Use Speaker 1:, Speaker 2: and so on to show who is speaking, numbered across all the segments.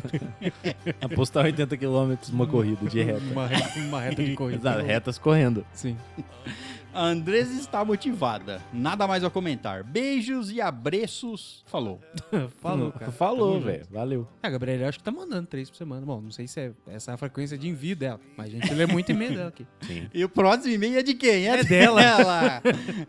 Speaker 1: Apostar 80 km uma corrida de reta.
Speaker 2: Uma reta, uma reta de corrida.
Speaker 1: Exato, retas correndo.
Speaker 2: Sim.
Speaker 3: A Andresa está motivada. Nada mais a comentar. Beijos e abraços. Falou.
Speaker 2: Falou, cara.
Speaker 1: Falou,
Speaker 2: Tamo junto.
Speaker 1: velho. Valeu.
Speaker 2: A Gabriela, eu acho que tá mandando três por semana. Bom, não sei se é essa é a frequência de envio dela, mas a gente lê muito e-mail dela aqui.
Speaker 3: E o próximo e-mail é de quem? É,
Speaker 2: dela.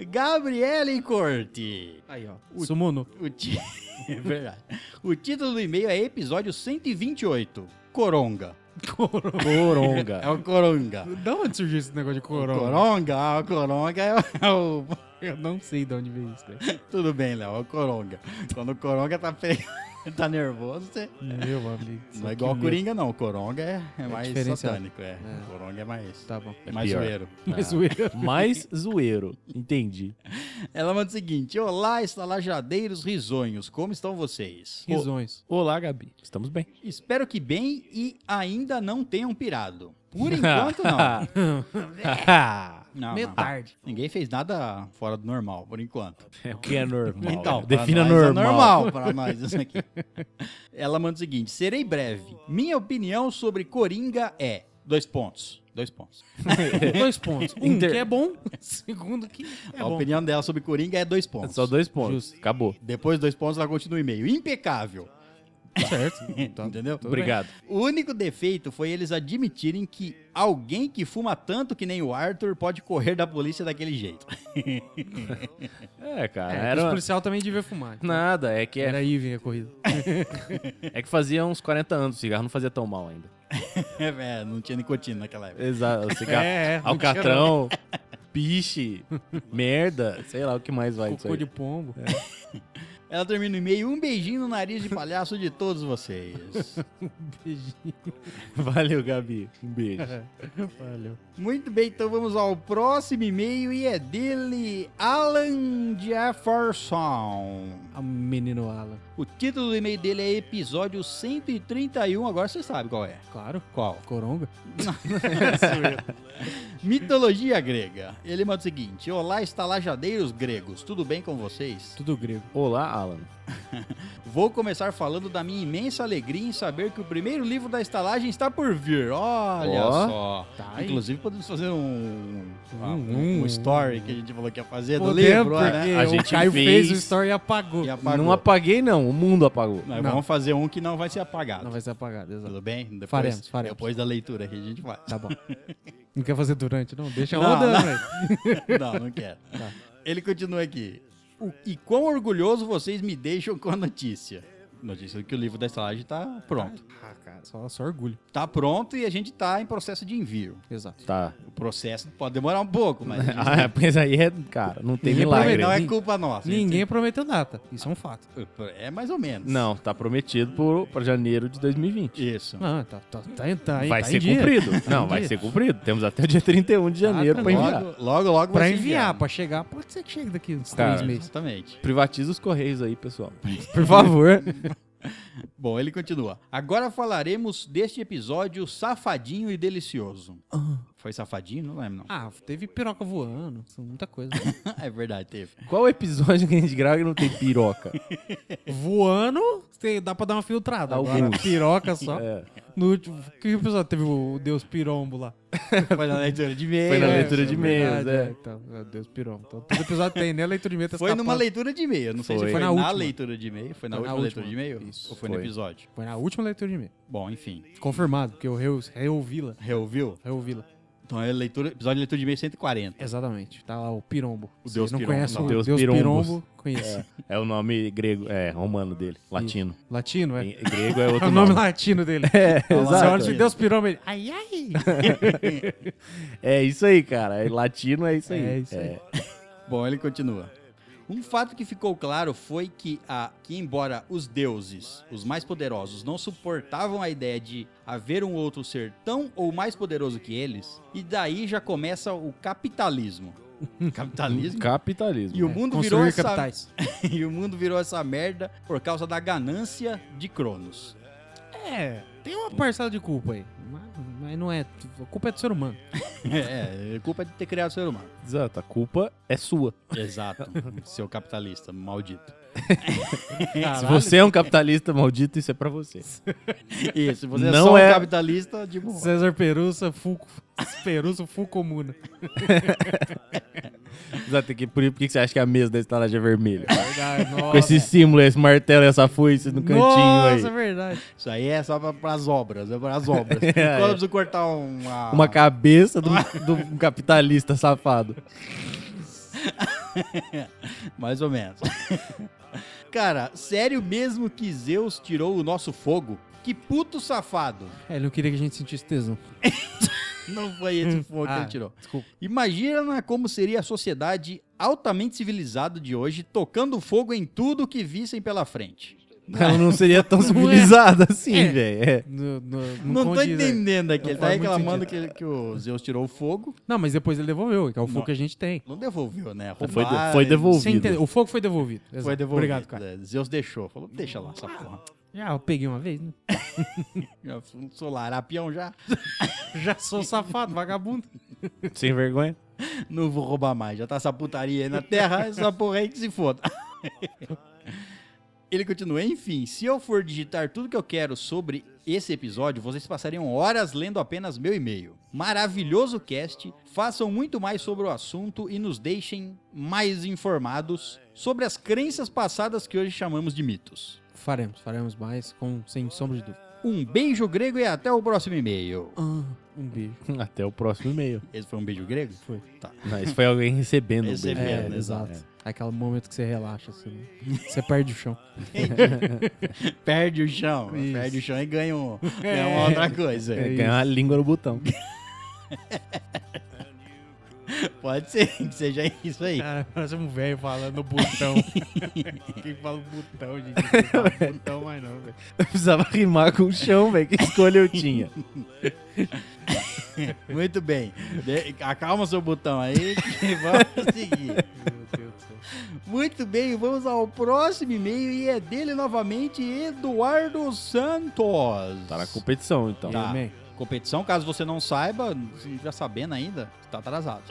Speaker 3: Gabriele Corti.
Speaker 2: Aí, ó.
Speaker 3: O-
Speaker 2: Sumuno.
Speaker 3: O ti- É verdade. O título do e-mail é episódio 128. Coronga.
Speaker 1: Coronga.
Speaker 3: É o Coronga.
Speaker 2: Da onde surgiu esse negócio de corona?
Speaker 3: Coronga, ah, o Coronga é o- é o.
Speaker 2: Eu não sei de onde veio isso, cara.
Speaker 3: Tudo bem, Léo, é o Coronga. Quando o Coronga tá feio, tá nervoso, você.
Speaker 2: Meu amigo.
Speaker 3: Não é igual o Coringa, não. O Coronga é, é mais
Speaker 2: diferenciado.
Speaker 3: satânico. É. O Coronga é mais.
Speaker 2: Tá bom.
Speaker 3: É mais
Speaker 1: pior.
Speaker 3: zoeiro.
Speaker 2: Mas o erro.
Speaker 1: Mais zoeiro. Entendi.
Speaker 3: Ela manda o seguinte: Olá, estalajadeiros risonhos, como estão vocês?
Speaker 2: Risões.
Speaker 1: Olá, Gabi. Estamos bem.
Speaker 3: Espero que bem e ainda não tenham pirado. Por enquanto, não. não, Ah, não.
Speaker 2: tarde.
Speaker 3: Ninguém fez nada fora do normal, por enquanto.
Speaker 1: É o que é normal.
Speaker 3: Então, pra
Speaker 1: defina
Speaker 3: nós é
Speaker 1: normal.
Speaker 3: normal pra nós isso aqui. Ela manda o seguinte: serei breve. Minha opinião sobre Coringa é. Dois pontos. Dois pontos.
Speaker 2: Dois pontos. Um
Speaker 1: Inter-
Speaker 2: que é bom, segundo que é
Speaker 3: a
Speaker 2: bom.
Speaker 3: opinião dela sobre Coringa é dois pontos.
Speaker 1: Só dois pontos. Acabou.
Speaker 3: Depois dos dois pontos, ela continua o e-mail. Impecável.
Speaker 2: Certo.
Speaker 3: Entendeu?
Speaker 1: Obrigado.
Speaker 3: O único defeito foi eles admitirem que alguém que fuma tanto que nem o Arthur pode correr da polícia daquele jeito.
Speaker 1: É, cara.
Speaker 2: É,
Speaker 1: era
Speaker 2: Os
Speaker 1: uma-
Speaker 2: policial também devia fumar.
Speaker 1: Nada. É que, é,
Speaker 2: Era aí vem a corrida.
Speaker 1: é que fazia uns 40 anos. O cigarro não fazia tão mal ainda.
Speaker 3: é, não tinha nicotina naquela época.
Speaker 1: Exato. O cigarro.
Speaker 2: É, é, não
Speaker 1: Alcatrão. Piche. merda. Sei lá o que mais vai disso
Speaker 2: Cocô
Speaker 1: aí.
Speaker 2: de pombo.
Speaker 3: Ela termina o e-mail, um beijinho no nariz de palhaço de todos vocês.
Speaker 2: Beijinho.
Speaker 1: Valeu, Gabi. Um beijo.
Speaker 2: Valeu.
Speaker 3: Muito bem, então vamos ao próximo e-mail e é dele, Alan Jefferson.
Speaker 2: A menino Alan.
Speaker 3: O título do e-mail dele é episódio 131, agora você sabe qual é.
Speaker 2: Claro.
Speaker 3: Qual?
Speaker 2: Coronga.
Speaker 3: Mitologia grega. Ele manda o seguinte: Olá, estalajadeiros gregos, tudo bem com vocês?
Speaker 2: Tudo grego.
Speaker 1: Olá, Alan.
Speaker 3: Vou começar falando da minha imensa alegria em saber que o primeiro livro da estalagem está por vir. Olha
Speaker 1: Ó.
Speaker 3: só.
Speaker 2: Tá aí.
Speaker 3: Inclusive, podemos fazer um, uma-
Speaker 2: Hum,
Speaker 3: um,
Speaker 2: hum.
Speaker 3: story que a gente falou que ia
Speaker 1: é
Speaker 3: fazer do
Speaker 2: Podemos,
Speaker 3: livro, né?
Speaker 2: porque
Speaker 1: A
Speaker 2: o
Speaker 1: gente
Speaker 2: Caio fez.
Speaker 1: fez.
Speaker 2: o story e apagou.
Speaker 3: E apagou.
Speaker 1: Não apaguei, não. O mundo apagou.
Speaker 3: Nós
Speaker 2: Não.
Speaker 3: vamos fazer um que não vai ser apagado.
Speaker 2: Não vai ser apagado, exato.
Speaker 3: Tudo bem? Depois,
Speaker 2: Faremos, faremos.
Speaker 3: Depois da leitura que a gente faz.
Speaker 2: Tá bom. Não quer fazer durante, não? Deixa
Speaker 3: Não,
Speaker 2: rodando
Speaker 3: não.
Speaker 2: aí.
Speaker 3: Não, não quero.
Speaker 2: Tá.
Speaker 3: Ele continua aqui. O- e quão orgulhoso vocês me deixam com a notícia. Notícia que o livro da estalagem tá pronto.
Speaker 2: Ah, cara, só, só orgulho.
Speaker 3: Tá pronto e a gente tá em processo de envio.
Speaker 2: Exato.
Speaker 1: Tá.
Speaker 3: O processo pode demorar um pouco, mas a gente-
Speaker 1: Ah, mas aí é, cara, não tem
Speaker 2: Ninguém
Speaker 1: milagre.
Speaker 3: não
Speaker 1: Não,
Speaker 2: prometeu.
Speaker 3: é culpa nossa.
Speaker 2: Ninguém prometeu data. Isso é um fato.
Speaker 3: É mais ou menos.
Speaker 1: tá prometido pro- pra janeiro de 2020.
Speaker 3: Isso.
Speaker 2: Não, tá, tá, tá, tá
Speaker 1: vai
Speaker 2: tá em
Speaker 1: ser
Speaker 2: dia.
Speaker 1: cumprido.
Speaker 2: Tá em
Speaker 1: Não, vai
Speaker 2: dia.
Speaker 1: ser cumprido. Temos até o dia 31 de janeiro
Speaker 2: tá
Speaker 1: pra enviar.
Speaker 3: Logo, logo, logo
Speaker 2: Pra
Speaker 3: você
Speaker 2: enviar,
Speaker 3: envia.
Speaker 2: pra chegar, pode ser que chegue daqui uns
Speaker 1: Cara,
Speaker 2: três meses.
Speaker 3: Exatamente.
Speaker 1: Privatiza os correios aí, pessoal. Tá. Por favor.
Speaker 3: Bom, ele continua. Agora falaremos deste episódio safadinho e delicioso. Foi safadinho? Não lembro,
Speaker 2: Ah, teve piroca voando, são muita coisa.
Speaker 3: não. é verdade, teve.
Speaker 1: Qual episódio que a gente grava que não tem piroca?
Speaker 2: voando, cê- dá pra dar uma filtrada. Agora,
Speaker 1: Alguns.
Speaker 2: piroca só.
Speaker 1: É.
Speaker 2: No último, que episódio teve o Deus Pirombo lá?
Speaker 3: Foi na leitura de e-mail.
Speaker 1: Foi na
Speaker 2: É,
Speaker 1: leitura de
Speaker 2: é verdade,
Speaker 1: e-mails, é.
Speaker 2: Então, é, Deus Pirombo. Então, todo episódio tem, né? A leitura de e-mail tá
Speaker 3: Foi numa
Speaker 2: escapando.
Speaker 3: leitura de e-mail. Não sei
Speaker 1: Foi.
Speaker 3: se
Speaker 2: Foi
Speaker 3: foi na,
Speaker 2: na última.
Speaker 3: leitura de e-mail. Foi na, última, leitura de e-mail?
Speaker 2: isso.
Speaker 3: Ou foi, no
Speaker 1: Foi.
Speaker 3: episódio?
Speaker 2: Foi na última leitura de e-mail.
Speaker 3: Bom, enfim.
Speaker 2: Confirmado, porque eu reu- reouvi-la.
Speaker 3: Reouviu?
Speaker 2: Reouvi-la.
Speaker 3: Então é leitura, episódio de leitura de e-mail 140.
Speaker 2: Exatamente. Tá lá o Pirombo.
Speaker 3: O
Speaker 2: Se
Speaker 3: Deus
Speaker 2: não
Speaker 3: Pirombo,
Speaker 2: conhece
Speaker 3: não.
Speaker 2: o
Speaker 1: Deus
Speaker 2: Deus,
Speaker 1: Pirombos.
Speaker 2: Pirombo, conhece.
Speaker 1: É o nome grego, é, romano dele, latino.
Speaker 2: Latino, é.
Speaker 1: Em- Grego é
Speaker 2: É
Speaker 1: outro
Speaker 2: o nome
Speaker 1: nome.
Speaker 2: latino dele.
Speaker 1: É,
Speaker 2: Você olha
Speaker 1: exato.
Speaker 2: se Deus Pirombo, ele... Ai, ai.
Speaker 1: É isso aí, cara. É latino é isso aí.
Speaker 2: É isso aí.
Speaker 3: Bom, ele continua. Um fato que ficou claro foi que, a, que, embora os deuses, os mais poderosos, não suportavam a ideia de haver um outro ser tão ou mais poderoso que eles, e daí já começa o capitalismo.
Speaker 2: É
Speaker 3: Capitalismo?
Speaker 1: Capitalismo.
Speaker 3: E o mundo virou
Speaker 2: Construir
Speaker 3: essa-
Speaker 2: capitais.
Speaker 3: e o mundo virou essa merda por causa da ganância de Cronos.
Speaker 2: É, tem uma parcela de culpa aí. Mas- Mas não é. A culpa é do ser humano.
Speaker 3: É, é, culpa de ter criado o ser humano.
Speaker 1: Exato, a culpa é sua.
Speaker 3: Exato, seu capitalista maldito.
Speaker 1: Se
Speaker 2: Caralho.
Speaker 1: você é um capitalista maldito, isso é pra você.
Speaker 3: Isso, se você é
Speaker 1: Não
Speaker 3: só
Speaker 1: é-
Speaker 3: um capitalista de boa.
Speaker 2: César Perusa, Fulco. Perusa, Fulcomuna.
Speaker 1: Exato, é que por, por que você acha que a mesa da estalagem é vermelha?
Speaker 2: Verdade,
Speaker 1: Com esse símbolo, esse martelo, essa foice no cantinho
Speaker 2: Nossa, é
Speaker 1: aí.
Speaker 2: verdade.
Speaker 3: Isso aí é só pra, pras obras, é pras obras.
Speaker 1: É, é.
Speaker 3: Quando eu preciso cortar um, uma...
Speaker 1: Uma cabeça de um, de um capitalista safado.
Speaker 3: Mais ou menos. Cara, sério mesmo que Zeus tirou o nosso fogo? Que puto safado.
Speaker 2: É, ele não queria que a gente sentisse tesão.
Speaker 3: Não foi esse o fogo que
Speaker 2: Ah,
Speaker 3: ele tirou.
Speaker 2: Desculpa.
Speaker 3: Imagina como seria a sociedade altamente civilizada de hoje tocando fogo em tudo que vissem pela frente.
Speaker 1: Ela não seria tão
Speaker 2: Não é.
Speaker 1: civilizada assim,
Speaker 2: É.
Speaker 1: velho. É.
Speaker 2: No- no-
Speaker 3: Não, tô
Speaker 2: condiz, né?
Speaker 3: entendendo aqui. Ele
Speaker 2: Não
Speaker 3: tá
Speaker 2: faz muito
Speaker 3: reclamando que, que o Zeus tirou o fogo.
Speaker 2: Não, mas depois ele devolveu, que é o fogo
Speaker 3: Não.
Speaker 2: que a gente tem.
Speaker 3: Não devolveu, né?
Speaker 1: Foi, de-
Speaker 3: Roubaram,
Speaker 1: foi
Speaker 2: Você entendeu?
Speaker 1: devolvido.
Speaker 2: O fogo foi devolvido. Exato.
Speaker 3: Foi devolvido.
Speaker 2: Obrigado, cara.
Speaker 3: né? Zeus deixou. Falou, deixa lá essa porra.
Speaker 2: Já eu peguei uma vez, né?
Speaker 3: Já fui- Sou larapião já.
Speaker 2: Já sou safado, vagabundo.
Speaker 1: Sem vergonha.
Speaker 3: Não vou roubar mais. Já tá essa putaria aí na terra, essa porra aí que se foda. Ele continua, enfim, se eu for digitar tudo que eu quero sobre esse episódio, vocês passariam horas lendo apenas meu e-mail. Maravilhoso cast, façam muito mais sobre o assunto e nos deixem mais informados sobre as crenças passadas que hoje chamamos de mitos.
Speaker 2: Faremos, faremos mais, com, sem sombra de dúvida.
Speaker 3: Um beijo grego e até o próximo e-mail.
Speaker 2: um beijo.
Speaker 1: Até o próximo e-mail.
Speaker 3: Esse foi um beijo grego?
Speaker 2: Foi.
Speaker 3: Tá.
Speaker 1: Não, isso foi alguém recebendo. o beijo.
Speaker 3: Recebendo,
Speaker 1: É,
Speaker 3: exato.
Speaker 2: Aquele momento que você relaxa, assim, né? você perde o chão.
Speaker 3: Perde o chão.
Speaker 2: Isso. É.
Speaker 3: Perde o chão e ganha, um, ganha uma outra coisa.
Speaker 1: É, ganhar a língua no botão.
Speaker 3: Pode ser que seja isso aí.
Speaker 2: Cara, parece um velho
Speaker 3: é
Speaker 2: falando botão. Quem fala botão, gente? Não fala botão mais não, velho.
Speaker 1: Eu precisava rimar com o chão, velho. Que escolha eu tinha?
Speaker 3: Muito bem. De- Acalma seu botão aí que vamos seguir.
Speaker 2: Meu Deus do céu.
Speaker 3: Muito bem, vamos ao próximo e-mail e é dele novamente, Eduardo Santos.
Speaker 1: Tá na competição, então.
Speaker 3: Tá.
Speaker 2: Amém.
Speaker 3: competição, caso você não saiba, já sabendo ainda, tá atrasado.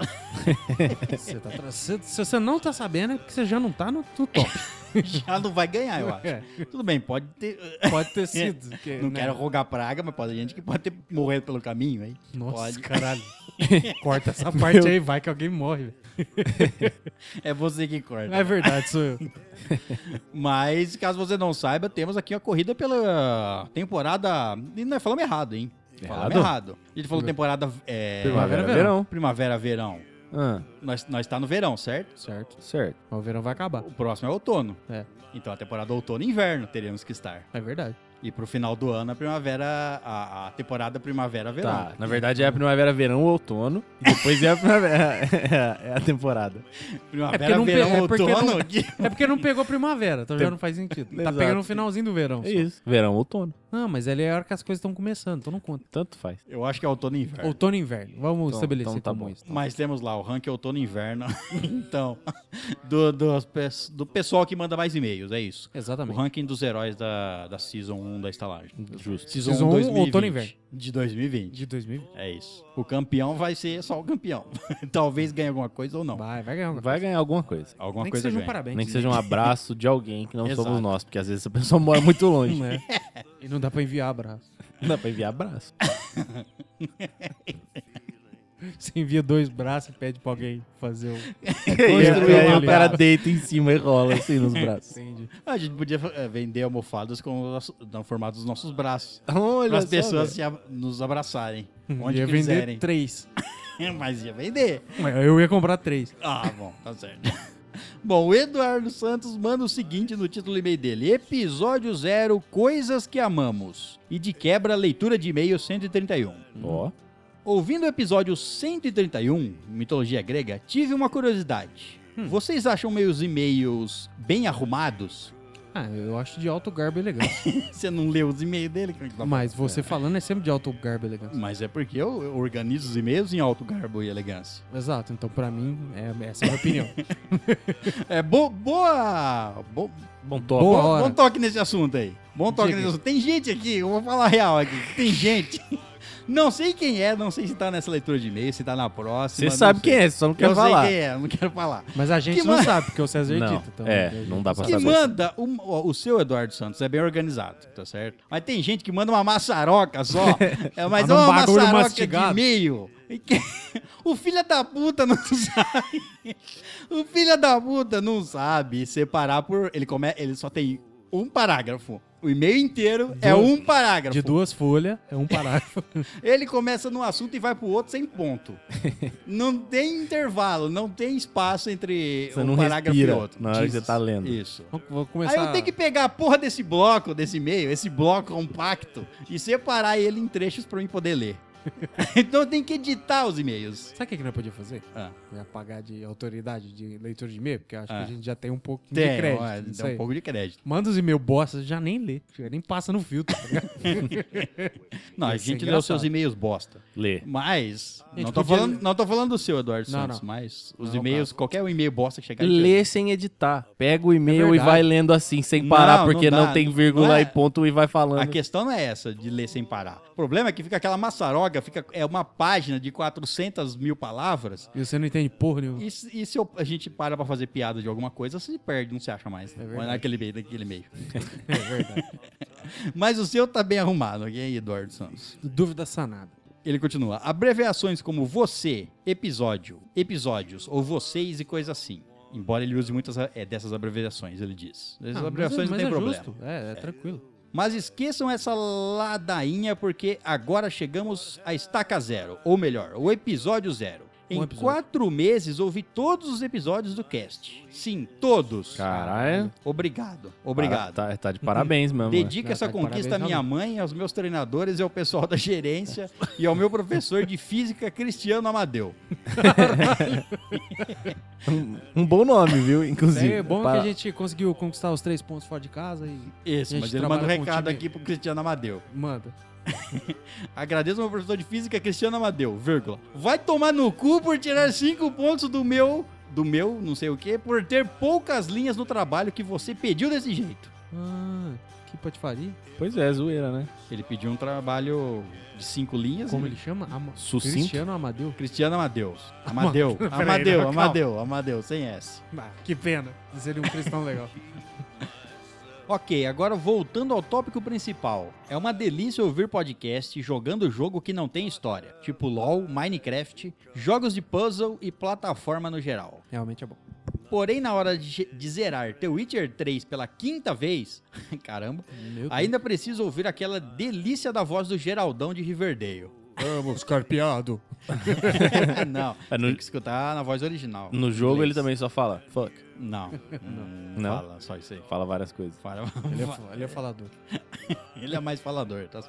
Speaker 2: Você tá tra- se, se você não tá sabendo, é porque você já não tá no, no top.
Speaker 3: já não vai ganhar, eu acho.
Speaker 2: É,
Speaker 3: Tudo bem, pode ter.
Speaker 2: pode ter sido. porque,
Speaker 3: Não
Speaker 2: né?
Speaker 3: quero rogar praga, mas pode gente que pode ter morrido pelo caminho aí.
Speaker 2: Nossa,
Speaker 3: Pode.
Speaker 2: caralho. Corta essa parte aí, vai que alguém morre. velho.
Speaker 3: É você que corta.
Speaker 2: É verdade, sou eu.
Speaker 3: Mas, caso você não saiba, temos aqui uma corrida pela temporada. E não é falando errado, hein? Falamos errado. A gente falou temporada. É...
Speaker 1: Primavera,
Speaker 2: Primavera,
Speaker 1: verão.
Speaker 3: Primavera, verão.
Speaker 1: Ah,
Speaker 3: Nós, nós tá no verão, certo?
Speaker 2: Certo.
Speaker 1: certo.
Speaker 2: Mas o verão vai acabar.
Speaker 3: O próximo é outono.
Speaker 2: É.
Speaker 3: Então a temporada outono e inverno teremos que estar.
Speaker 2: É verdade.
Speaker 3: E pro final do ano, a primavera. A, a temporada primavera-verão.
Speaker 1: Tá. Na verdade é a primavera, verão, outono. E depois é a primavera. é a- é a temporada.
Speaker 2: É porque não pe-
Speaker 3: Primavera-verão,
Speaker 2: é porque
Speaker 3: outono.
Speaker 2: não-
Speaker 3: que-
Speaker 2: É porque não pegou primavera, então já
Speaker 1: Tem-
Speaker 2: não faz sentido. Tá
Speaker 1: Exato.
Speaker 2: pegando o finalzinho do verão. só.
Speaker 1: É isso. Verão, outono.
Speaker 2: Não, mas ali é a hora que as coisas estão começando, então não conta.
Speaker 1: Tanto faz.
Speaker 3: Eu acho que é outono e inverno.
Speaker 2: Outono e inverno. Vamos
Speaker 1: Então-
Speaker 2: estabelecer
Speaker 1: então tá
Speaker 2: como
Speaker 1: bom.
Speaker 2: isso.
Speaker 3: Mas temos lá o ranking outono e inverno. então, do, do, do pessoal que manda mais e-mails, é isso. O
Speaker 2: Exatamente.
Speaker 3: ranking dos heróis da, da Season 1 da estalagem.
Speaker 1: Justo.
Speaker 3: Season, um,
Speaker 2: Season 1,
Speaker 3: 2020.
Speaker 2: outono e inverno.
Speaker 3: De 2020.
Speaker 2: De 2000.
Speaker 3: É isso. O campeão vai ser só o campeão. Talvez ganhe alguma coisa ou não.
Speaker 2: Vai, vai ganhar alguma
Speaker 1: Vai ganhar alguma coisa.
Speaker 3: Alguma
Speaker 2: Nem que
Speaker 3: coisa
Speaker 2: seja um
Speaker 3: ganha.
Speaker 2: parabéns.
Speaker 1: Nem que seja um abraço de alguém que não
Speaker 3: Exato.
Speaker 1: somos nós, porque às vezes essa pessoa mora muito longe.
Speaker 2: Não é. E não dá pra enviar abraço.
Speaker 1: Não dá pra enviar abraço.
Speaker 2: Você envia dois braços e pede pra alguém fazer o.
Speaker 1: E
Speaker 2: Construir
Speaker 1: aí
Speaker 2: uma
Speaker 1: o cara
Speaker 2: aliada.
Speaker 1: deita em cima e rola assim nos braços.
Speaker 2: Entende?
Speaker 3: A gente podia eh, vender almofadas com o nosso- no formato dos nossos braços. Para
Speaker 1: Olha
Speaker 3: as
Speaker 1: só,
Speaker 3: pessoas
Speaker 1: velho.
Speaker 3: se ab- nos abraçarem. Onde
Speaker 2: Uhum. Ia
Speaker 3: quiserem.
Speaker 2: vender três.
Speaker 3: Mas ia vender.
Speaker 2: Eu ia comprar três.
Speaker 3: Ah, bom, tá certo. Bom, o Eduardo Santos manda o seguinte no título do e-mail dele: Episódio zero, Coisas que Amamos. E de quebra, leitura de e-mail 131.
Speaker 1: Ó.
Speaker 3: Ouvindo o episódio 131, Mitologia Grega, tive uma curiosidade.
Speaker 1: Hum.
Speaker 3: Vocês acham meus e-mails bem arrumados?
Speaker 2: Ah, eu acho de alto garbo elegante.
Speaker 3: Você não leu os e-mails dele? Como é que tá
Speaker 2: Mas você falando é sempre de alto garbo elegante.
Speaker 3: Mas é porque eu eu organizo os e-mails em alto garbo e elegância.
Speaker 2: Exato, então pra mim, é, essa é a minha opinião.
Speaker 3: É bo- boa, bo-
Speaker 1: Bom
Speaker 2: Boa.
Speaker 1: top.
Speaker 3: bom,
Speaker 2: hora.
Speaker 3: bom toque nesse assunto aí. Bom toque
Speaker 2: Diga.
Speaker 3: nesse assunto. Tem gente aqui, eu vou falar real aqui. Tem gente. Não sei quem é, não sei se tá nessa leitura de e-mail, se tá na próxima.
Speaker 1: Você sabe quem é, você só não quer
Speaker 3: Eu
Speaker 1: falar.
Speaker 3: sei quem é, não quero falar.
Speaker 2: Mas a gente
Speaker 3: Que
Speaker 2: não
Speaker 3: ma-
Speaker 2: sabe, porque o César
Speaker 1: Não,
Speaker 2: edita. Então
Speaker 1: é,
Speaker 2: a gente
Speaker 1: não dá pra
Speaker 2: sabe.
Speaker 3: Que
Speaker 1: saber.
Speaker 3: manda um- ó, o seu Eduardo Santos é bem organizado, tá certo? Mas tem gente que manda uma maçaroca só, é, mas é
Speaker 2: Manda um
Speaker 3: uma
Speaker 2: bagulho
Speaker 3: maçaroca
Speaker 2: mastigado.
Speaker 3: de meio. E que- O filho da puta não sabe. O filho da puta não sabe separar por ele come, ele só tem um parágrafo. O e-mail inteiro é
Speaker 2: Duas-
Speaker 3: um parágrafo.
Speaker 2: De duas folhas, é um parágrafo.
Speaker 3: Ele começa num assunto e vai pro outro sem ponto. não tem intervalo, não tem espaço entre
Speaker 1: Você
Speaker 3: um
Speaker 1: não
Speaker 3: parágrafo
Speaker 1: respira
Speaker 3: e outro.
Speaker 1: na hora que você
Speaker 3: Jesus.
Speaker 1: tá lendo.
Speaker 3: Isso.
Speaker 2: Vou- Vou
Speaker 3: Aí
Speaker 2: começar.
Speaker 3: eu tenho que pegar a porra desse bloco, desse e-mail, esse bloco compacto, e separar ele em trechos pra mim poder ler. então eu tenho que editar os e-mails.
Speaker 2: Sabe o que que nós podíamos fazer?
Speaker 3: Ah,
Speaker 2: Me apagar de autoridade de leitor de e-mail, porque eu acho
Speaker 3: Ah.
Speaker 2: que a gente já tem um pouco de
Speaker 3: tem,
Speaker 2: crédito.
Speaker 3: ó,
Speaker 2: nisso
Speaker 3: dá um
Speaker 2: aí.
Speaker 3: pouco de crédito.
Speaker 2: Manda os e-mails bosta, já nem lê, já nem passa no filtro. Tá ligado?
Speaker 3: Não, a
Speaker 2: Ia ser
Speaker 3: gente
Speaker 2: é
Speaker 3: leu
Speaker 2: engraçado.
Speaker 3: seus e-mails bosta.
Speaker 1: Lê.
Speaker 3: Mas.
Speaker 2: gente
Speaker 3: Não tô,
Speaker 2: podia-
Speaker 3: falando, não tô falando do seu, Eduardo
Speaker 2: Não,
Speaker 3: Santos,
Speaker 2: não.
Speaker 3: mas os
Speaker 2: Não, tá.
Speaker 3: e-mails, qualquer e-mail bosta que chegar a gente
Speaker 1: Lê sem editar. Pega o
Speaker 2: É
Speaker 1: e-mail e
Speaker 2: verdade.
Speaker 1: vai lendo assim, sem
Speaker 3: Não,
Speaker 1: parar,
Speaker 3: não
Speaker 1: porque não,
Speaker 3: dá.
Speaker 1: tem vírgula
Speaker 3: Não é-
Speaker 1: e ponto e vai falando.
Speaker 3: A questão não é essa de ler sem parar. O problema é que fica aquela maçaroga, fica, é uma página de 400 mil palavras.
Speaker 2: E você não entende porra nenhuma.
Speaker 3: E, se- e se eu- a gente para pra fazer piada de alguma coisa, se perde, não se acha mais. Mas
Speaker 2: É verdade.
Speaker 3: naquele meio, naquele meio.
Speaker 2: É verdade.
Speaker 3: Mas o seu tá bem arrumado, ok, Eduardo Santos?
Speaker 2: Dúvida sanada.
Speaker 3: Ele continua. Abreviações como você, episódio, episódios, ou vocês e coisa assim. Embora ele use muitas é, dessas abreviações, ele diz. Essas
Speaker 2: Ah, mas
Speaker 3: abreviações
Speaker 2: é- mas
Speaker 3: não tem
Speaker 2: é
Speaker 3: problema.
Speaker 2: justo, É, é tranquilo.
Speaker 3: Mas esqueçam essa ladainha, porque agora chegamos à estaca zero. Ou melhor, o episódio zero. Em
Speaker 2: Um episódio.
Speaker 3: quatro meses, ouvi todos os episódios do cast. Sim, todos.
Speaker 1: Caralho.
Speaker 3: Obrigado, obrigado.
Speaker 1: Tá, tá de parabéns mesmo. né?
Speaker 3: Dedico
Speaker 2: Não,
Speaker 3: essa
Speaker 2: tá de
Speaker 3: conquista à
Speaker 2: parabéns,
Speaker 3: minha mãe, aos meus treinadores e ao pessoal da gerência e ao meu professor de física, Cristiano Amadeu.
Speaker 1: Um bom nome, viu? Inclusive.
Speaker 2: É bom
Speaker 1: Para-
Speaker 2: que a gente conseguiu conquistar os três pontos fora de casa e
Speaker 3: Isso,
Speaker 2: Gente,
Speaker 3: mas ele manda um
Speaker 2: trabalha com o
Speaker 3: recado
Speaker 2: time.
Speaker 3: aqui pro Cristiano Amadeu.
Speaker 2: manda.
Speaker 3: Agradeço ao meu professor de física, Cristiano Amadeu, vírgula. Vai tomar no cu por tirar cinco pontos do meu, do meu, não sei o quê, por ter poucas linhas no trabalho que você pediu desse jeito.
Speaker 2: Ah, que patifaria.
Speaker 1: Pois é, zoeira, né?
Speaker 3: Ele pediu um trabalho de cinco linhas.
Speaker 2: Como
Speaker 3: e-
Speaker 2: ele chama? Ama...
Speaker 1: Sucinto.
Speaker 2: Cristiano Amadeu.
Speaker 3: Cristiano Amadeu. Amadeu.
Speaker 2: Peraí,
Speaker 3: Amadeu,
Speaker 2: não, calma.
Speaker 3: Amadeu, Amadeu, sem S.
Speaker 2: Ah, que pena. Seria um cristão legal.
Speaker 3: Ok, agora voltando ao tópico principal. É uma delícia ouvir podcast jogando jogo que não tem história, tipo LoL, Minecraft, jogos de puzzle e plataforma no geral.
Speaker 2: Realmente é bom.
Speaker 3: Porém, na hora de ge- de zerar The Witcher 3 pela quinta vez, caramba,
Speaker 2: Meu Deus.
Speaker 3: ainda preciso ouvir aquela delícia da voz do Geraldão de Riverdale.
Speaker 2: Vamos, carpeado.
Speaker 3: não,
Speaker 1: É, no-
Speaker 3: tem que escutar na voz original.
Speaker 1: No jogo
Speaker 3: Inglês.
Speaker 1: ele também só fala fuck.
Speaker 3: Não, não,
Speaker 1: Não?
Speaker 3: fala só isso aí.
Speaker 1: Fala várias coisas.
Speaker 3: Fala,
Speaker 2: Ele é, fa- ele é falador.
Speaker 3: Ele é mais falador, tá?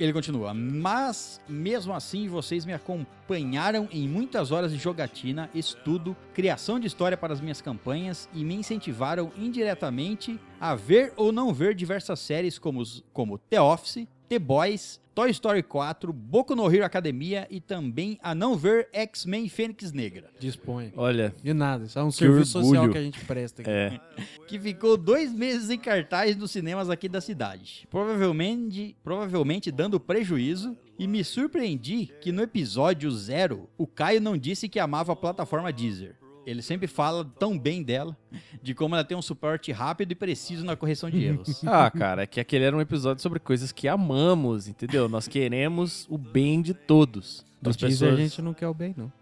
Speaker 3: Ele continua, mas mesmo assim vocês me acompanharam em muitas horas de jogatina, estudo, criação de história para as minhas campanhas e me incentivaram indiretamente a ver ou não ver diversas séries como, os- como The Office, The Boys, Toy Story 4, Boku no Hero Academia e também a não ver X-Men Fênix Negra,
Speaker 2: Disponha.
Speaker 1: Olha,
Speaker 2: De nada, isso é um serviço
Speaker 1: orgulho.
Speaker 2: social que a gente presta aqui.
Speaker 1: é.
Speaker 3: que ficou dois meses em cartaz nos cinemas aqui da cidade, provavelmente, provavelmente dando prejuízo. E me surpreendi que no episódio zero, o Caio não disse que amava a plataforma Deezer. Ele sempre fala tão bem dela, de como ela tem um suporte rápido e preciso na correção de erros.
Speaker 1: Ah, cara, é que aquele era um episódio sobre coisas que amamos, entendeu? Nós queremos o bem de todos.
Speaker 2: Do
Speaker 1: Das
Speaker 2: Deezer
Speaker 1: pessoas.
Speaker 2: a gente não quer o bem, não.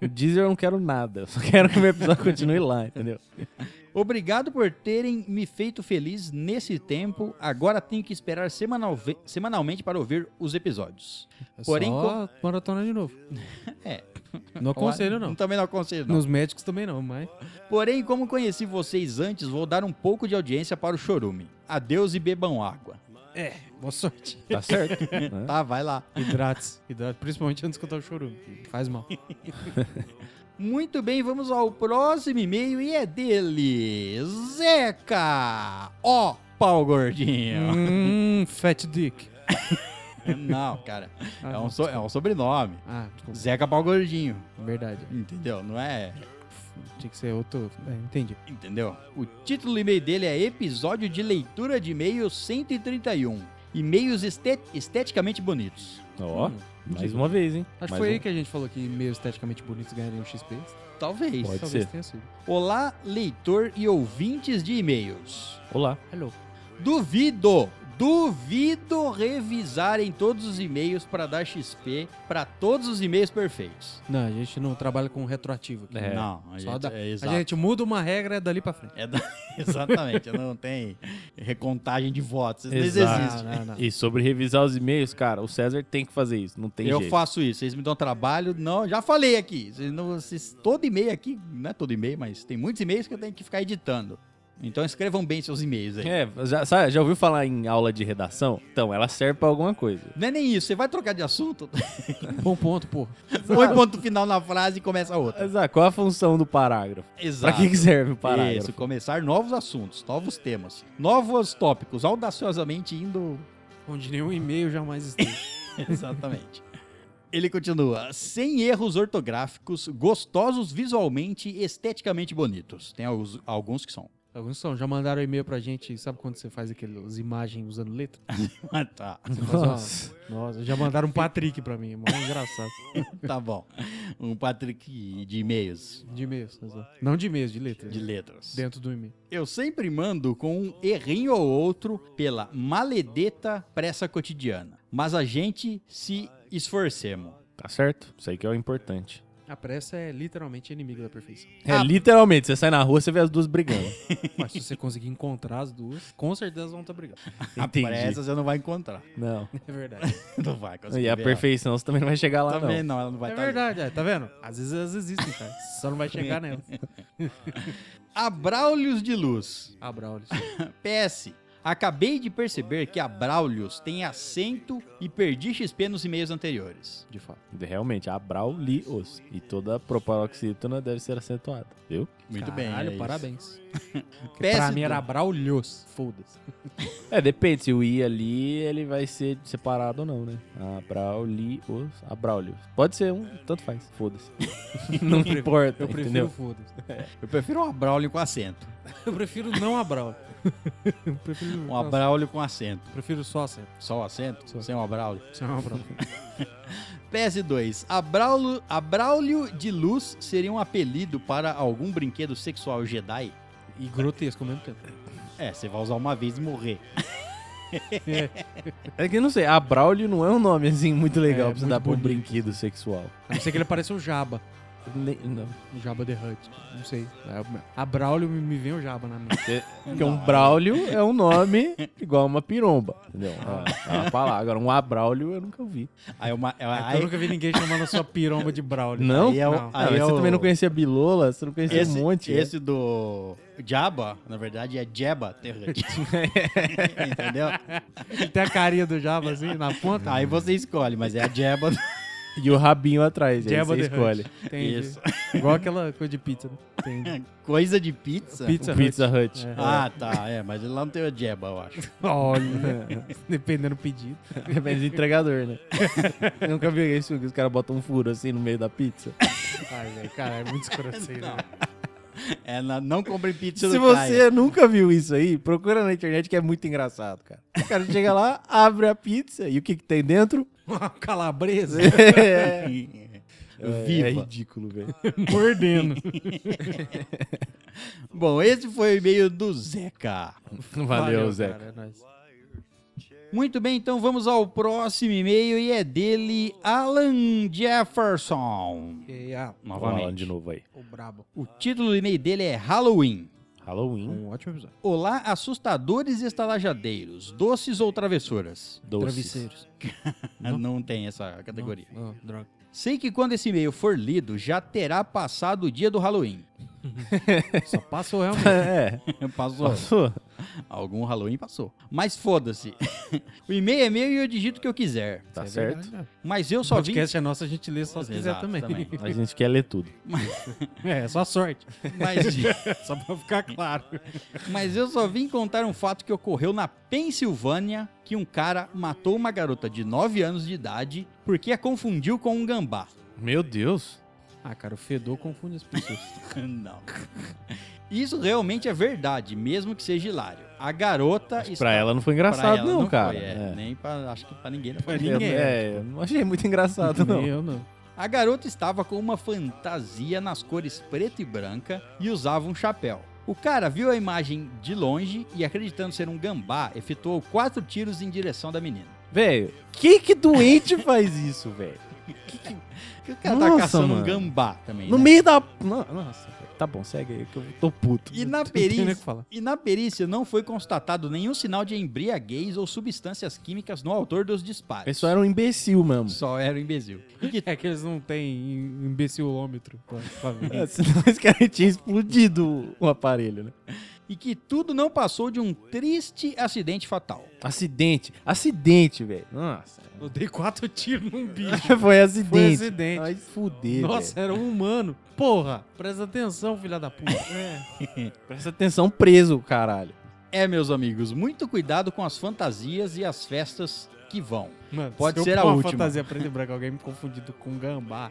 Speaker 1: O Deezer eu não quero nada. Eu só quero que o meu episódio continue lá, entendeu?
Speaker 3: Obrigado por terem me feito feliz nesse tempo. Agora tenho que esperar semanalve- semanalmente para ouvir os episódios.
Speaker 2: É
Speaker 3: Porém,
Speaker 2: só maratona de novo.
Speaker 3: É.
Speaker 2: Não aconselho,
Speaker 3: Olha,
Speaker 2: não.
Speaker 3: Também não aconselho, não.
Speaker 2: Nos médicos também não, mas...
Speaker 3: Porém, como conheci vocês antes, vou dar um pouco de audiência para o Chorume. Adeus e bebam água.
Speaker 2: É, Boa sorte.
Speaker 1: Tá certo. né?
Speaker 3: Tá, vai lá.
Speaker 2: Hidrate-se. Hidrate, principalmente antes que eu tava chorando. Faz mal.
Speaker 3: Muito bem, vamos ao próximo e-mail e é dele, Zeca. Ó, pau gordinho.
Speaker 2: hum, fat dick.
Speaker 3: Não, cara,
Speaker 2: Ah,
Speaker 3: é um,
Speaker 2: não.
Speaker 3: so- é um sobrenome.
Speaker 2: Ah, desculpa.
Speaker 3: Zeca pau gordinho,
Speaker 2: Verdade.
Speaker 3: entendeu? Não é,
Speaker 2: Tinha que ser outro... É, entendi.
Speaker 3: entendeu? O título do e-mail dele é Episódio de Leitura de E-mail 131. E-mails este- esteticamente bonitos.
Speaker 1: Ó, mais Hum, uma vez, hein?
Speaker 2: Acho que
Speaker 1: Mais
Speaker 2: foi
Speaker 1: um.
Speaker 2: aí que a gente falou que meio esteticamente bonitos ganhariam um XP.
Speaker 3: Talvez.
Speaker 1: Pode
Speaker 2: Talvez
Speaker 1: ser.
Speaker 2: tenha sido.
Speaker 3: Olá, leitor e ouvintes de e-mails.
Speaker 1: Olá.
Speaker 2: Hello.
Speaker 3: Duvido, duvido revisarem todos os e-mails para dar XP para todos os e-mails perfeitos.
Speaker 2: Não, a gente não trabalha com retroativo aqui.
Speaker 1: É.
Speaker 3: Não, a
Speaker 2: Só
Speaker 3: gente,
Speaker 2: da-
Speaker 3: é
Speaker 2: a
Speaker 3: exato.
Speaker 2: gente muda uma regra é dali pra frente.
Speaker 3: É da- exatamente, não tem recontagem de votos, isso não
Speaker 1: Exato.
Speaker 3: existe.
Speaker 2: Não, não, não.
Speaker 1: Ah. E sobre revisar os e-mails, cara, o César tem que fazer isso. Não tem
Speaker 3: eu
Speaker 1: jeito.
Speaker 3: faço isso, vocês me dão trabalho, não, já falei aqui, vocês não, vocês- todo e-mail aqui, não é todo e-mail, mas tem muitos e-mails que eu tenho que ficar editando. Então escrevam bem seus e-mails aí.
Speaker 1: É, já, sabe, já ouviu falar em aula de redação? Então, ela serve pra alguma coisa.
Speaker 3: Não é nem isso, você vai trocar de assunto,
Speaker 2: Bom ponto, pô.
Speaker 3: põe ponto final na frase e começa outra.
Speaker 1: Exato. Qual a função do parágrafo?
Speaker 3: Exato.
Speaker 1: Pra que, que serve o parágrafo?
Speaker 3: Isso, começar novos assuntos, novos temas, novos tópicos, audaciosamente indo.
Speaker 2: Onde nenhum e-mail jamais esteve.
Speaker 3: Exatamente. Ele continua. Sem erros ortográficos, gostosos visualmente e esteticamente bonitos. Tem alguns, alguns que são.
Speaker 2: Alguns são, já mandaram e-mail pra gente. Sabe quando você faz aquelas imagens usando letra?
Speaker 3: Ah, tá.
Speaker 2: Você faz uma- Nossa, já mandaram um Patrick pra mim. Mó engraçado.
Speaker 3: Tá bom. Um Patrick de e-mails,
Speaker 2: De e-mails. exato. Não de e-mails, de letra.
Speaker 3: de letras.
Speaker 2: Dentro do e-mail.
Speaker 3: Eu sempre mando com um errinho ou outro pela maledeta pressa cotidiana. Mas a gente se esforcemos.
Speaker 1: Tá certo? Isso aí que é o importante.
Speaker 2: A pressa é literalmente inimiga da perfeição.
Speaker 1: É,
Speaker 3: Ah.
Speaker 1: literalmente, você sai na rua, você vê as duas brigando.
Speaker 2: Mas se você conseguir encontrar as duas, com certeza vão estar brigando.
Speaker 1: Entendi.
Speaker 3: A pressa você não vai encontrar.
Speaker 1: Não.
Speaker 2: É verdade.
Speaker 3: Não vai conseguir.
Speaker 1: E a
Speaker 3: ver
Speaker 1: perfeição você também não vai chegar
Speaker 3: ela.
Speaker 1: lá,
Speaker 3: Também não, ela não vai
Speaker 2: É
Speaker 3: tá ali.
Speaker 2: verdade, é, tá vendo? Às vezes elas existem, cara. Você Só não vai chegar nelas.
Speaker 3: Abraulios de luz.
Speaker 2: Ah, Braulis.
Speaker 3: PS. Acabei de perceber que Abraulios tem acento e perdi XP nos e-mails anteriores.
Speaker 2: De fato.
Speaker 1: não. Realmente, a Braulios. E toda proparoxítona deve ser acentuada, viu?
Speaker 3: Muito
Speaker 2: Caralho,
Speaker 3: bem. é
Speaker 2: parabéns.
Speaker 3: isso.
Speaker 2: Péssimo. Pra
Speaker 3: PS
Speaker 2: mim era Braulhos. Foda-se.
Speaker 1: É, depende. Se o I ali, ele vai ser separado ou não, né? A Braulios. A Braulios. Pode ser um, tanto faz. Foda-se. não
Speaker 2: prefiro-
Speaker 1: importa,
Speaker 2: Eu prefiro
Speaker 1: entendeu?
Speaker 2: foda-se.
Speaker 3: Eu prefiro um Abraulio com acento.
Speaker 2: Eu prefiro não a Braul. Eu prefiro,
Speaker 3: Um Abraulio com acento.
Speaker 2: prefiro só a Sérgio.
Speaker 3: Só o acento?
Speaker 2: Só.
Speaker 3: Sem o Abraulio?
Speaker 2: Isso é uma Braul.
Speaker 3: PS2. Abraulio, Abraulio de luz seria um apelido para algum brinquedo sexual Jedi?
Speaker 2: E grotesco ao mesmo tempo.
Speaker 3: É, você vai usar uma vez e morrer.
Speaker 1: É que eu não sei, a Braulio não é um nome assim muito legal
Speaker 2: É,
Speaker 1: pra você
Speaker 2: muito
Speaker 1: dar pra um
Speaker 2: bonito.
Speaker 1: brinquedo sexual.
Speaker 2: A não ser que ele pareça o Jaba.
Speaker 1: Ne- Não. é
Speaker 2: O Jaba the Hutt. Não sei. A Braulio me- me vem o Jaba na mente.
Speaker 1: Porque
Speaker 3: Não,
Speaker 1: um Braulio é um nome igual a uma piromba. Entendeu? É uma palavra. Agora, um Abraulio eu nunca ouvi.
Speaker 3: Aí uma. é uma-
Speaker 2: É que eu nunca vi ninguém chamando a sua piromba de Braulio.
Speaker 1: Não?
Speaker 3: aí é o-
Speaker 2: Não.
Speaker 1: Ah,
Speaker 3: aí
Speaker 1: mas
Speaker 3: é
Speaker 1: você
Speaker 3: o-
Speaker 1: também não conhecia Bilola, você não conhecia
Speaker 3: Esse,
Speaker 1: um monte. né?
Speaker 3: esse do Jabba, na verdade, é Jebba Terrante. Entendeu?
Speaker 2: Ele tem a carinha do Jaba assim, na ponta.
Speaker 3: Aí você escolhe, mas é a Jebba.
Speaker 1: E o rabinho atrás, aí
Speaker 2: Jabba the
Speaker 1: você
Speaker 2: Hutt.
Speaker 1: escolhe.
Speaker 2: Entendi.
Speaker 3: Isso.
Speaker 2: Igual aquela coisa de pizza, né? Entendi.
Speaker 3: Coisa de pizza?
Speaker 2: Pizza,
Speaker 1: Pizza
Speaker 2: Hut.
Speaker 1: Hut.
Speaker 2: É.
Speaker 3: Ah, tá. É, mas ele lá não tem o Jebba, eu acho.
Speaker 2: Olha, dependendo do pedido.
Speaker 1: Depende do entregador, né? Eu nunca vi isso que os caras botam um furo assim no meio da pizza.
Speaker 2: Ai, velho, cara, é muito escuro assim, né?
Speaker 3: É, na- não compre pizza
Speaker 1: Se
Speaker 3: no Caia.
Speaker 1: você nunca viu isso aí, procura na internet que é muito engraçado, cara. O cara chega lá,
Speaker 2: né?
Speaker 1: abre a pizza e o que, que tem dentro?
Speaker 2: Uma calabresa.
Speaker 1: É, É, é
Speaker 3: Viva.
Speaker 1: ridículo, velho.
Speaker 2: Mordendo.
Speaker 3: Bom, esse foi o e-mail do Zeca.
Speaker 1: Valeu, Zeca.
Speaker 2: cara, é nóis.
Speaker 3: Muito bem, então vamos ao próximo e-mail e é dele Alan Jefferson.
Speaker 2: E, ah,
Speaker 1: Vamos lá
Speaker 3: Novamente.
Speaker 1: de novo aí.
Speaker 2: o brabo.
Speaker 3: O título do e-mail dele é Halloween.
Speaker 1: Halloween.
Speaker 2: Um ótimo episódio.
Speaker 3: Olá, assustadores e estalajadeiros, doces ou travessuras.
Speaker 1: Doces.
Speaker 2: Travesseiros.
Speaker 3: Ah, Não tem essa categoria.
Speaker 2: Não, droga.
Speaker 3: Sei que quando esse e-mail for lido, já terá passado o dia do Halloween.
Speaker 2: Só passa o realmente.
Speaker 1: É,
Speaker 3: Passou.
Speaker 1: passou.
Speaker 3: Algum Halloween passou. Mas foda-se. o e-mail é meu e eu digito o que eu quiser.
Speaker 1: Tá
Speaker 2: É
Speaker 1: certo.
Speaker 2: verdade, né?
Speaker 3: Mas eu
Speaker 2: O
Speaker 3: só vim
Speaker 2: podcast é nosso, a gente lê só se quiser
Speaker 3: Exato,
Speaker 2: também.
Speaker 3: também.
Speaker 1: A gente quer ler tudo.
Speaker 2: É, só sorte.
Speaker 3: Mas,
Speaker 2: Só pra ficar claro.
Speaker 3: mas eu só vim contar um fato que ocorreu na Pensilvânia, que um cara matou uma garota de 9 anos de idade porque a confundiu com um gambá.
Speaker 1: Meu Deus.
Speaker 2: Ah, cara, o fedor confunde as pessoas.
Speaker 3: Não. Isso realmente é verdade, mesmo que seja hilário. A garota
Speaker 1: Pra ela não foi
Speaker 3: é pra
Speaker 1: engraçado,
Speaker 3: ela
Speaker 1: não,
Speaker 3: foi,
Speaker 1: cara.
Speaker 3: é,
Speaker 1: É.
Speaker 3: Nem pra, acho que pra ninguém. não foi.
Speaker 2: Pra ninguém.
Speaker 1: Eu, é, eu não achei muito engraçado,
Speaker 2: Nem
Speaker 1: não.
Speaker 2: eu não.
Speaker 3: A garota estava com uma fantasia nas cores preta e branca e usava um chapéu. O cara viu a imagem de longe e, acreditando ser um gambá, efetuou quatro tiros em direção da menina.
Speaker 1: Velho, que que doente faz isso, velho?
Speaker 3: Que o cara tá
Speaker 1: Nossa,
Speaker 3: caçando um
Speaker 1: mano.
Speaker 3: gambá também.
Speaker 1: No
Speaker 3: né?
Speaker 1: meio da. no- Nossa, velho. tá bom, segue aí que eu tô puto.
Speaker 3: E na,
Speaker 2: Não tem nem o que
Speaker 3: perícia,
Speaker 2: falar.
Speaker 3: e na perícia não foi constatado nenhum sinal de embriaguez ou substâncias químicas no autor dos disparos.
Speaker 1: O pessoal era um imbecil mesmo.
Speaker 3: Só era um imbecil. E que
Speaker 2: É que eles não têm imbecilômetro pra, pra ver.
Speaker 1: É, senão esse cara tinha explodido o aparelho, né?
Speaker 3: e que tudo não passou de um triste acidente fatal.
Speaker 1: Acidente. Acidente, velho. Nossa.
Speaker 2: Eu dei quatro tiros num bicho.
Speaker 1: Foi acidente.
Speaker 2: Foi acidente.
Speaker 1: Ai, fuder,
Speaker 2: Nossa,
Speaker 1: velho.
Speaker 2: era um humano. Porra, presta atenção, filha da puta.
Speaker 1: Presta atenção, preso, caralho.
Speaker 3: É, meus amigos, muito cuidado com as fantasias e as festas que vão.
Speaker 2: Mano,
Speaker 3: Pode
Speaker 2: se
Speaker 3: ser
Speaker 2: eu
Speaker 3: a
Speaker 2: pôr uma
Speaker 3: última.
Speaker 2: fantasia preta e branca, alguém me confundido com um gambá.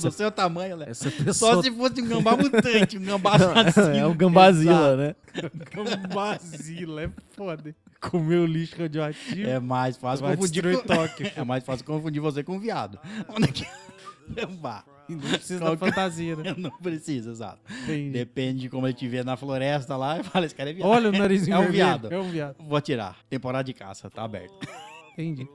Speaker 3: Do seu tamanho, né?
Speaker 2: Essa pessoa
Speaker 3: Só se fosse um gambá mutante, um gambá
Speaker 1: é
Speaker 3: assassino.
Speaker 1: o Gambazila, né?
Speaker 2: gambazila, é foda. Comeu lixo radioativo.
Speaker 3: É mais fácil
Speaker 2: Vai
Speaker 3: confundir
Speaker 2: destruir
Speaker 3: com... É mais fácil confundir você com um viado. Onde é que... Gambá.
Speaker 2: E não precisa
Speaker 3: Qual
Speaker 2: da
Speaker 3: que- é?
Speaker 2: fantasia, né?
Speaker 3: Não precisa, exato.
Speaker 2: Tem-
Speaker 3: Depende de como ele te vê na floresta lá e fala, esse cara é viado.
Speaker 2: Olha o narizinho
Speaker 3: É um
Speaker 2: vermelho.
Speaker 3: viado.
Speaker 2: É um viado.
Speaker 3: Vou tirar. Temporada de caça, tá aberto.
Speaker 2: Entendi.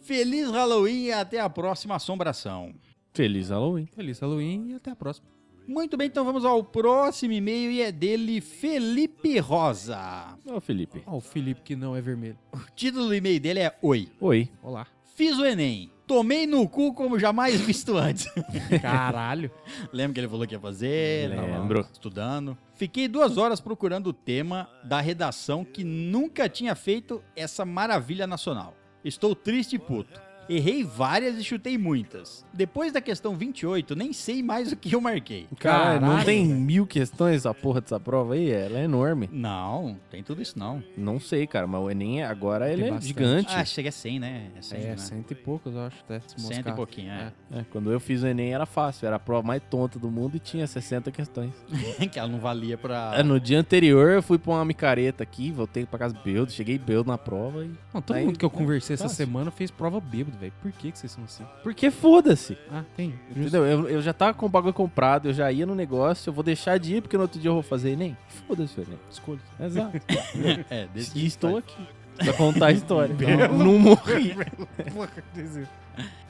Speaker 3: Feliz Halloween e até a próxima assombração.
Speaker 1: Feliz Halloween.
Speaker 2: Feliz Halloween e até a próxima.
Speaker 3: Muito bem, então vamos ao próximo e-mail e é dele Felipe Rosa.
Speaker 1: Ô, Felipe.
Speaker 2: Ó, o Felipe que não é vermelho.
Speaker 3: O título do e-mail dele é Oi.
Speaker 1: Oi.
Speaker 2: Olá.
Speaker 3: Fiz o Enem. Tomei no cu como jamais visto antes.
Speaker 2: Caralho.
Speaker 3: Lembra que ele falou que ia fazer? Tava
Speaker 1: Lembro.
Speaker 3: Estudando. Fiquei duas horas procurando o tema da redação que nunca tinha feito essa maravilha nacional. Estou triste e puto. Errei várias e chutei muitas. Depois da questão 28, nem sei mais o que eu marquei.
Speaker 1: Caralho, não
Speaker 2: Caralho,
Speaker 1: tem
Speaker 2: velho.
Speaker 1: mil questões essa porra dessa prova aí? Ela é enorme.
Speaker 3: Não, tem tudo isso não.
Speaker 1: Não sei, cara, mas o Enem agora ele é
Speaker 2: bastante.
Speaker 1: gigante.
Speaker 3: Ah, chega a 100, né? É 100,
Speaker 2: É,
Speaker 3: né?
Speaker 2: cento e poucos, eu acho, até. se
Speaker 3: Cento e
Speaker 2: moscar.
Speaker 3: pouquinho, é.
Speaker 1: É, quando eu fiz o Enem era fácil, era a prova mais tonta do mundo e tinha 60 questões.
Speaker 3: que ela não valia pra...
Speaker 1: É, no dia anterior eu fui pôr uma micareta aqui, voltei pra casa beudo, cheguei beudo na prova e...
Speaker 2: Não, todo
Speaker 1: Aí-
Speaker 2: mundo que eu conversei essa
Speaker 1: Fácil.
Speaker 2: semana fez prova bêbado, velho. Por que, que vocês são assim?
Speaker 1: Porque foda-se,
Speaker 2: Ah, tem.
Speaker 1: entendeu? Eu, eu já tava com o bagulho comprado, eu já ia no negócio, eu vou deixar de ir porque no outro dia eu vou fazer Enem. Foda-se o Enem.
Speaker 2: Escolha.
Speaker 1: Exato.
Speaker 3: É, desse
Speaker 1: e estou aqui pra contar a história.
Speaker 2: Belo.
Speaker 1: não, não morri.
Speaker 2: Porra, quer dizer,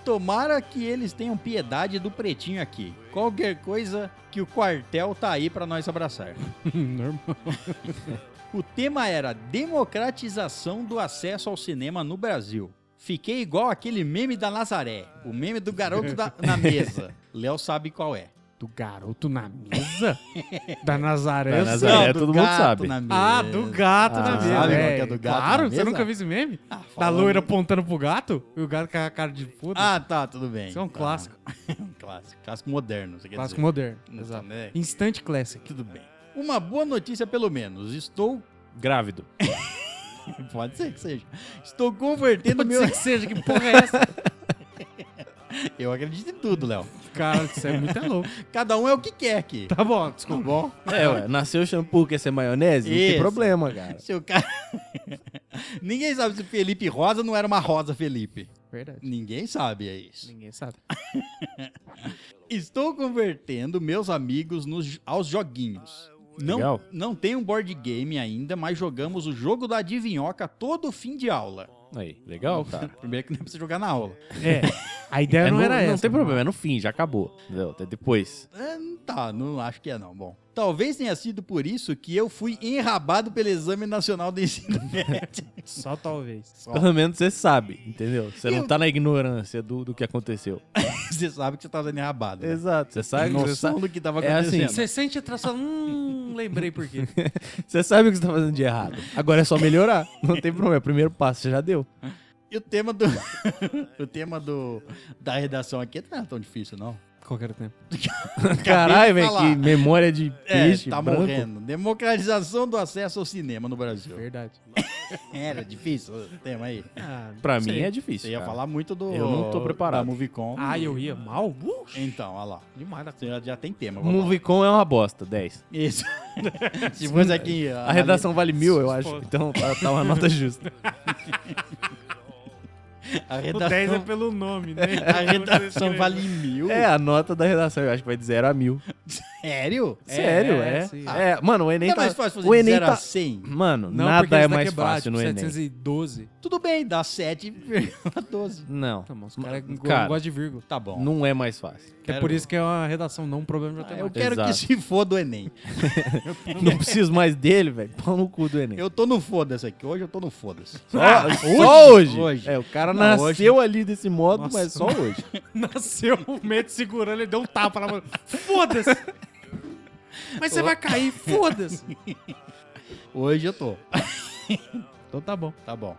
Speaker 3: Tomara que eles tenham piedade do pretinho aqui. Qualquer coisa que o quartel tá aí pra nós abraçar.
Speaker 2: Normal.
Speaker 3: O tema era democratização do acesso ao cinema no Brasil. Fiquei igual aquele meme da Nazaré, o meme do garoto da- na mesa. Léo sabe qual é.
Speaker 2: Do garoto na mesa? da Nazaré.
Speaker 1: Da
Speaker 2: eu sei.
Speaker 1: É, Nazaré.
Speaker 3: Não, do
Speaker 1: todo mundo
Speaker 3: gato
Speaker 1: sabe.
Speaker 3: na mesa.
Speaker 2: Ah, do gato
Speaker 1: Ah,
Speaker 2: na mesa.
Speaker 1: sabe
Speaker 3: qual
Speaker 2: é.
Speaker 3: que é do gato
Speaker 2: claro,
Speaker 3: na
Speaker 2: você
Speaker 3: mesa?
Speaker 2: nunca viu esse meme?
Speaker 3: Ah,
Speaker 2: Da
Speaker 3: falando-
Speaker 2: loira apontando pro gato? E o gato com a cara de foda?
Speaker 3: Ah, tá, tudo bem.
Speaker 2: Isso é um
Speaker 3: Tá.
Speaker 2: clássico.
Speaker 3: um clássico. Clássico moderno, você quer
Speaker 2: Clássico
Speaker 3: dizer.
Speaker 2: moderno.
Speaker 3: Não,
Speaker 2: Exato.
Speaker 3: né?
Speaker 2: Instant classic.
Speaker 3: Tudo bem. Uma boa notícia, pelo menos. Estou.
Speaker 1: Grávido.
Speaker 3: Pode ser que seja. Estou convertendo
Speaker 2: Pode
Speaker 3: meu.
Speaker 2: ser que seja, que porra é essa?
Speaker 3: Eu acredito em tudo, Léo.
Speaker 2: Cara, isso é muito louco.
Speaker 3: Cada um é o que quer aqui.
Speaker 2: Tá bom, desculpa.
Speaker 3: bom?
Speaker 1: É, ué, nasceu shampoo, quer ser maionese? Não
Speaker 3: Isso.
Speaker 1: tem problema, cara.
Speaker 3: Seu cara. Ninguém sabe se Felipe Rosa não era uma Rosa Felipe.
Speaker 2: Verdade.
Speaker 3: Ninguém sabe, é isso.
Speaker 2: Ninguém sabe.
Speaker 3: Estou convertendo meus amigos nos, aos joguinhos. Não,
Speaker 1: Legal.
Speaker 3: não tem um board game ainda, mas jogamos o jogo da adivinhoca todo fim de aula.
Speaker 1: Aí, legal,
Speaker 2: Tá.
Speaker 1: cara.
Speaker 3: Primeiro que não precisa jogar na aula.
Speaker 2: É. A ideia
Speaker 1: É
Speaker 2: não
Speaker 1: no-
Speaker 2: era essa.
Speaker 1: Não tem problema, é no fim, já acabou. Entendeu? Até depois.
Speaker 3: É, não tá, não acho que é não. Bom, talvez tenha sido por isso que eu fui enrabado pelo Exame Nacional do Ensino Médio.
Speaker 2: Só talvez.
Speaker 1: Pelo menos você sabe, entendeu? Você
Speaker 3: Eu-
Speaker 1: não tá na ignorância do, do que aconteceu.
Speaker 3: você sabe que você tá sendo enrabado. Né?
Speaker 1: Exato. Você sabe, você
Speaker 3: Noção
Speaker 1: sabe,
Speaker 3: do que tava
Speaker 1: É assim,
Speaker 3: acontecendo.
Speaker 2: Você sente atração. Hum, lembrei por quê.
Speaker 1: você sabe o que você tá fazendo de errado. Agora é só melhorar. Não tem problema. O primeiro passo você já deu.
Speaker 3: E o tema do. o tema do. Da redação aqui não é tão difícil, não.
Speaker 2: Qualquer tempo.
Speaker 1: Caralho, velho,
Speaker 3: falar.
Speaker 1: que memória de
Speaker 3: É,
Speaker 1: peixe.
Speaker 3: tá
Speaker 1: branco.
Speaker 3: morrendo. Democratização do acesso ao cinema no Brasil.
Speaker 2: Verdade.
Speaker 3: Era difícil o tema aí.
Speaker 2: Ah,
Speaker 1: Pra
Speaker 2: não
Speaker 1: mim
Speaker 2: sei.
Speaker 1: é difícil.
Speaker 3: Você ia
Speaker 1: cara.
Speaker 3: falar muito do.
Speaker 1: Eu não tô preparado.
Speaker 3: Da Movicon.
Speaker 2: Ah, eu ia mal? Uh,
Speaker 3: Então, olha lá.
Speaker 2: demais
Speaker 1: né?
Speaker 2: da
Speaker 3: Você já- já tem tema. vou falar.
Speaker 1: Movicon é uma bosta, 10.
Speaker 3: Isso. Se fosse aqui.
Speaker 1: A redação vale mil, eu acho.
Speaker 2: Foda.
Speaker 1: Então tá, tá uma nota justa.
Speaker 3: A
Speaker 2: O
Speaker 3: redação,
Speaker 2: 10 é pelo nome, né?
Speaker 3: a redação vale mil.
Speaker 1: É, a nota da redação, eu acho que vai de 0 a mil.
Speaker 3: Sério?
Speaker 1: Sério,
Speaker 2: é,
Speaker 1: é.
Speaker 2: sim.
Speaker 1: É, mano, o Enem
Speaker 3: Não é
Speaker 1: tá...
Speaker 3: mais fácil
Speaker 1: o
Speaker 3: fazer de
Speaker 1: Enem
Speaker 3: 0 a
Speaker 1: tá...
Speaker 3: 100.
Speaker 1: Mano,
Speaker 2: Não, porque
Speaker 1: nada é
Speaker 2: eles dá
Speaker 1: mais
Speaker 2: quebrado,
Speaker 1: fácil no
Speaker 2: tipo,
Speaker 1: Enem.
Speaker 2: 712.
Speaker 3: Tudo bem, dá 7,12.
Speaker 1: Não,
Speaker 2: Tá bom, os caras não
Speaker 1: Cara.
Speaker 2: gostam de vírgula.
Speaker 3: Tá bom.
Speaker 1: não é mais fácil.
Speaker 2: É por isso que é uma redação, não um problema de
Speaker 3: Ah, eu
Speaker 2: matemática.
Speaker 3: quero que
Speaker 1: Exato.
Speaker 3: se foda o Enem.
Speaker 1: Não preciso mais dele, velho. Pau no cu do Enem.
Speaker 3: Eu tô no foda-se aqui. Hoje eu tô no foda-se.
Speaker 1: Só, só hoje?
Speaker 3: hoje.
Speaker 1: É, o cara
Speaker 3: Não,
Speaker 1: nasceu ali desse modo,
Speaker 2: Nossa.
Speaker 1: mas só hoje.
Speaker 2: Nasceu o medo segurando, ele deu um tapa na mão. Foda-se! Mas você vai cair, foda-se!
Speaker 3: Hoje eu tô.
Speaker 2: Então tá bom.
Speaker 3: Tá bom.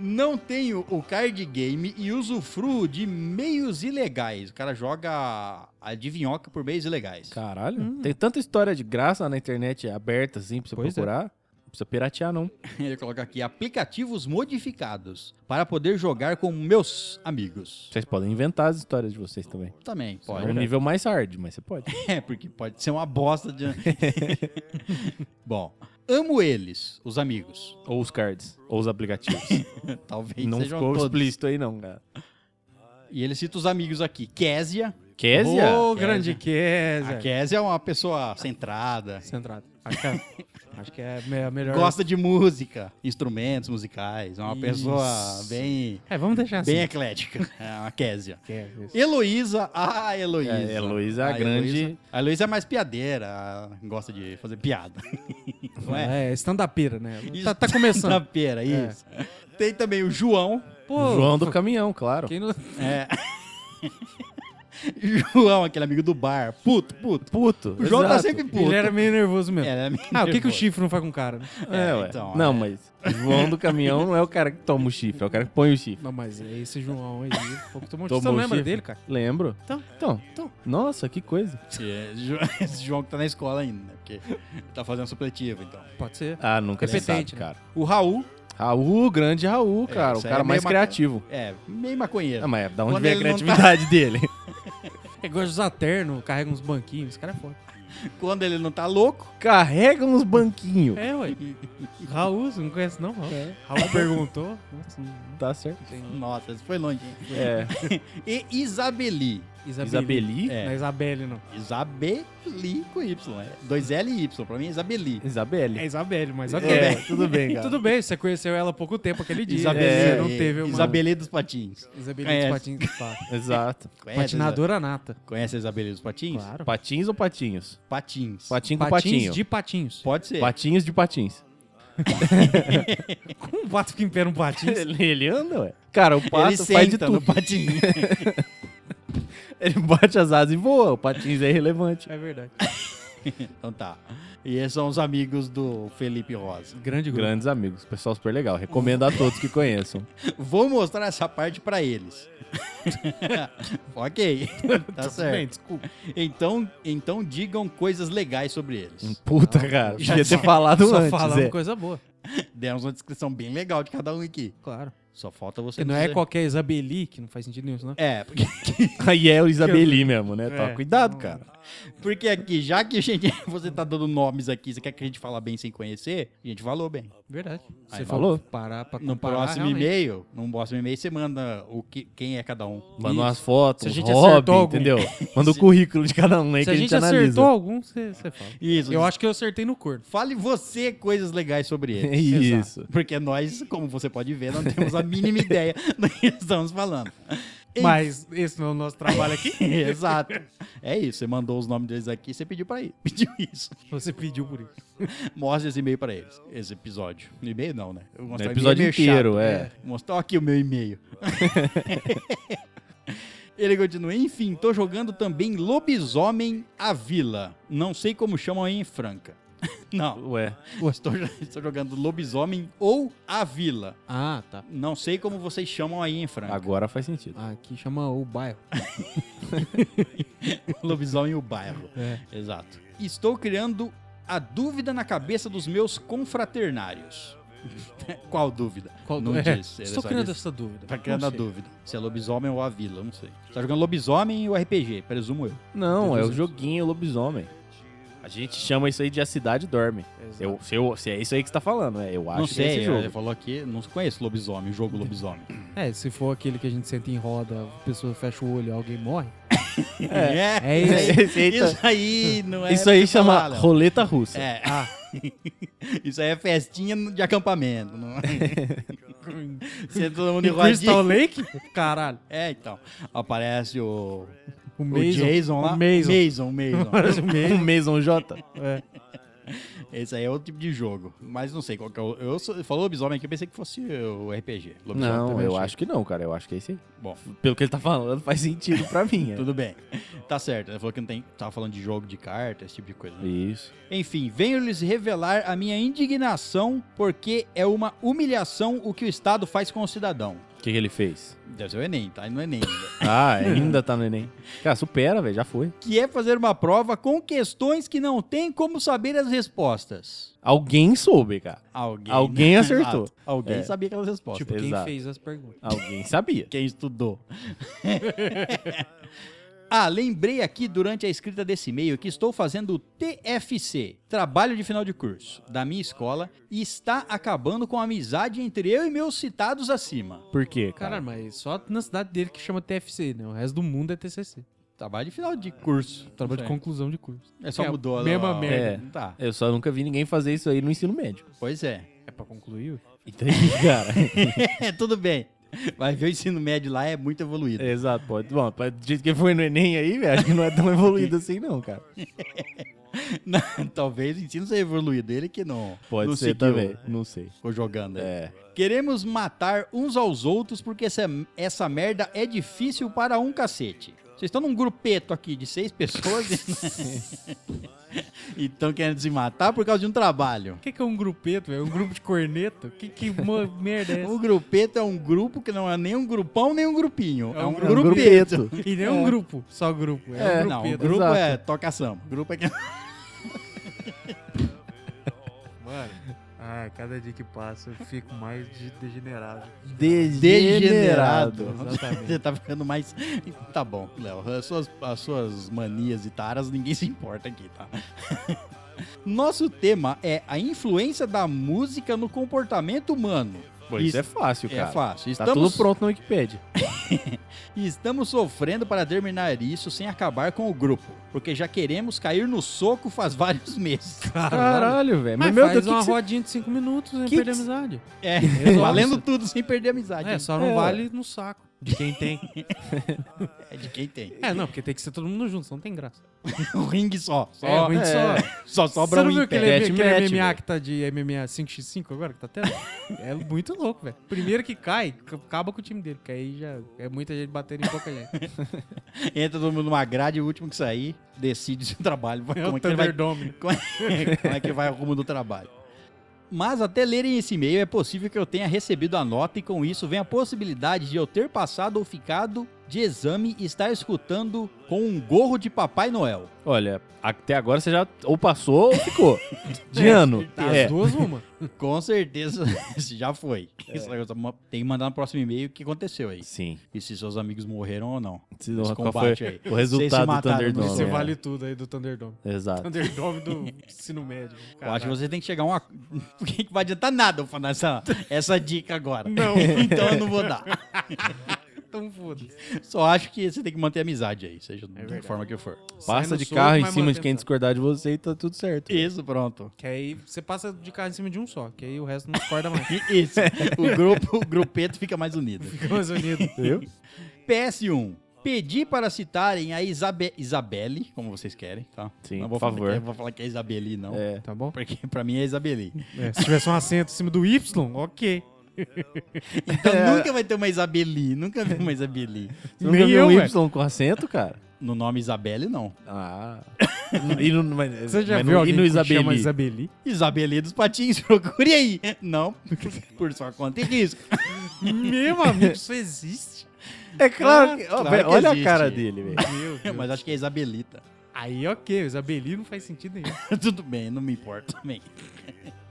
Speaker 3: Não tenho o card game e usufruo de meios ilegais. O cara joga a divinhoca por meios ilegais.
Speaker 1: Caralho. Hum. Tem tanta história de graça na internet aberta, assim, pra você
Speaker 2: Pois é.
Speaker 1: procurar. Não precisa piratear, não.
Speaker 3: Ele coloca aqui aplicativos modificados para poder jogar com meus amigos.
Speaker 1: Vocês podem inventar as histórias de vocês também.
Speaker 3: Também
Speaker 1: é um
Speaker 3: pode. né?
Speaker 1: nível mais hard, mas você pode.
Speaker 3: É, porque pode ser uma bosta de. bom, amo eles, os amigos.
Speaker 1: Ou os cards, ou os aplicativos.
Speaker 3: Talvez
Speaker 1: não
Speaker 3: sejam
Speaker 1: ficou
Speaker 3: todos.
Speaker 1: explícito aí, não, cara.
Speaker 3: E ele cita os amigos aqui. Késia.
Speaker 1: Kézia?
Speaker 2: Ô, grande
Speaker 3: A
Speaker 2: Kézia!
Speaker 3: Késia é uma pessoa centrada.
Speaker 2: Centrado. Acho que é, acho que é me- a melhor.
Speaker 3: Gosta de música, instrumentos musicais. É uma
Speaker 2: Isso.
Speaker 3: pessoa bem,
Speaker 2: É, vamos deixar assim.
Speaker 3: bem eclética. É uma Késia.
Speaker 2: Kézia, isso.
Speaker 3: Heloísa. Ah, Heloísa.
Speaker 1: É, Heloísa é a grande-
Speaker 3: Heloísa- A Heloísa é mais piadeira. ah, Gosta de fazer piada. Não é?
Speaker 2: É, stand-upera, né? Tá, tá começando. É.
Speaker 3: Pera, isso. Tem também o João.
Speaker 2: Pô,
Speaker 1: João do caminhão, claro.
Speaker 2: quem não...
Speaker 3: É. João, aquele amigo do bar. Puto, puto.
Speaker 1: Puto.
Speaker 3: O João tá
Speaker 1: exato.
Speaker 3: sempre puto.
Speaker 2: Ele era meio nervoso mesmo.
Speaker 3: Era meio
Speaker 2: Ah, o que, que o
Speaker 3: nervoso.
Speaker 2: chifre não faz com o cara? né?
Speaker 1: É,
Speaker 3: É,
Speaker 1: ué.
Speaker 3: então,
Speaker 1: não,
Speaker 3: é.
Speaker 1: mas João do caminhão não é o cara que toma o chifre, é o cara que põe o chifre.
Speaker 2: Não, mas é esse João aí, pouco tomou um chifre.
Speaker 1: Tomou
Speaker 2: Você não
Speaker 1: o
Speaker 2: lembra
Speaker 1: chifre?
Speaker 2: dele, cara?
Speaker 1: Lembro? Então, então, Nossa, que coisa.
Speaker 3: É, Jo- Esse João que tá na escola ainda, né? Porque tá fazendo supletivo, então.
Speaker 2: Pode ser.
Speaker 1: Ah, nunca se
Speaker 2: Repetente,
Speaker 1: sabe,
Speaker 2: né?
Speaker 1: cara.
Speaker 3: O Raul,
Speaker 1: Raul, grande Raul,
Speaker 3: É,
Speaker 1: cara. O
Speaker 3: isso aí
Speaker 1: cara
Speaker 3: é meio
Speaker 1: mais
Speaker 3: ma-
Speaker 1: criativo.
Speaker 3: é, meio maconheiro.
Speaker 1: Ah, mas da onde
Speaker 3: Quando
Speaker 1: vem a
Speaker 3: ele não tá-
Speaker 1: criatividade dele?
Speaker 2: É igual usar terno, carrega uns banquinhos, esse cara é foda.
Speaker 3: Quando ele não tá louco,
Speaker 1: Carrega uns banquinhos.
Speaker 2: É, ué. É. Raul, você não conhece não, Raul? Raul perguntou. Nossa, não
Speaker 3: É.
Speaker 1: Tá certo.
Speaker 2: tem...
Speaker 3: nossa, isso foi longe, hein?
Speaker 1: É.
Speaker 3: E Isabeli.
Speaker 2: Isabeli.
Speaker 1: Isabeli?
Speaker 2: Não é Isabelle, não.
Speaker 3: Isabeli com Y, é. Dois L e Y, pra mim é Isabeli.
Speaker 1: Isabelle.
Speaker 2: É Isabelle, mas ok.
Speaker 1: É, tudo bem, cara.
Speaker 2: Tudo bem, você conheceu ela há pouco tempo, aquele dia.
Speaker 3: Isabeli,
Speaker 2: Você não teve uma...
Speaker 3: Isabeli dos Patins.
Speaker 2: Isabeli
Speaker 3: Conhece.
Speaker 2: dos Patins. pá.
Speaker 3: É.
Speaker 1: Exato.
Speaker 2: É,
Speaker 3: Conhece,
Speaker 2: Patinadora nata.
Speaker 3: Conhece a Isabeli dos Patins?
Speaker 2: Claro.
Speaker 1: Patins ou patinhos?
Speaker 3: Patins.
Speaker 1: Patinho com
Speaker 2: patins
Speaker 1: patinho.
Speaker 2: de patinhos.
Speaker 3: Pode ser.
Speaker 1: Patinhos de patins.
Speaker 2: Como um pato que impera um patins?
Speaker 1: Ele, ele anda, ué. Cara, o
Speaker 3: Ele
Speaker 1: pato faz de
Speaker 3: senta no
Speaker 1: tudo.
Speaker 3: patinho.
Speaker 1: Ele bate as asas e voa. O patins é irrelevante.
Speaker 2: É verdade.
Speaker 3: então tá. E esses são os amigos do Felipe Rosa.
Speaker 2: Grande grupo.
Speaker 1: Grandes amigos. Pessoal super legal. Recomendo a todos que conheçam.
Speaker 3: Vou mostrar essa parte pra eles. ok, tá
Speaker 2: Tudo bem,
Speaker 3: certo.
Speaker 2: desculpa.
Speaker 3: Então, então digam coisas legais sobre
Speaker 2: Hum.
Speaker 3: eles.
Speaker 1: Puta, cara.
Speaker 3: já
Speaker 1: Devia
Speaker 3: só-
Speaker 1: ter falado
Speaker 2: Só
Speaker 1: antes,
Speaker 2: falando
Speaker 1: é.
Speaker 2: coisa boa.
Speaker 3: Demos uma descrição bem legal de cada um aqui.
Speaker 2: Claro.
Speaker 3: Só falta você.
Speaker 2: Porque não é
Speaker 3: dizer.
Speaker 2: qualquer Isabeli, que não faz sentido nenhum, né?
Speaker 3: É, porque,
Speaker 1: Aí é o Isabeli mesmo, né?
Speaker 2: É.
Speaker 1: Tá, cuidado, cara.
Speaker 3: porque aqui, já que a gente, você tá dando nomes aqui, você quer que a gente fala bem sem conhecer? A gente falou bem.
Speaker 2: Verdade. Você
Speaker 3: Aí
Speaker 2: falou? Parar pra
Speaker 3: No
Speaker 2: comparar,
Speaker 3: próximo
Speaker 2: realmente.
Speaker 3: e-mail, no próximo e-mail você manda o que, quem é cada um.
Speaker 1: Manda
Speaker 2: Isso.
Speaker 1: umas
Speaker 2: Se a
Speaker 1: fotos, um
Speaker 2: gente acertou
Speaker 1: hobby,
Speaker 2: algum.
Speaker 1: entendeu? Manda o currículo de cada um aí
Speaker 2: Se
Speaker 1: que
Speaker 2: a gente acertou algum, você você fala.
Speaker 3: Isso.
Speaker 2: Eu acho que eu acertei no corno.
Speaker 3: Fale você coisas legais sobre
Speaker 1: É
Speaker 3: ele.
Speaker 1: isso.
Speaker 3: Porque nós, como você pode ver, não temos a mínima ideia do que estamos falando.
Speaker 2: Mas esse não é o nosso trabalho aqui.
Speaker 3: Exato. É isso. Você mandou os nomes deles aqui, você pediu pra ele. Pediu isso.
Speaker 2: Você pediu por isso.
Speaker 3: Mostra esse e-mail pra eles. Esse episódio. No e-mail não, né? Eu vou mostrar
Speaker 1: É
Speaker 3: o
Speaker 1: episódio
Speaker 3: e-mail meio
Speaker 1: inteiro,
Speaker 3: chato.
Speaker 1: é.
Speaker 3: Vou Mostrar ó, aqui o meu e-mail. Ele continua, enfim, tô jogando também Lobisomem à Vila. Não sei como chamam aí em Franca. Não,
Speaker 1: Ué.
Speaker 3: estou, estou jogando Lobisomem ou A Vila.
Speaker 2: Ah, tá.
Speaker 3: Não sei como vocês chamam aí em Franca.
Speaker 1: Agora faz sentido.
Speaker 2: Aqui chama o bairro.
Speaker 3: Lobisomem o bairro.
Speaker 2: É.
Speaker 3: Exato. Estou criando a dúvida na cabeça dos meus confraternários. Qual dúvida?
Speaker 2: Qual
Speaker 3: Não
Speaker 2: dú- é,
Speaker 3: diz. Ele
Speaker 2: Estou
Speaker 3: só
Speaker 2: criando
Speaker 3: disse-
Speaker 2: essa dúvida.
Speaker 3: Tá criando
Speaker 2: Não
Speaker 3: a
Speaker 2: sei.
Speaker 3: dúvida. Se é lobisomem ou a vila, não sei. Tá jogando lobisomem e o RPG, presumo eu.
Speaker 1: Não, é
Speaker 2: Deus
Speaker 1: o
Speaker 2: Deus.
Speaker 1: joguinho lobisomem. A gente chama isso aí de A Cidade Dorme. Eu, se, eu- se é isso aí que você tá falando, é, eu acho
Speaker 3: não
Speaker 1: que é
Speaker 3: sei,
Speaker 1: esse
Speaker 3: ele
Speaker 1: jogo.
Speaker 3: falou aqui, não conheço lobisomem, o jogo lobisomem.
Speaker 2: É, se for aquele que a gente senta em roda, a pessoa fecha o olho e alguém morre.
Speaker 3: É,
Speaker 2: É isso.
Speaker 1: Esse aí tá-
Speaker 3: isso aí não é.
Speaker 1: isso aí
Speaker 3: pra
Speaker 1: chama
Speaker 3: falar, Léo.
Speaker 1: roleta russa.
Speaker 3: É.
Speaker 2: Ah.
Speaker 3: isso aí é festinha de acampamento. Não... Senta todo mundo em
Speaker 2: Em Crystal
Speaker 3: rodinha.
Speaker 2: Lake? Caralho.
Speaker 3: É, então. Aparece o,
Speaker 2: O
Speaker 3: o
Speaker 2: Mason.
Speaker 3: Jason lá.
Speaker 2: O Mason.
Speaker 3: Mason, Mason.
Speaker 1: Um Mason J.
Speaker 2: É.
Speaker 3: Esse aí é outro tipo de jogo. Mas não sei qual que é o. Eu sou- falou lobisomem aqui, eu pensei que fosse o RPG. Lobisomem
Speaker 1: Não,
Speaker 3: também
Speaker 1: eu
Speaker 3: achei.
Speaker 1: acho que não, cara. Eu acho que é esse aí.
Speaker 3: Bom,
Speaker 1: Pelo que ele tá falando, faz sentido pra mim. é.
Speaker 3: tudo bem. Tá certo. Ele falou que não tem. Tava falando de jogo de carta, esse tipo de coisa. né?
Speaker 1: Isso.
Speaker 3: Enfim, venho lhes revelar a minha indignação, porque é uma humilhação o que o Estado faz com o cidadão.
Speaker 1: O que, que ele fez?
Speaker 3: Deve ser o Enem, tá? No Enem. ainda.
Speaker 1: Ah, ainda tá no Enem. Cara, supera, velho. Já foi.
Speaker 3: que é fazer uma prova com questões que não tem como saber as respostas.
Speaker 1: Alguém soube, cara.
Speaker 3: Alguém, né?
Speaker 1: Alguém acertou.
Speaker 3: Exato. Alguém
Speaker 1: É. Tipo,
Speaker 3: sabia aquelas respostas.
Speaker 2: Tipo, quem
Speaker 1: Exato.
Speaker 2: fez as perguntas?
Speaker 1: Alguém sabia.
Speaker 3: Quem estudou. ah, lembrei aqui durante a escrita desse e-mail que estou fazendo o TFC, trabalho de final de curso, da minha escola, e está acabando com a amizade entre eu e meus citados acima.
Speaker 1: Por quê, cara?
Speaker 2: Caralho, mas só na cidade dele que chama TFC, né? O resto do mundo é TCC.
Speaker 3: Trabalho de final de curso.
Speaker 2: Trabalho de
Speaker 3: Não sei.
Speaker 2: conclusão de curso.
Speaker 3: É só
Speaker 2: É,
Speaker 3: mudou. a-
Speaker 2: mesma
Speaker 3: a-
Speaker 2: merda.
Speaker 3: É. Tá.
Speaker 1: Eu só nunca vi ninguém fazer isso aí no ensino médio.
Speaker 3: Pois é.
Speaker 2: É pra concluir?
Speaker 1: Entendi, cara.
Speaker 3: É, tudo bem. Vai ver o ensino médio lá é muito evoluído.
Speaker 1: Exato, pode. Bom, pra- do jeito que foi no Enem aí, velho, acho que não é tão evoluído assim, não, cara.
Speaker 3: Não, talvez o ensino seja evoluído. Ele que não.
Speaker 1: Pode
Speaker 3: não
Speaker 1: ser
Speaker 3: seguiu.
Speaker 1: também. Não sei.
Speaker 3: Ficou jogando aí.
Speaker 1: É.
Speaker 3: Queremos matar uns aos outros porque essa, essa merda é difícil para um cacete. Vocês estão num grupeto aqui de seis pessoas e estão querendo se matar por causa de um trabalho.
Speaker 2: O que, que é um grupeto, velho? Um grupo de corneto? Que, que mo- merda é
Speaker 3: Um
Speaker 2: essa?
Speaker 3: grupeto é um grupo que não é nem um grupão, nem um grupinho. É,
Speaker 2: É
Speaker 3: um,
Speaker 2: um
Speaker 3: grupeto.
Speaker 2: E nem um grupo, só grupo. É,
Speaker 1: É,
Speaker 2: um
Speaker 3: Não, um
Speaker 2: grupeto.
Speaker 3: grupo
Speaker 1: exato.
Speaker 3: é toca samba. Grupo é que...
Speaker 2: Mano. Ah, cada dia que passa eu fico mais degenerado.
Speaker 3: Degenerado.
Speaker 2: Exatamente.
Speaker 3: Você tá ficando mais. Tá bom, Léo. As suas, as suas manias e taras, ninguém se importa aqui, tá? Nosso tema é a influência da música no comportamento humano.
Speaker 1: Pô, isso é fácil, cara.
Speaker 3: É fácil.
Speaker 1: Tá
Speaker 3: Estamos,
Speaker 1: tudo pronto na Wikipedia.
Speaker 3: estamos sofrendo para terminar isso sem acabar com o grupo. Porque já queremos cair no soco faz vários meses.
Speaker 1: Caralho, velho.
Speaker 2: Mas,
Speaker 1: Mas, meu
Speaker 2: Ah, faz
Speaker 1: Deus, o que
Speaker 2: uma
Speaker 1: que você-
Speaker 2: rodinha de 5 minutos sem
Speaker 1: que
Speaker 2: perder
Speaker 1: que-
Speaker 2: amizade.
Speaker 3: É,
Speaker 2: Resolve
Speaker 3: valendo
Speaker 2: isso.
Speaker 3: tudo sem perder a amizade.
Speaker 2: É, só não
Speaker 1: É,
Speaker 2: vale no saco. De quem tem.
Speaker 3: É de quem tem.
Speaker 2: É, não, porque tem que ser todo mundo junto, senão não tem graça.
Speaker 3: Um ringue só. Só,
Speaker 2: é, ruim
Speaker 1: é.
Speaker 2: só.
Speaker 3: só
Speaker 2: Você
Speaker 3: sobra
Speaker 2: não
Speaker 3: um
Speaker 2: viu
Speaker 3: em pé.
Speaker 2: aquele,
Speaker 1: pé.
Speaker 2: aquele
Speaker 1: Match,
Speaker 2: MMA
Speaker 1: velho.
Speaker 2: que tá de MMA 5x5 agora, que tá tendo? é muito louco, velho. Primeiro que cai, c- acaba com o time dele, porque aí já é muita gente batendo em pouca gente.
Speaker 3: Entra todo mundo numa grade e o último que sair decide se o trabalho vai,
Speaker 2: É
Speaker 3: como,
Speaker 2: o
Speaker 3: é que ele vai,
Speaker 2: Thunderdome.
Speaker 3: como é- como é que vai o rumo do trabalho. Mas até lerem esse e-mail é possível que eu tenha recebido a nota e com isso vem a possibilidade de eu ter passado ou ficado de exame e está escutando com um gorro de Papai Noel?
Speaker 1: Olha, até agora você já ou passou ou ficou. De ano.
Speaker 2: Tá,
Speaker 1: É.
Speaker 2: as duas uma.
Speaker 3: Com certeza isso já foi. Isso aí eu tô- Tem que mandar no próximo e-mail o que aconteceu aí.
Speaker 1: Sim.
Speaker 3: E se seus amigos morreram ou não.
Speaker 1: Se
Speaker 3: Esse
Speaker 1: não, qual foi
Speaker 3: combate aí.
Speaker 1: o resultado do
Speaker 3: mataram no
Speaker 1: Thunderdome?
Speaker 2: Você
Speaker 1: é.
Speaker 2: vale tudo aí do Thunderdome.
Speaker 1: Exato.
Speaker 2: Thunderdome do ensino médio.
Speaker 3: Eu acho que você tem que chegar a uma. Porque que vai adiantar nada eu falar essa, essa dica agora.
Speaker 2: Não.
Speaker 3: então eu não vou dar.
Speaker 2: Então foda-se.
Speaker 3: Só acho que você tem que manter a amizade aí, seja
Speaker 1: É
Speaker 3: da
Speaker 2: verdade.
Speaker 3: forma que for.
Speaker 1: Passa
Speaker 2: Sai no
Speaker 1: de
Speaker 2: soco,
Speaker 1: carro em
Speaker 2: mas
Speaker 1: cima de
Speaker 2: mantém
Speaker 1: quem
Speaker 2: a-
Speaker 1: discordar de você e tá tudo certo.
Speaker 3: Isso, pronto.
Speaker 2: Que aí você passa de carro em cima de um só, que aí o resto não acorda mais.
Speaker 3: Isso. O grupo, o grupeto fica mais unido.
Speaker 2: Fica mais unido.
Speaker 1: Viu?
Speaker 3: PS1. Pedi para citarem a Isabe Isabelle, como vocês querem, tá?
Speaker 1: Sim,
Speaker 3: não
Speaker 1: por
Speaker 3: vou falar
Speaker 1: favor.
Speaker 3: que- eu vou falar que é Isabeli, não.
Speaker 1: É.
Speaker 2: Tá bom?
Speaker 3: Porque pra mim é Isabeli.
Speaker 2: É, se tivesse um acento em cima do Y, ok.
Speaker 3: Então nunca vai ter uma Isabeli, nunca vi uma Isabeli.
Speaker 1: Você nunca
Speaker 2: Nem
Speaker 1: viu
Speaker 2: eu,
Speaker 1: um
Speaker 2: velho.
Speaker 1: Y com acento, cara?
Speaker 3: No nome Isabelle, não.
Speaker 1: Ah. e no, mas,
Speaker 2: Você já
Speaker 1: mas
Speaker 2: viu
Speaker 1: no,
Speaker 2: alguém
Speaker 1: e no
Speaker 2: que chama
Speaker 1: Isabeli?
Speaker 2: Isabeli?
Speaker 3: Isabeli dos Patins, procure aí. Não, por sua conta e risco.
Speaker 2: Meu amigo, isso existe?
Speaker 1: É claro que. ó,
Speaker 3: Claro
Speaker 1: velho,
Speaker 3: que
Speaker 1: olha
Speaker 3: existe.
Speaker 1: a cara dele, velho.
Speaker 2: Meu Deus.
Speaker 3: Mas acho que é Isabelita.
Speaker 2: Aí ok, o Isabeli não faz sentido nenhum.
Speaker 3: Tudo bem, não me importa também.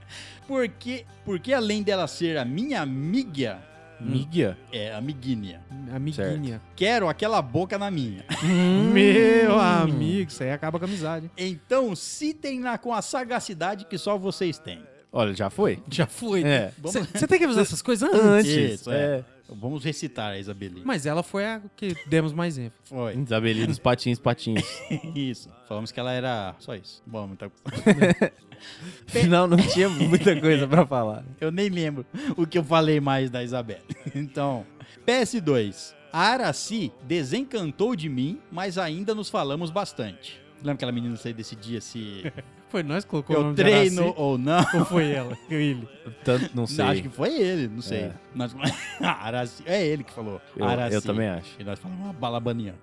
Speaker 3: Porque, porque além dela ser a minha amiga,
Speaker 1: Mídia?
Speaker 3: é amiguinha.
Speaker 2: Amiguinha.
Speaker 3: Quero aquela boca na minha.
Speaker 2: Meu amigo, isso aí acaba com a amizade.
Speaker 3: Então citem-na com a sagacidade que só vocês têm.
Speaker 1: Olha, já foi?
Speaker 2: Já foi.
Speaker 1: É.
Speaker 2: Você tem que avisar essas coisas antes.
Speaker 1: Antes.
Speaker 3: Isso, é.
Speaker 1: é.
Speaker 3: Vamos recitar a Isabeli.
Speaker 2: Mas ela foi a que demos mais ênfase.
Speaker 3: Foi.
Speaker 1: Isabeli dos patins, patins.
Speaker 3: Isso. Falamos que ela era. Só isso. Bom, muita
Speaker 1: Afinal, não tinha muita coisa pra falar.
Speaker 3: Eu nem lembro o que eu falei mais da Isabela. Então, PS2. A Araci desencantou de mim, mas ainda nos falamos bastante. Lembra aquela menina que você decidia se
Speaker 2: Foi nós que colocou o
Speaker 3: eu
Speaker 2: nome de
Speaker 3: treino
Speaker 2: Araci?
Speaker 3: ou não?
Speaker 2: Ou foi ela? Ele.
Speaker 1: Tanto, não sei.
Speaker 3: Acho que foi ele, não sei.
Speaker 1: É.
Speaker 3: Nós- Araci, é ele que falou.
Speaker 1: Eu-
Speaker 3: Araci.
Speaker 1: eu também acho. É.
Speaker 3: E nós falamos "Ah, uma balabaniana.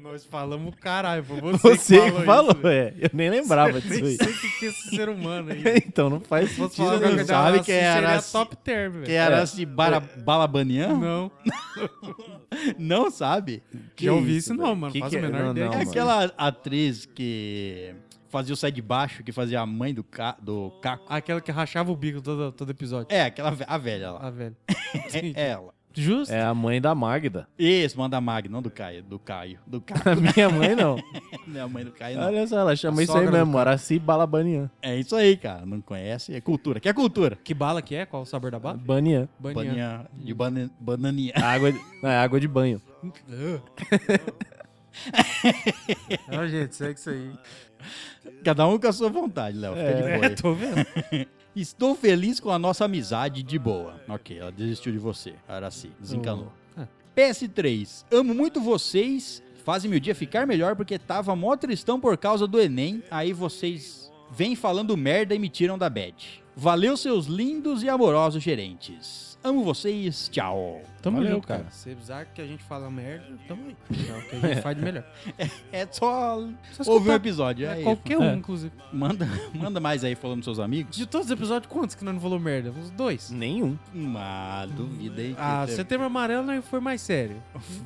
Speaker 2: Nós falamos, caralho, foi você,
Speaker 1: Você
Speaker 2: que
Speaker 1: que
Speaker 2: falou.
Speaker 1: falou, é. Eu nem lembrava
Speaker 2: isso.
Speaker 1: disso
Speaker 2: Nem
Speaker 1: aí.
Speaker 2: sei o que que é esse ser humano aí.
Speaker 1: Então não faz
Speaker 2: Se fosse
Speaker 1: sentido.
Speaker 2: falar
Speaker 1: nenhum.
Speaker 2: alguma coisa da
Speaker 3: sabe
Speaker 2: Araci,
Speaker 3: quem é
Speaker 2: assim seria
Speaker 3: Araci?
Speaker 2: top term,
Speaker 3: Que é
Speaker 2: velho.
Speaker 3: Araci bara,
Speaker 1: É.
Speaker 3: balabanian? Não.
Speaker 2: Não,
Speaker 3: sabe?
Speaker 2: já ouvi esse
Speaker 1: isso,
Speaker 2: nome,
Speaker 1: velho?
Speaker 2: mano.
Speaker 1: Que
Speaker 2: Faz
Speaker 1: que
Speaker 2: a
Speaker 1: é?
Speaker 2: menor
Speaker 1: Não,
Speaker 2: ideia.
Speaker 1: não,
Speaker 3: É
Speaker 1: mano.
Speaker 3: aquela atriz que fazia o sai de baixo, que fazia a mãe do, ca, do Caco. Ah,
Speaker 2: Aquela que rachava o bico todo, todo episódio.
Speaker 3: É, aquela ve- a velha lá.
Speaker 2: Ah, velho. Sim.
Speaker 3: É ela.
Speaker 2: Justo?
Speaker 1: É a mãe da Magda.
Speaker 3: Isso, manda a Magno, não do Caio, do Caio, do
Speaker 1: A
Speaker 3: Caio.
Speaker 1: minha mãe não.
Speaker 3: não é a mãe do Caio, não.
Speaker 1: Olha só, ela chama
Speaker 2: A
Speaker 1: isso aí
Speaker 2: sogra do
Speaker 1: mesmo. Araci Balabanian.
Speaker 3: É isso aí, cara. Não conhece? É cultura. Que é cultura?
Speaker 2: Que bala que é? Qual o sabor da bala?
Speaker 1: Banian.
Speaker 2: Baninha.
Speaker 3: Baninha. De bana- bananinha.
Speaker 1: Água de, não, é água de banho.
Speaker 2: Ah, gente, segue isso aí.
Speaker 3: Cada um com a sua vontade, Léo. Fica de boa. aí.
Speaker 2: É, tô vendo.
Speaker 3: Estou feliz com a nossa amizade de boa. Ok, ela desistiu de você, Araci. Desencanou.
Speaker 2: Ah.
Speaker 3: PS3. Amo muito vocês. Fazem meu dia ficar melhor porque tava mó tristão por causa do Enem. Aí vocês vêm falando merda e me tiram da bad. Valeu, seus lindos e amorosos gerentes. Amo vocês. Tchau.
Speaker 2: Tamo
Speaker 1: Valeu,
Speaker 2: junto, cara.
Speaker 1: cara.
Speaker 2: Se precisar que a gente fala merda, tamo aí. É o que a gente faz de melhor.
Speaker 3: É só
Speaker 2: Só
Speaker 3: ouvir o
Speaker 2: escutar.
Speaker 3: episódio.
Speaker 2: É
Speaker 3: aí.
Speaker 2: qualquer um,
Speaker 1: É.
Speaker 2: inclusive.
Speaker 3: Manda, manda mais aí falando dos seus amigos.
Speaker 2: De todos os episódios, quantos que nós não falou merda? Uns dois.
Speaker 1: Nenhum.
Speaker 3: Ah, duvida, hein?
Speaker 2: Ah, setembro amarelo não foi mais sério.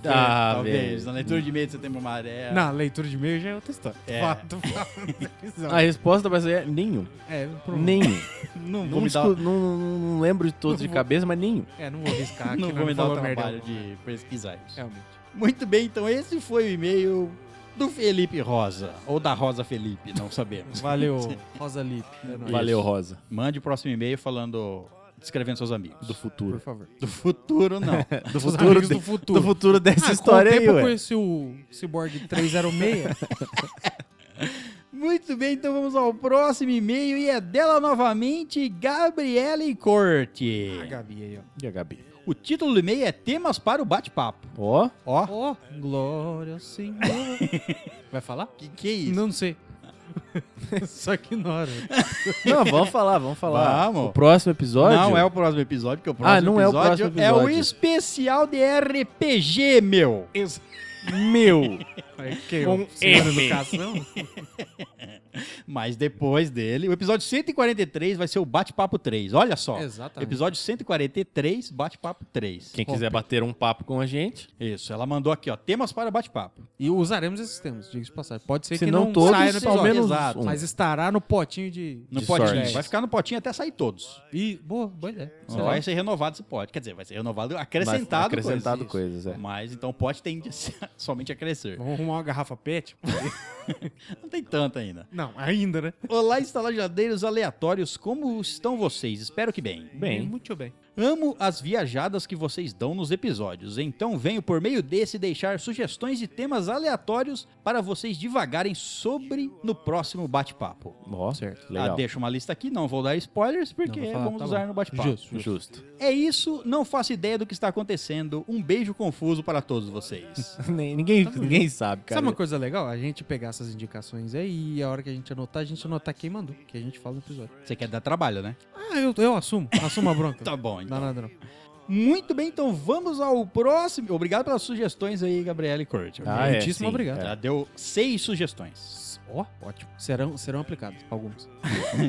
Speaker 1: Ah,
Speaker 3: É, Talvez.
Speaker 1: velho.
Speaker 3: Na leitura de meio de setembro amarelo.
Speaker 2: Não, leitura de e-mail já é outra história.
Speaker 3: É.
Speaker 2: Fato, fato.
Speaker 1: A resposta vai ser nenhum.
Speaker 2: É, pronto.
Speaker 1: Nenhum.
Speaker 3: Não vou
Speaker 1: Não,
Speaker 3: me dar,
Speaker 1: discu- não- não- não lembro de todos
Speaker 2: Não
Speaker 1: de
Speaker 2: vou-
Speaker 1: cabeça, mas nenhum.
Speaker 2: É, não vou arriscar aqui.
Speaker 3: não
Speaker 2: nós
Speaker 3: vou me dar o
Speaker 2: falou merda
Speaker 3: trabalho
Speaker 2: alguma.
Speaker 3: de pesquisar isso.
Speaker 2: Realmente.
Speaker 3: Muito bem, então esse foi o e-mail do Felipe Rosa. Ou da Rosa Felipe, não sabemos.
Speaker 2: Valeu, Rosa Lipe. É nóis.
Speaker 1: Valeu, Rosa.
Speaker 3: Mande o próximo e-mail falando. Descrevendo seus amigos.
Speaker 1: Do
Speaker 3: Do,
Speaker 2: Por
Speaker 1: futuro.
Speaker 2: favor.
Speaker 3: do futuro, não.
Speaker 1: Do
Speaker 2: Os
Speaker 1: futuro,
Speaker 2: amigos
Speaker 1: de-
Speaker 2: do futuro.
Speaker 1: do futuro dessa
Speaker 2: Ah,
Speaker 1: história
Speaker 2: com o
Speaker 1: aí,
Speaker 2: tempo eu
Speaker 1: ué.
Speaker 2: conheci o Cyborg 306.
Speaker 3: Muito bem, então vamos ao próximo e-mail e é dela novamente, Gabriele Corte.
Speaker 2: a Gabi aí, ó.
Speaker 1: E a Gabi?
Speaker 3: O título do e-mail é Temas para o Bate-Papo.
Speaker 1: Ó,
Speaker 3: Ó,
Speaker 2: Ó,
Speaker 1: Oh,
Speaker 2: glória ao Senhor. Vai falar?
Speaker 3: que que é isso?
Speaker 2: Não, não sei. Só que ignora.
Speaker 1: Não, vamos falar, vamos falar.
Speaker 3: Vamos.
Speaker 1: O próximo episódio?
Speaker 3: Não é o próximo episódio, porque o próximo,
Speaker 1: não é o
Speaker 3: episódio,
Speaker 1: próximo
Speaker 3: é o
Speaker 1: episódio.
Speaker 3: especial de RPG, meu.
Speaker 1: meu.
Speaker 2: Aí, que,
Speaker 1: Com
Speaker 2: o Senhor é
Speaker 1: M.
Speaker 2: Educação?
Speaker 3: Mas depois dele, o episódio 143 vai ser o Bate-Papo 3. Olha só.
Speaker 2: Exatamente.
Speaker 3: Episódio 143, Bate-Papo 3.
Speaker 1: Quem quiser bater um papo com a gente,
Speaker 3: Isso, ela mandou aqui, ó, temas para bate-papo.
Speaker 2: E usaremos esses temas, diga-se de passagem. Pode ser
Speaker 1: se
Speaker 2: que
Speaker 1: não,
Speaker 2: não
Speaker 1: todos,
Speaker 2: saia no
Speaker 1: ao
Speaker 2: episódio.
Speaker 1: menos
Speaker 3: Exato.
Speaker 1: um.
Speaker 2: Mas estará no potinho de.
Speaker 3: No
Speaker 1: De
Speaker 3: potinho.
Speaker 1: sorte.
Speaker 3: Vai ficar no potinho até sair todos.
Speaker 2: E, boa, boa ideia. Sei lá.
Speaker 3: Vai ser renovado esse pote. Quer dizer, vai ser renovado,
Speaker 1: Mas
Speaker 3: acrescentado,
Speaker 1: acrescentado
Speaker 3: coisas.
Speaker 1: coisas, é.
Speaker 3: Mas então o pote tende a ser- somente a crescer.
Speaker 2: Vamos arrumar uma garrafa pet?
Speaker 3: Não tem tanto ainda.
Speaker 2: não, ainda, né?
Speaker 3: Olá, estalajadeiros aleatórios, como estão vocês? Espero que bem.
Speaker 1: Bem,
Speaker 2: Muito bem.
Speaker 3: Amo as viajadas que vocês dão nos episódios, então venho por meio desse deixar sugestões de temas aleatórios para vocês divagarem sobre no próximo bate-papo.
Speaker 1: ó,
Speaker 2: Certo.
Speaker 3: Ah,
Speaker 1: legal.
Speaker 3: deixa uma lista aqui, não vou dar spoilers, porque
Speaker 2: Não vou falar,
Speaker 3: vamos
Speaker 2: tá
Speaker 3: usar
Speaker 2: bom.
Speaker 3: no bate-papo.
Speaker 2: Justo, justo.
Speaker 1: Justo.
Speaker 3: É isso, não faço ideia do que está acontecendo. Um beijo confuso para todos vocês.
Speaker 1: Nem- ninguém, ninguém Tá sabe, cara.
Speaker 2: Sabe uma coisa legal? A gente pegar essas indicações aí e a hora que a gente anotar, a gente anotar quem mandou, que a gente fala no episódio.
Speaker 3: Você quer dar trabalho, né?
Speaker 2: Ah, eu, eu assumo. Assumo a bronca.
Speaker 3: Tá bom,
Speaker 2: Não dá
Speaker 3: então.
Speaker 2: nada, não.
Speaker 3: Muito bem, então vamos ao próximo. Obrigado pelas sugestões aí, Gabriela e Kurt.
Speaker 1: Ah, é,
Speaker 2: Muitíssimo
Speaker 1: sim,
Speaker 2: obrigado.
Speaker 3: Já deu seis sugestões.
Speaker 2: Ó, ótimo. Serão, serão aplicadas algumas.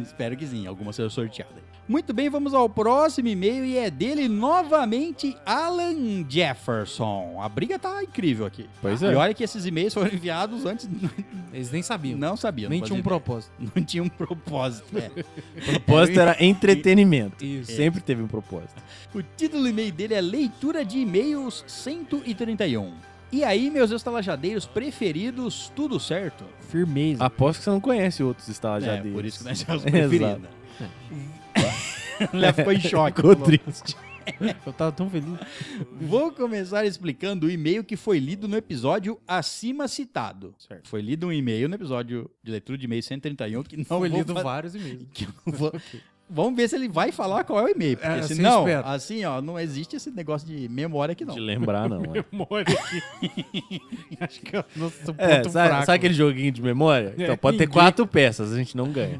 Speaker 3: Espero que sim, alguma seja sorteada. Muito bem, vamos ao próximo e-mail e é dele novamente, Alan Jefferson. A briga tá incrível aqui.
Speaker 1: Pois
Speaker 3: E
Speaker 1: é.
Speaker 3: olha que esses e-mails foram enviados antes,
Speaker 2: Eles nem sabiam.
Speaker 3: não sabiam.
Speaker 2: nem
Speaker 3: não
Speaker 2: tinha um
Speaker 3: fazia
Speaker 2: propósito.
Speaker 3: ideia. Não tinha um propósito. é.
Speaker 1: O propósito era entretenimento.
Speaker 2: Isso.
Speaker 1: Sempre teve um propósito.
Speaker 3: O título do e-mail dele é Leitura de E-mails 131. E aí, meus estalajadeiros preferidos, tudo certo?
Speaker 2: Firmeza.
Speaker 1: Aposto que você não conhece outros
Speaker 3: É,
Speaker 1: estalajadeiros.
Speaker 3: por isso que nós somos preferidos. Léo ficou em choque.
Speaker 1: Ficou triste.
Speaker 3: Ah.
Speaker 2: Eu tava tão feliz.
Speaker 3: Vou começar explicando o e-mail que foi lido no episódio acima citado. Foi lido um e-mail no episódio de leitura de e-mail 131 que não
Speaker 2: Foi
Speaker 3: vou
Speaker 2: lido
Speaker 3: fa-
Speaker 2: vários e-mails.
Speaker 3: que eu não vou- Vamos ver se ele vai falar qual é o e-mail, porque
Speaker 2: É, assim
Speaker 3: senão,
Speaker 2: espero.
Speaker 3: assim, ó, não existe esse negócio de memória aqui não.
Speaker 1: De lembrar, não. É,
Speaker 2: Memória aqui. Acho que é o nosso
Speaker 3: um
Speaker 2: ponto
Speaker 1: É, sabe,
Speaker 2: fraco.
Speaker 1: sabe aquele joguinho de memória? Então, pode ter
Speaker 2: ninguém-
Speaker 1: quatro peças, a gente não ganha.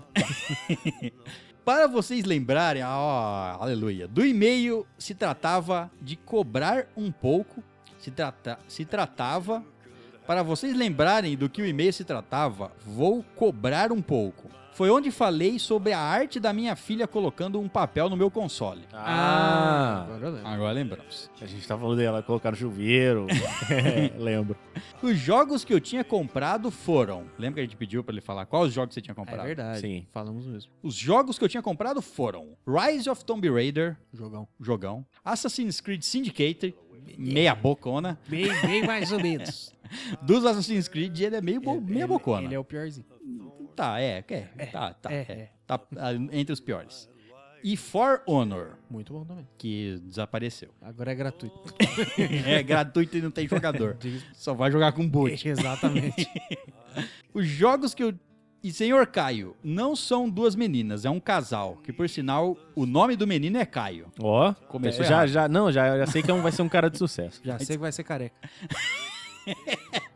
Speaker 3: Para vocês lembrarem, ó, aleluia, do e-mail se tratava de cobrar um pouco, se, trata, se tratava, para vocês lembrarem do que o e-mail se tratava, vou cobrar um pouco. Foi onde falei sobre a arte da minha filha colocando um papel no meu console.
Speaker 2: Ah, agora eu lembro.
Speaker 3: Agora lembramos.
Speaker 1: A gente tá falando dela colocar no chuveiro. É, lembro.
Speaker 3: Os jogos que eu tinha comprado foram. Lembra que a gente pediu para ele falar quais jogos você tinha
Speaker 2: É
Speaker 3: comprado?
Speaker 2: verdade.
Speaker 1: Sim.
Speaker 2: Falamos mesmo.
Speaker 3: Os jogos que eu tinha comprado foram Rise of Tomb Raider,
Speaker 2: Jogão.
Speaker 3: jogão. Assassin's Creed Syndicate, meia bocona.
Speaker 2: Bem, bem mais ou menos.
Speaker 3: Dos Assassin's Creed, ele é meio, bo meia bocona.
Speaker 2: Ele é o piorzinho.
Speaker 3: Tá, é, é, tá, tá,
Speaker 2: é,
Speaker 3: é.
Speaker 2: é.
Speaker 3: Tá ah, entre os piores. E For Honor,
Speaker 2: Muito bom também.
Speaker 3: que desapareceu.
Speaker 2: Agora é gratuito.
Speaker 3: É gratuito e não tem jogador.
Speaker 2: Diga-
Speaker 3: Só vai jogar com boot.
Speaker 2: Exatamente. É.
Speaker 3: Os jogos que eu... E Senhor Caio, não são duas meninas, é um casal. Que, por sinal, o nome do menino é Caio.
Speaker 1: Ó,
Speaker 3: Começou
Speaker 1: já,
Speaker 3: errado.
Speaker 1: já, não, já, já sei que é um- vai ser um cara de sucesso.
Speaker 2: Já sei que vai ser careca.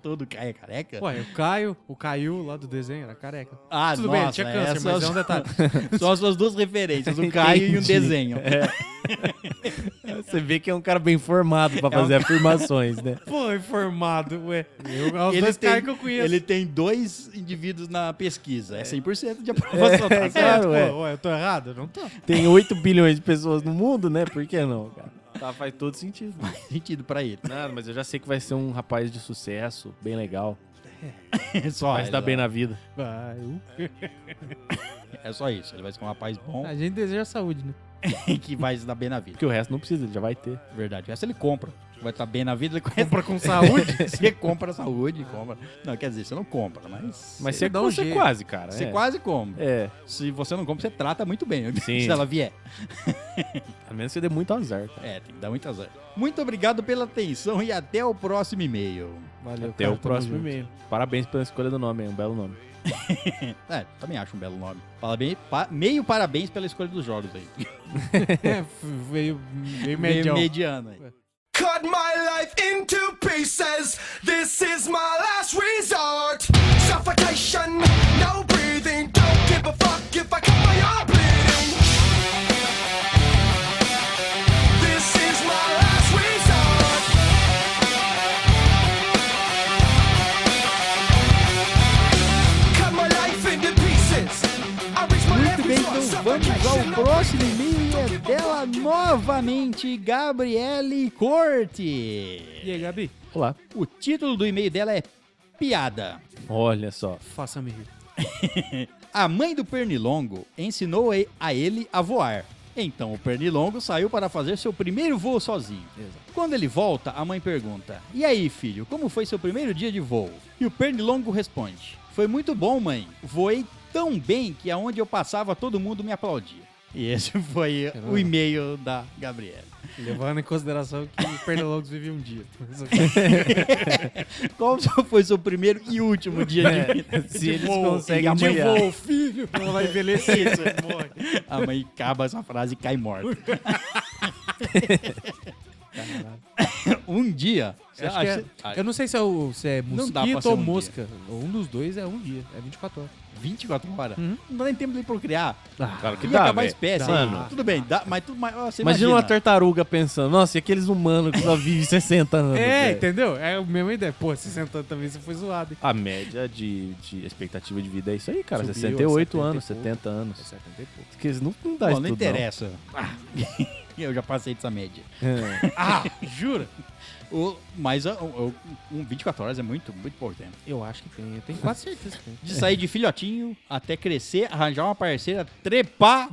Speaker 3: Todo Caio é careca?
Speaker 2: Ué, o Caio, o Caio lá do desenho era careca.
Speaker 3: Ah,
Speaker 2: Tudo
Speaker 3: nossa,
Speaker 2: bem, tinha câncer,
Speaker 3: essas-
Speaker 2: mas é um detalhe. É.
Speaker 3: São as suas duas referências, o Caio e um
Speaker 1: Entendi.
Speaker 3: desenho.
Speaker 1: Você vê que é um cara bem formado pra fazer afirmações, né?
Speaker 2: Pô, informado, ué. Eu, é os
Speaker 3: Ele
Speaker 2: dois
Speaker 3: tem-
Speaker 2: caras que eu conheço.
Speaker 3: Ele tem dois indivíduos na pesquisa. É 100% de aprovação. tá
Speaker 1: É,
Speaker 2: É,
Speaker 3: certo?
Speaker 1: claro,
Speaker 2: pô,
Speaker 1: ué.
Speaker 2: ué, eu tô errado? Não tô.
Speaker 1: Tem 8 bilhões de pessoas no mundo, né? Por que não, cara? Tá, faz todo sentido.
Speaker 3: Faz sentido pra ele.
Speaker 1: Nada, mas eu já sei que vai ser um rapaz de sucesso, bem legal.
Speaker 3: Só,
Speaker 1: Vai se dar
Speaker 3: ele-
Speaker 1: bem na vida.
Speaker 2: Vai, uh.
Speaker 3: É só isso. Ele vai ser um rapaz bom
Speaker 2: A gente deseja saúde, né?
Speaker 3: que vai se dar bem na vida.
Speaker 1: Porque o resto não precisa, ele já vai ter.
Speaker 3: Verdade. Essa ele compra. Vai estar bem na vida, ele conhece.
Speaker 2: Compra com saúde.
Speaker 3: Você compra a saúde, compra. Não, quer dizer, você não compra, mas.
Speaker 1: Mas
Speaker 2: Você
Speaker 1: você, é
Speaker 2: dá um
Speaker 1: você
Speaker 2: jeito.
Speaker 1: quase, cara.
Speaker 3: Você
Speaker 1: é.
Speaker 3: quase compra.
Speaker 1: É,
Speaker 3: Se você não compra, você trata muito bem.
Speaker 1: Sim.
Speaker 3: Se ela vier.
Speaker 1: a menos que você dê muito azar, cara.
Speaker 3: É, tem que dar muito azar. Muito obrigado pela atenção e até o próximo e-mail.
Speaker 2: Valeu,
Speaker 1: Até
Speaker 2: cara, tamo
Speaker 1: o próximo
Speaker 2: junto.
Speaker 1: e-mail. Parabéns pela escolha do nome, é um belo nome.
Speaker 3: É, também acho um belo nome. Parabéns, pa- meio parabéns pela escolha dos jogos aí.
Speaker 2: É, f- veio, veio
Speaker 3: Meio
Speaker 2: medião.
Speaker 3: mediano aí.
Speaker 4: Cut my life into pieces. This is my last resort. Suffocation, no breathing. Don't give a fuck if I cut my arm bleeding. This is my last resort. Cut my life into pieces.
Speaker 2: então,
Speaker 3: então é novamente Gabriele Corte.
Speaker 2: E aí, Gabi?
Speaker 1: Olá.
Speaker 3: O título do e-mail dela é Piada.
Speaker 1: Olha só.
Speaker 2: Faça-me rir.
Speaker 3: A mãe do Pernilongo ensinou e- a ele a voar. Então o Pernilongo saiu para fazer seu primeiro voo sozinho. Quando ele volta, a mãe pergunta: E aí, filho, como foi seu primeiro dia de voo? E o Pernilongo responde: Foi muito bom, mãe. Voei tão bem que aonde eu passava todo mundo me aplaudia. E esse foi o e-mail da Gabriela.
Speaker 2: Levando em consideração que o Pernalongos vive um dia.
Speaker 3: Qual foi seu primeiro e último dia de vida?
Speaker 1: Se É. eles
Speaker 3: voo,
Speaker 1: conseguem
Speaker 3: de
Speaker 1: adivinhar.
Speaker 3: voo, filho.
Speaker 2: Ela vai envelhecer, isso aí morre.
Speaker 3: A mãe acaba essa frase e cai morta. um dia. Você
Speaker 2: Acho que
Speaker 3: acha-
Speaker 2: é- eu não sei se é, o, se é
Speaker 3: Não dá pra
Speaker 2: mosquito
Speaker 3: ser
Speaker 2: ou
Speaker 3: um dia.
Speaker 2: mosca. Um dos dois é um dia. É 24 horas.
Speaker 3: 24 horas? Não dá nem tempo de procriar.
Speaker 1: Claro É que
Speaker 3: Ia
Speaker 1: dá,
Speaker 3: acabar a
Speaker 1: velho.
Speaker 3: espécie. hein?
Speaker 1: Mano.
Speaker 3: Tudo bem, dá, mas tudo mais. Imagina,
Speaker 1: Imagina uma tartaruga pensando, nossa, e aqueles humanos que só vivem 60 anos.
Speaker 2: É,
Speaker 1: velho?
Speaker 2: entendeu? É a mesma ideia. Pô, 60 anos também você foi zoado. hein?
Speaker 1: A média de, de expectativa de vida é isso aí, cara.
Speaker 2: Subiu,
Speaker 1: 68
Speaker 2: 70 e
Speaker 1: anos,
Speaker 2: pouco.
Speaker 1: 70 anos.
Speaker 2: É 70 e pouco.
Speaker 1: Porque eles não, não dá
Speaker 3: Bom,
Speaker 1: isso
Speaker 3: não
Speaker 1: tudo,
Speaker 3: interessa. Ah, eu já passei dessa média.
Speaker 1: É.
Speaker 2: Ah, jura?
Speaker 3: O- mas ah, o- o- um 24 horas é muito, muito pouco tempo.
Speaker 2: Eu acho que tem. Eu tenho quase certeza que tem.
Speaker 3: De sair de filhotinho até crescer, arranjar uma parceira, trepar.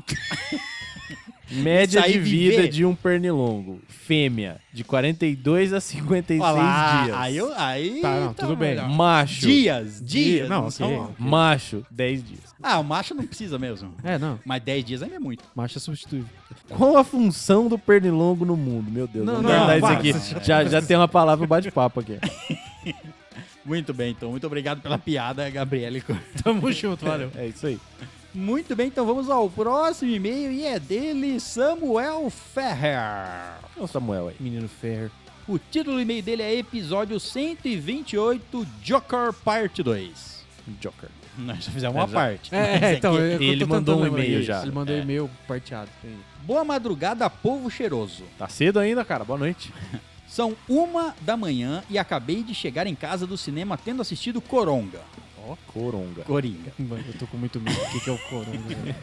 Speaker 1: Média
Speaker 3: Sair
Speaker 1: de vida
Speaker 3: viver.
Speaker 1: de um pernilongo, fêmea, de 42 a 56
Speaker 3: Olha lá,
Speaker 1: dias.
Speaker 3: Aí, eu- aí
Speaker 2: Tá, não, tudo bem.
Speaker 1: Macho,
Speaker 3: Dias, dias.
Speaker 2: Não,
Speaker 3: são-
Speaker 2: ok.
Speaker 1: macho, 10 dias.
Speaker 3: Ah, o macho não precisa mesmo.
Speaker 2: É, não.
Speaker 3: Mas 10 dias ainda é muito.
Speaker 2: Marcha substitui.
Speaker 1: Qual a função do pernilongo no mundo? Meu Deus,
Speaker 2: Não,
Speaker 1: vamos
Speaker 2: não,
Speaker 1: guardar
Speaker 3: não,
Speaker 1: isso aqui. Já, já tem uma palavra bate-papo aqui.
Speaker 3: Muito bem, então. Muito obrigado pela piada, Gabriele.
Speaker 2: Tamo junto, valeu.
Speaker 1: É isso aí.
Speaker 3: Muito bem, então vamos ao próximo e-mail e é dele, Samuel Ferrer.
Speaker 1: Olha o Samuel aí.
Speaker 2: Menino Ferro.
Speaker 3: O título do e-mail dele é Episódio 128, Joker Parte 2.
Speaker 1: Joker.
Speaker 3: Nós já fizemos uma
Speaker 1: Já.
Speaker 3: parte. Mas
Speaker 2: É,
Speaker 3: aqui-
Speaker 2: então, eu- eu tô
Speaker 1: ele
Speaker 2: tentando
Speaker 1: mandou um
Speaker 2: lembrar
Speaker 1: e-mail
Speaker 2: disso.
Speaker 1: já.
Speaker 2: Ele mandou um
Speaker 3: É.
Speaker 2: e-mail parteado. Tem.
Speaker 3: Boa madrugada, povo cheiroso.
Speaker 1: Tá cedo ainda, cara. Boa noite.
Speaker 3: São uma da manhã e acabei de chegar em casa do cinema tendo assistido Coronga.
Speaker 1: Coronga.
Speaker 3: Coringa.
Speaker 2: Mano, eu tô com muito medo. O que, que é o coronga? velho?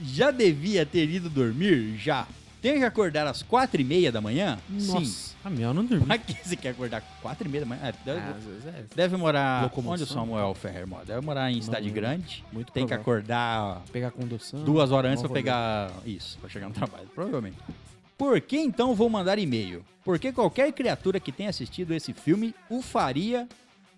Speaker 3: Já devia ter ido dormir? Já. Tem que acordar às quatro e meia da manhã? Sim.
Speaker 2: Nossa, a Mel não dormiu.
Speaker 3: Pra que você quer acordar quatro e meia da manhã? É, deve,
Speaker 2: Ah, às vezes é.
Speaker 3: deve morar...
Speaker 2: Locomoção.
Speaker 3: Onde o Samuel Ferrer mora? Deve morar em cidade
Speaker 2: lembro.
Speaker 3: grande.
Speaker 2: Muito
Speaker 3: Tem que
Speaker 2: provável.
Speaker 3: acordar
Speaker 2: Pegar condução.
Speaker 3: duas horas antes
Speaker 2: Bom
Speaker 3: pra pegar... Isso, pra chegar no trabalho. Provavelmente. Por que então vou mandar e-mail? Porque qualquer criatura que tenha assistido esse filme o faria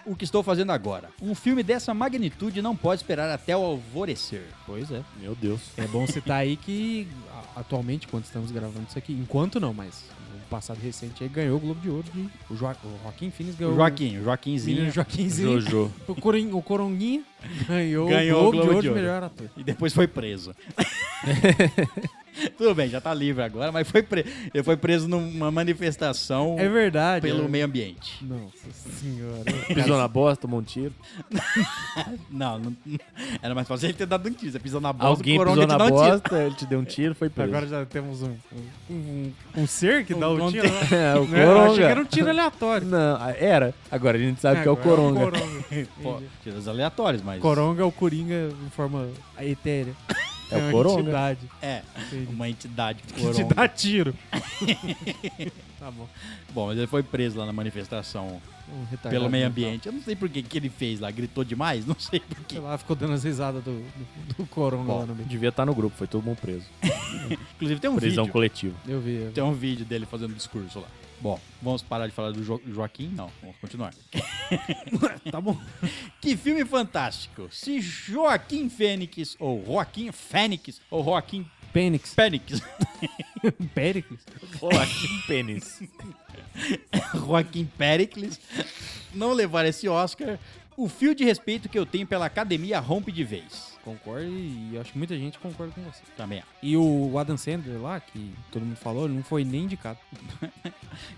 Speaker 3: o que estou fazendo agora. Um filme dessa magnitude não pode esperar até o alvorecer.
Speaker 2: Pois é.
Speaker 1: Meu Deus.
Speaker 2: É bom citar aí que a- atualmente, quando estamos gravando isso aqui, enquanto não, mas no passado recente aí ganhou o Globo de Ouro de. O, Jo- o Joaquim Phoenix ganhou. o-
Speaker 3: Joaquim,
Speaker 2: o
Speaker 3: Joaquinzinho.
Speaker 2: menino Joaquinzinho.
Speaker 1: Jojo.
Speaker 2: O, Corin- o Coronguinho ganhou,
Speaker 3: Ganhou
Speaker 2: o Globo, de Ouro de melhor ator.
Speaker 3: E depois foi preso. Tudo bem, já tá livre agora, mas foi preso. Ele foi preso numa
Speaker 1: Tipo,
Speaker 3: manifestação
Speaker 2: É verdade.
Speaker 3: pelo
Speaker 2: é-
Speaker 3: meio ambiente.
Speaker 2: Nossa senhora.
Speaker 1: Pisou na bosta, tomou um tiro.
Speaker 3: Não, não- era mais fácil ele ter dado um tiro. Você pisou na bosta,
Speaker 1: Alguém
Speaker 3: o coronga
Speaker 1: pisou
Speaker 3: te
Speaker 1: na
Speaker 3: dá um tiro.
Speaker 1: bosta, ele te deu um tiro, foi preso.
Speaker 2: Agora já temos um, um, um- um ser que dá o
Speaker 3: Um
Speaker 2: tiro. né?
Speaker 1: É, o
Speaker 2: Eu achei que
Speaker 1: Coronga.
Speaker 2: era um tiro aleatório.
Speaker 1: Não, a- era. Agora a gente sabe que é o
Speaker 2: Agora um
Speaker 1: Coronga.
Speaker 3: Pô,
Speaker 2: Entendi.
Speaker 3: tiros aleatórios, mas.
Speaker 2: Coronga é o Coringa em forma etérea.
Speaker 1: É o
Speaker 2: uma
Speaker 1: Coronga.
Speaker 2: entidade.
Speaker 3: É,
Speaker 2: Entendi.
Speaker 3: uma entidade
Speaker 2: Que te
Speaker 3: coronga.
Speaker 2: dá tiro. tá bom.
Speaker 3: Bom, mas ele foi preso lá na manifestação
Speaker 2: Um retardado
Speaker 3: pelo meio
Speaker 2: mental.
Speaker 3: ambiente. Eu não sei por que que ele fez lá, gritou demais, não sei por
Speaker 2: Sei
Speaker 3: quê.
Speaker 2: lá, ficou dando as risadas do, do, do Coronga
Speaker 1: Bom,
Speaker 2: lá no meio.
Speaker 1: devia estar no grupo, foi todo mundo preso.
Speaker 3: Inclusive tem um
Speaker 1: Prisão
Speaker 3: vídeo.
Speaker 1: coletiva.
Speaker 2: Eu vi. eu vi.
Speaker 3: Tem um vídeo dele fazendo discurso lá. Bom, vamos parar de falar do Jo- Joaquim? Não, vamos continuar. tá bom. Que filme fantástico. Se Joaquim Fênix, ou Joaquim Fênix, ou Joaquim
Speaker 2: Pênix.
Speaker 3: Fênix,
Speaker 2: Péricles?
Speaker 1: Joaquim Pênis.
Speaker 3: Joaquim Pericles, não levar esse Oscar, o fio de respeito que eu tenho pela academia rompe de vez.
Speaker 2: Concordo e eu acho que muita gente concorda com você.
Speaker 3: Também.
Speaker 2: E o Adam Sandler lá, que todo mundo falou, ele não foi nem indicado.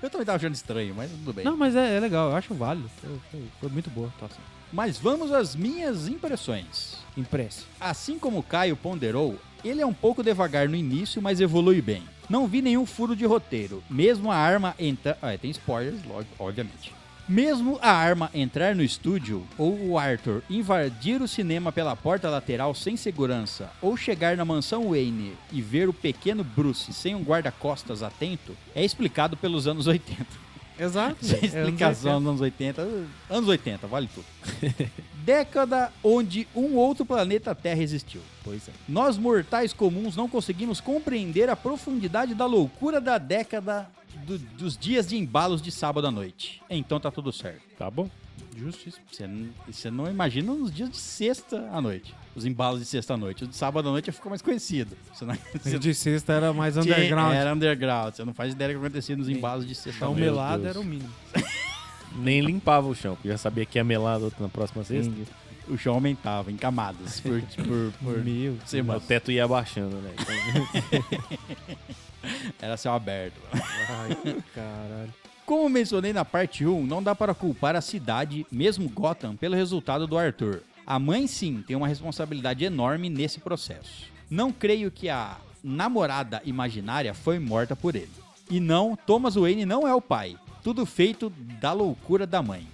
Speaker 3: Eu também tava achando estranho, mas tudo bem.
Speaker 2: Não, mas é, é legal, eu acho válido. Foi, foi- foi muito boa a atuação.
Speaker 3: Mas vamos às minhas impressões.
Speaker 2: Impresso.
Speaker 3: Assim como o Caio ponderou, ele é um pouco devagar no início, mas evolui bem. Não vi nenhum furo de roteiro, mesmo a arma entra... Ah, tem spoilers, lógico, obviamente. Mesmo a arma entrar no estúdio, ou o Arthur invadir o cinema pela porta lateral sem segurança, ou chegar na mansão Wayne e ver o pequeno Bruce sem um guarda-costas atento, é explicado pelos anos 80.
Speaker 2: Exato.
Speaker 3: Sem
Speaker 2: velho. É anos
Speaker 3: explicação
Speaker 2: 80.
Speaker 3: nos anos 80. Anos 80, vale tudo. Década onde um outro planeta Terra existiu.
Speaker 2: Pois é.
Speaker 3: Nós mortais comuns não conseguimos compreender a profundidade da loucura da década do- dos dias de embalos de sábado à noite. Então tá tudo certo.
Speaker 1: Tá bom.
Speaker 2: Justiça.
Speaker 3: Você n- Você não imagina os dias de sexta à noite. Os embalos de sexta à noite. Os de sábado à noite ficou mais conhecido. Você não, você
Speaker 2: De sexta era mais
Speaker 3: não tinha-
Speaker 2: underground.
Speaker 3: Era underground. Você não faz ideia do que acontecia nos embalos de sexta à
Speaker 2: Então,
Speaker 3: noite.
Speaker 2: melado
Speaker 1: Deus.
Speaker 2: era o mínimo.
Speaker 1: Nem limpava o chão, porque já sabia que ia melar na próxima sexta.
Speaker 3: O chão aumentava em camadas por, por, por
Speaker 2: Meu.
Speaker 1: O
Speaker 3: semana.
Speaker 1: teto ia abaixando, né? Então,
Speaker 3: Era céu aberto.
Speaker 2: Ai, caralho.
Speaker 3: Como mencionei na parte 1, não dá para culpar a cidade, mesmo Gotham, pelo resultado do Arthur. A mãe, sim, tem uma responsabilidade enorme nesse processo. Não creio que a namorada imaginária foi morta por ele. E não, Thomas Wayne não é o pai. Tudo feito da loucura da mãe.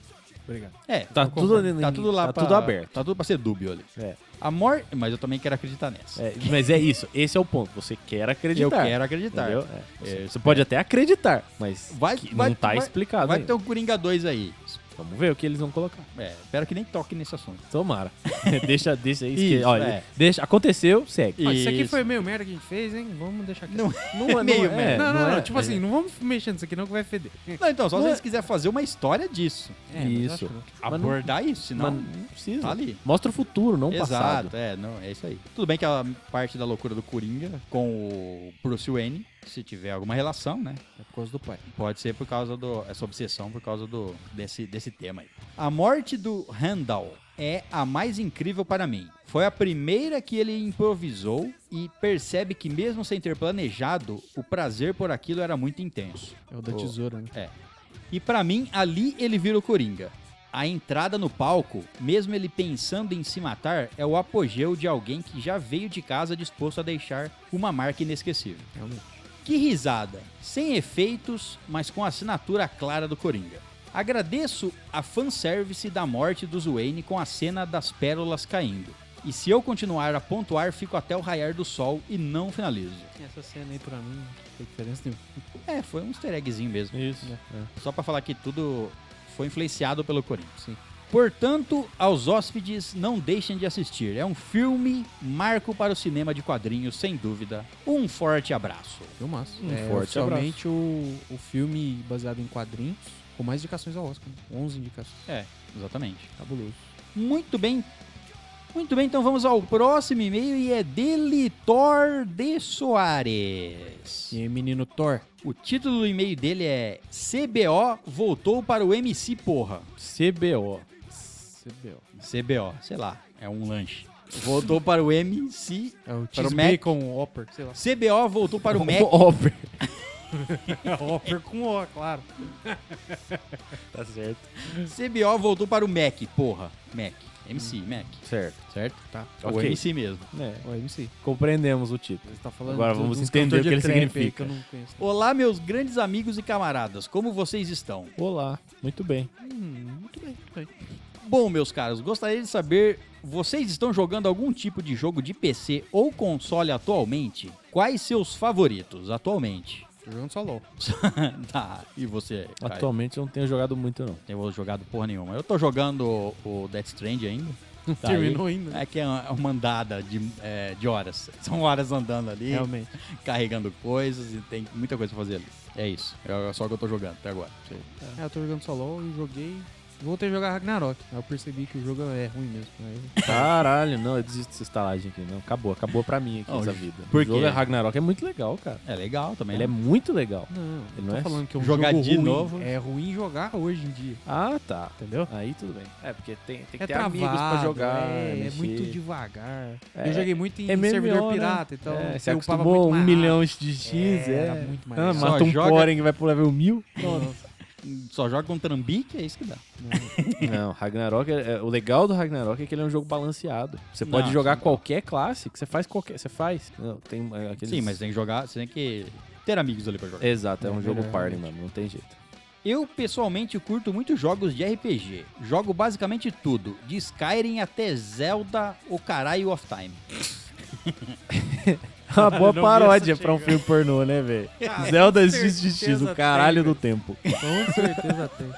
Speaker 2: Obrigado.
Speaker 3: É,
Speaker 1: Tá
Speaker 3: eu
Speaker 1: tudo
Speaker 3: concordo.
Speaker 1: ali,
Speaker 3: tá tudo lá
Speaker 1: tá
Speaker 3: pra-
Speaker 1: tudo aberto.
Speaker 3: Tá tudo pra ser dúbio ali.
Speaker 1: é.
Speaker 3: A morte, mas eu também quero acreditar nessa.
Speaker 1: É, mas é isso, esse é o ponto. Você quer acreditar.
Speaker 3: eu quero acreditar.
Speaker 1: entendeu? É, você,
Speaker 3: É,
Speaker 1: você pode até acreditar, mas
Speaker 3: Vai,
Speaker 1: que
Speaker 3: vai,
Speaker 1: não tá
Speaker 3: vai-
Speaker 1: explicado.
Speaker 3: Vai
Speaker 1: ainda.
Speaker 3: ter um Coringa 2 aí.
Speaker 1: Vamos ver o que eles vão colocar.
Speaker 3: É, espero que nem toque nesse assunto.
Speaker 1: Tomara. deixa, deixa isso.
Speaker 3: Isso,
Speaker 1: que, olha,
Speaker 3: é.
Speaker 1: deixa, aconteceu, segue.
Speaker 3: E-
Speaker 2: Ah, isso aqui
Speaker 3: Isso.
Speaker 2: foi meio merda que a gente fez, hein? Vamos deixar aqui.
Speaker 3: Não,
Speaker 1: Não é- não
Speaker 3: meio
Speaker 1: é,
Speaker 3: merda.
Speaker 2: não, não, não,
Speaker 1: é.
Speaker 2: tipo assim, não vamos mexer nisso aqui não que vai feder.
Speaker 3: Não, então, só
Speaker 1: Não
Speaker 3: se
Speaker 1: é-
Speaker 3: eles quiserem fazer uma história disso.
Speaker 2: É, mas
Speaker 1: isso.
Speaker 2: acho que não.
Speaker 1: Mas não-
Speaker 3: Abordar isso, senão.
Speaker 1: mas não precisa.
Speaker 3: tá ali.
Speaker 1: Mostra o futuro, não o
Speaker 3: Exato,
Speaker 1: passado.
Speaker 3: é, não, é isso aí. Tudo bem que a parte da loucura do Coringa com o Bruce Wayne, se tiver alguma relação, né?
Speaker 2: É por causa do pai.
Speaker 3: Pode ser por causa do. essa obsessão por causa do, desse, desse tema aí. A morte do Randall é a mais incrível para mim. Foi a primeira que ele improvisou e percebe que, mesmo sem ter planejado, o prazer por aquilo era muito intenso.
Speaker 2: É o da
Speaker 3: Oh.
Speaker 2: tesoura, né?
Speaker 3: É. E pra mim, ali ele vira o Coringa. A entrada no palco, mesmo ele pensando em se matar, é o apogeu de alguém que já veio de casa disposto a deixar uma marca inesquecível.
Speaker 2: Realmente.
Speaker 3: Que risada! Sem efeitos, mas com a assinatura clara do Coringa. Agradeço a fanservice da morte do Wayne com a cena das pérolas caindo. E se eu continuar a pontuar, fico até o raiar do sol e não finalizo.
Speaker 2: Essa cena aí pra mim não tem diferença nenhuma.
Speaker 3: É, foi um easter eggzinho mesmo.
Speaker 1: Isso.
Speaker 3: Só pra falar que tudo foi influenciado pelo Corinthians.
Speaker 2: Sim.
Speaker 3: Portanto, aos hóspedes, não deixem de assistir. É um filme marco para o cinema de quadrinhos, sem dúvida. Um forte abraço.
Speaker 2: Filmaço.
Speaker 1: Um
Speaker 2: é
Speaker 1: forte
Speaker 2: oficialmente o, o filme baseado em quadrinhos com mais indicações ao Oscar. Né? 11 indicações.
Speaker 3: É, exatamente.
Speaker 2: Cabuloso.
Speaker 3: Muito bem. Muito bem, então vamos ao próximo e-mail e é dele Thor de Soares.
Speaker 2: E aí, menino Thor.
Speaker 3: O título do e-mail dele é CBO voltou para o MC porra.
Speaker 1: CBO.
Speaker 2: CBO.
Speaker 3: CBO, sei lá, é um lanche. Voltou para o MC
Speaker 2: É o
Speaker 3: Para o
Speaker 2: Cheese
Speaker 3: Mac.
Speaker 2: Bacon Hopper, sei lá.
Speaker 3: CBO voltou para o Mac.
Speaker 1: Over.
Speaker 2: É Hopper com O, claro.
Speaker 1: Tá certo.
Speaker 3: CBO voltou para o Mac, porra. Mac. MC, Mac.
Speaker 1: Certo.
Speaker 3: Certo?
Speaker 2: Tá.
Speaker 3: O
Speaker 1: Ok.
Speaker 3: MC mesmo.
Speaker 1: É,
Speaker 2: O MC.
Speaker 1: compreendemos o título.
Speaker 2: Você tá falando
Speaker 1: Agora
Speaker 2: de-
Speaker 1: vamos
Speaker 2: de uns
Speaker 1: entender
Speaker 2: cantor
Speaker 1: o que
Speaker 2: de
Speaker 1: ele
Speaker 2: trap aí
Speaker 1: significa.
Speaker 2: que eu não conheço.
Speaker 3: Olá, meus grandes amigos e camaradas. Como vocês estão?
Speaker 1: Olá, muito bem.
Speaker 2: Hum, muito bem, muito bem.
Speaker 3: Bom, meus caros, gostaria de saber, vocês estão jogando algum tipo de jogo de PC ou console atualmente? Quais seus favoritos atualmente?
Speaker 2: Tô jogando só LOL.
Speaker 3: tá, e você? Caio?
Speaker 1: Atualmente eu não tenho jogado muito, não.
Speaker 3: Eu vou jogado porra nenhuma. Eu tô jogando o o Death Strand ainda.
Speaker 1: Tá
Speaker 2: Terminou ainda. né?
Speaker 3: É que é uma é uma andada de, é, de horas. São horas andando ali.
Speaker 2: É, Realmente.
Speaker 3: carregando coisas e tem muita coisa pra fazer ali. É isso. É só o que eu tô jogando até agora.
Speaker 2: É, eu tô jogando só LOL e joguei. Voltei a jogar Ragnarok. Aí eu percebi que o jogo é ruim mesmo. Aí
Speaker 1: aí. Caralho, não, eu desisto dessa estalagem aqui. Não, acabou, acabou pra mim aqui
Speaker 3: Oh,
Speaker 1: essa vida.
Speaker 3: por
Speaker 1: o jogo
Speaker 3: quê?
Speaker 1: é Ragnarok é muito legal, cara.
Speaker 3: É legal também.
Speaker 1: Ele é muito legal.
Speaker 2: Não, não
Speaker 1: Ele não
Speaker 2: tô
Speaker 1: é
Speaker 2: falando que é um
Speaker 3: jogar
Speaker 2: jogo
Speaker 3: de
Speaker 2: ruim.
Speaker 3: novo.
Speaker 2: É ruim jogar hoje em dia,
Speaker 1: Ah, tá.
Speaker 2: entendeu?
Speaker 1: Aí tudo bem. É, porque tem, tem que
Speaker 2: É
Speaker 1: ter
Speaker 2: travado,
Speaker 1: amigos pra jogar.
Speaker 2: é, é
Speaker 1: mexer.
Speaker 2: muito devagar.
Speaker 1: É,
Speaker 2: eu joguei muito em
Speaker 1: é MMO,
Speaker 2: servidor
Speaker 1: né?
Speaker 2: pirata, então
Speaker 1: É,
Speaker 2: eu
Speaker 1: você
Speaker 2: upava
Speaker 1: acostumou
Speaker 2: muito
Speaker 1: um
Speaker 2: mais
Speaker 1: milhão de X,
Speaker 2: É,
Speaker 1: é.
Speaker 2: era muito mais
Speaker 1: ah,
Speaker 2: legal.
Speaker 1: mata
Speaker 3: Só
Speaker 1: um
Speaker 3: joga-
Speaker 1: Poren que vai pro level mil.
Speaker 3: Hum, Só joga com trambique, é isso que dá.
Speaker 1: Não, Ragnarok, é- é- o legal do Ragnarok é que ele é um jogo balanceado. Você
Speaker 3: Não,
Speaker 1: pode jogar
Speaker 3: sim.
Speaker 1: qualquer classe, que você faz qualquer, você faz. Não, tem é, aqueles...
Speaker 3: Sim, mas tem que jogar, você tem que ter amigos ali pra jogar.
Speaker 1: Exato, é, um
Speaker 2: É,
Speaker 1: jogo
Speaker 2: melhor,
Speaker 1: party,
Speaker 2: realmente.
Speaker 1: mano, não tem jeito.
Speaker 3: Eu, pessoalmente, curto muito jogos de RPG. Jogo basicamente tudo, de Skyrim até Zelda, o caralho of time.
Speaker 1: Uma boa
Speaker 5: não vi
Speaker 1: paródia
Speaker 5: essa
Speaker 1: pra um filme pornô, né, velho? Zelda XXX,
Speaker 2: Ah, certeza
Speaker 1: o caralho
Speaker 2: tem,
Speaker 1: do tempo.
Speaker 2: Com certeza tem.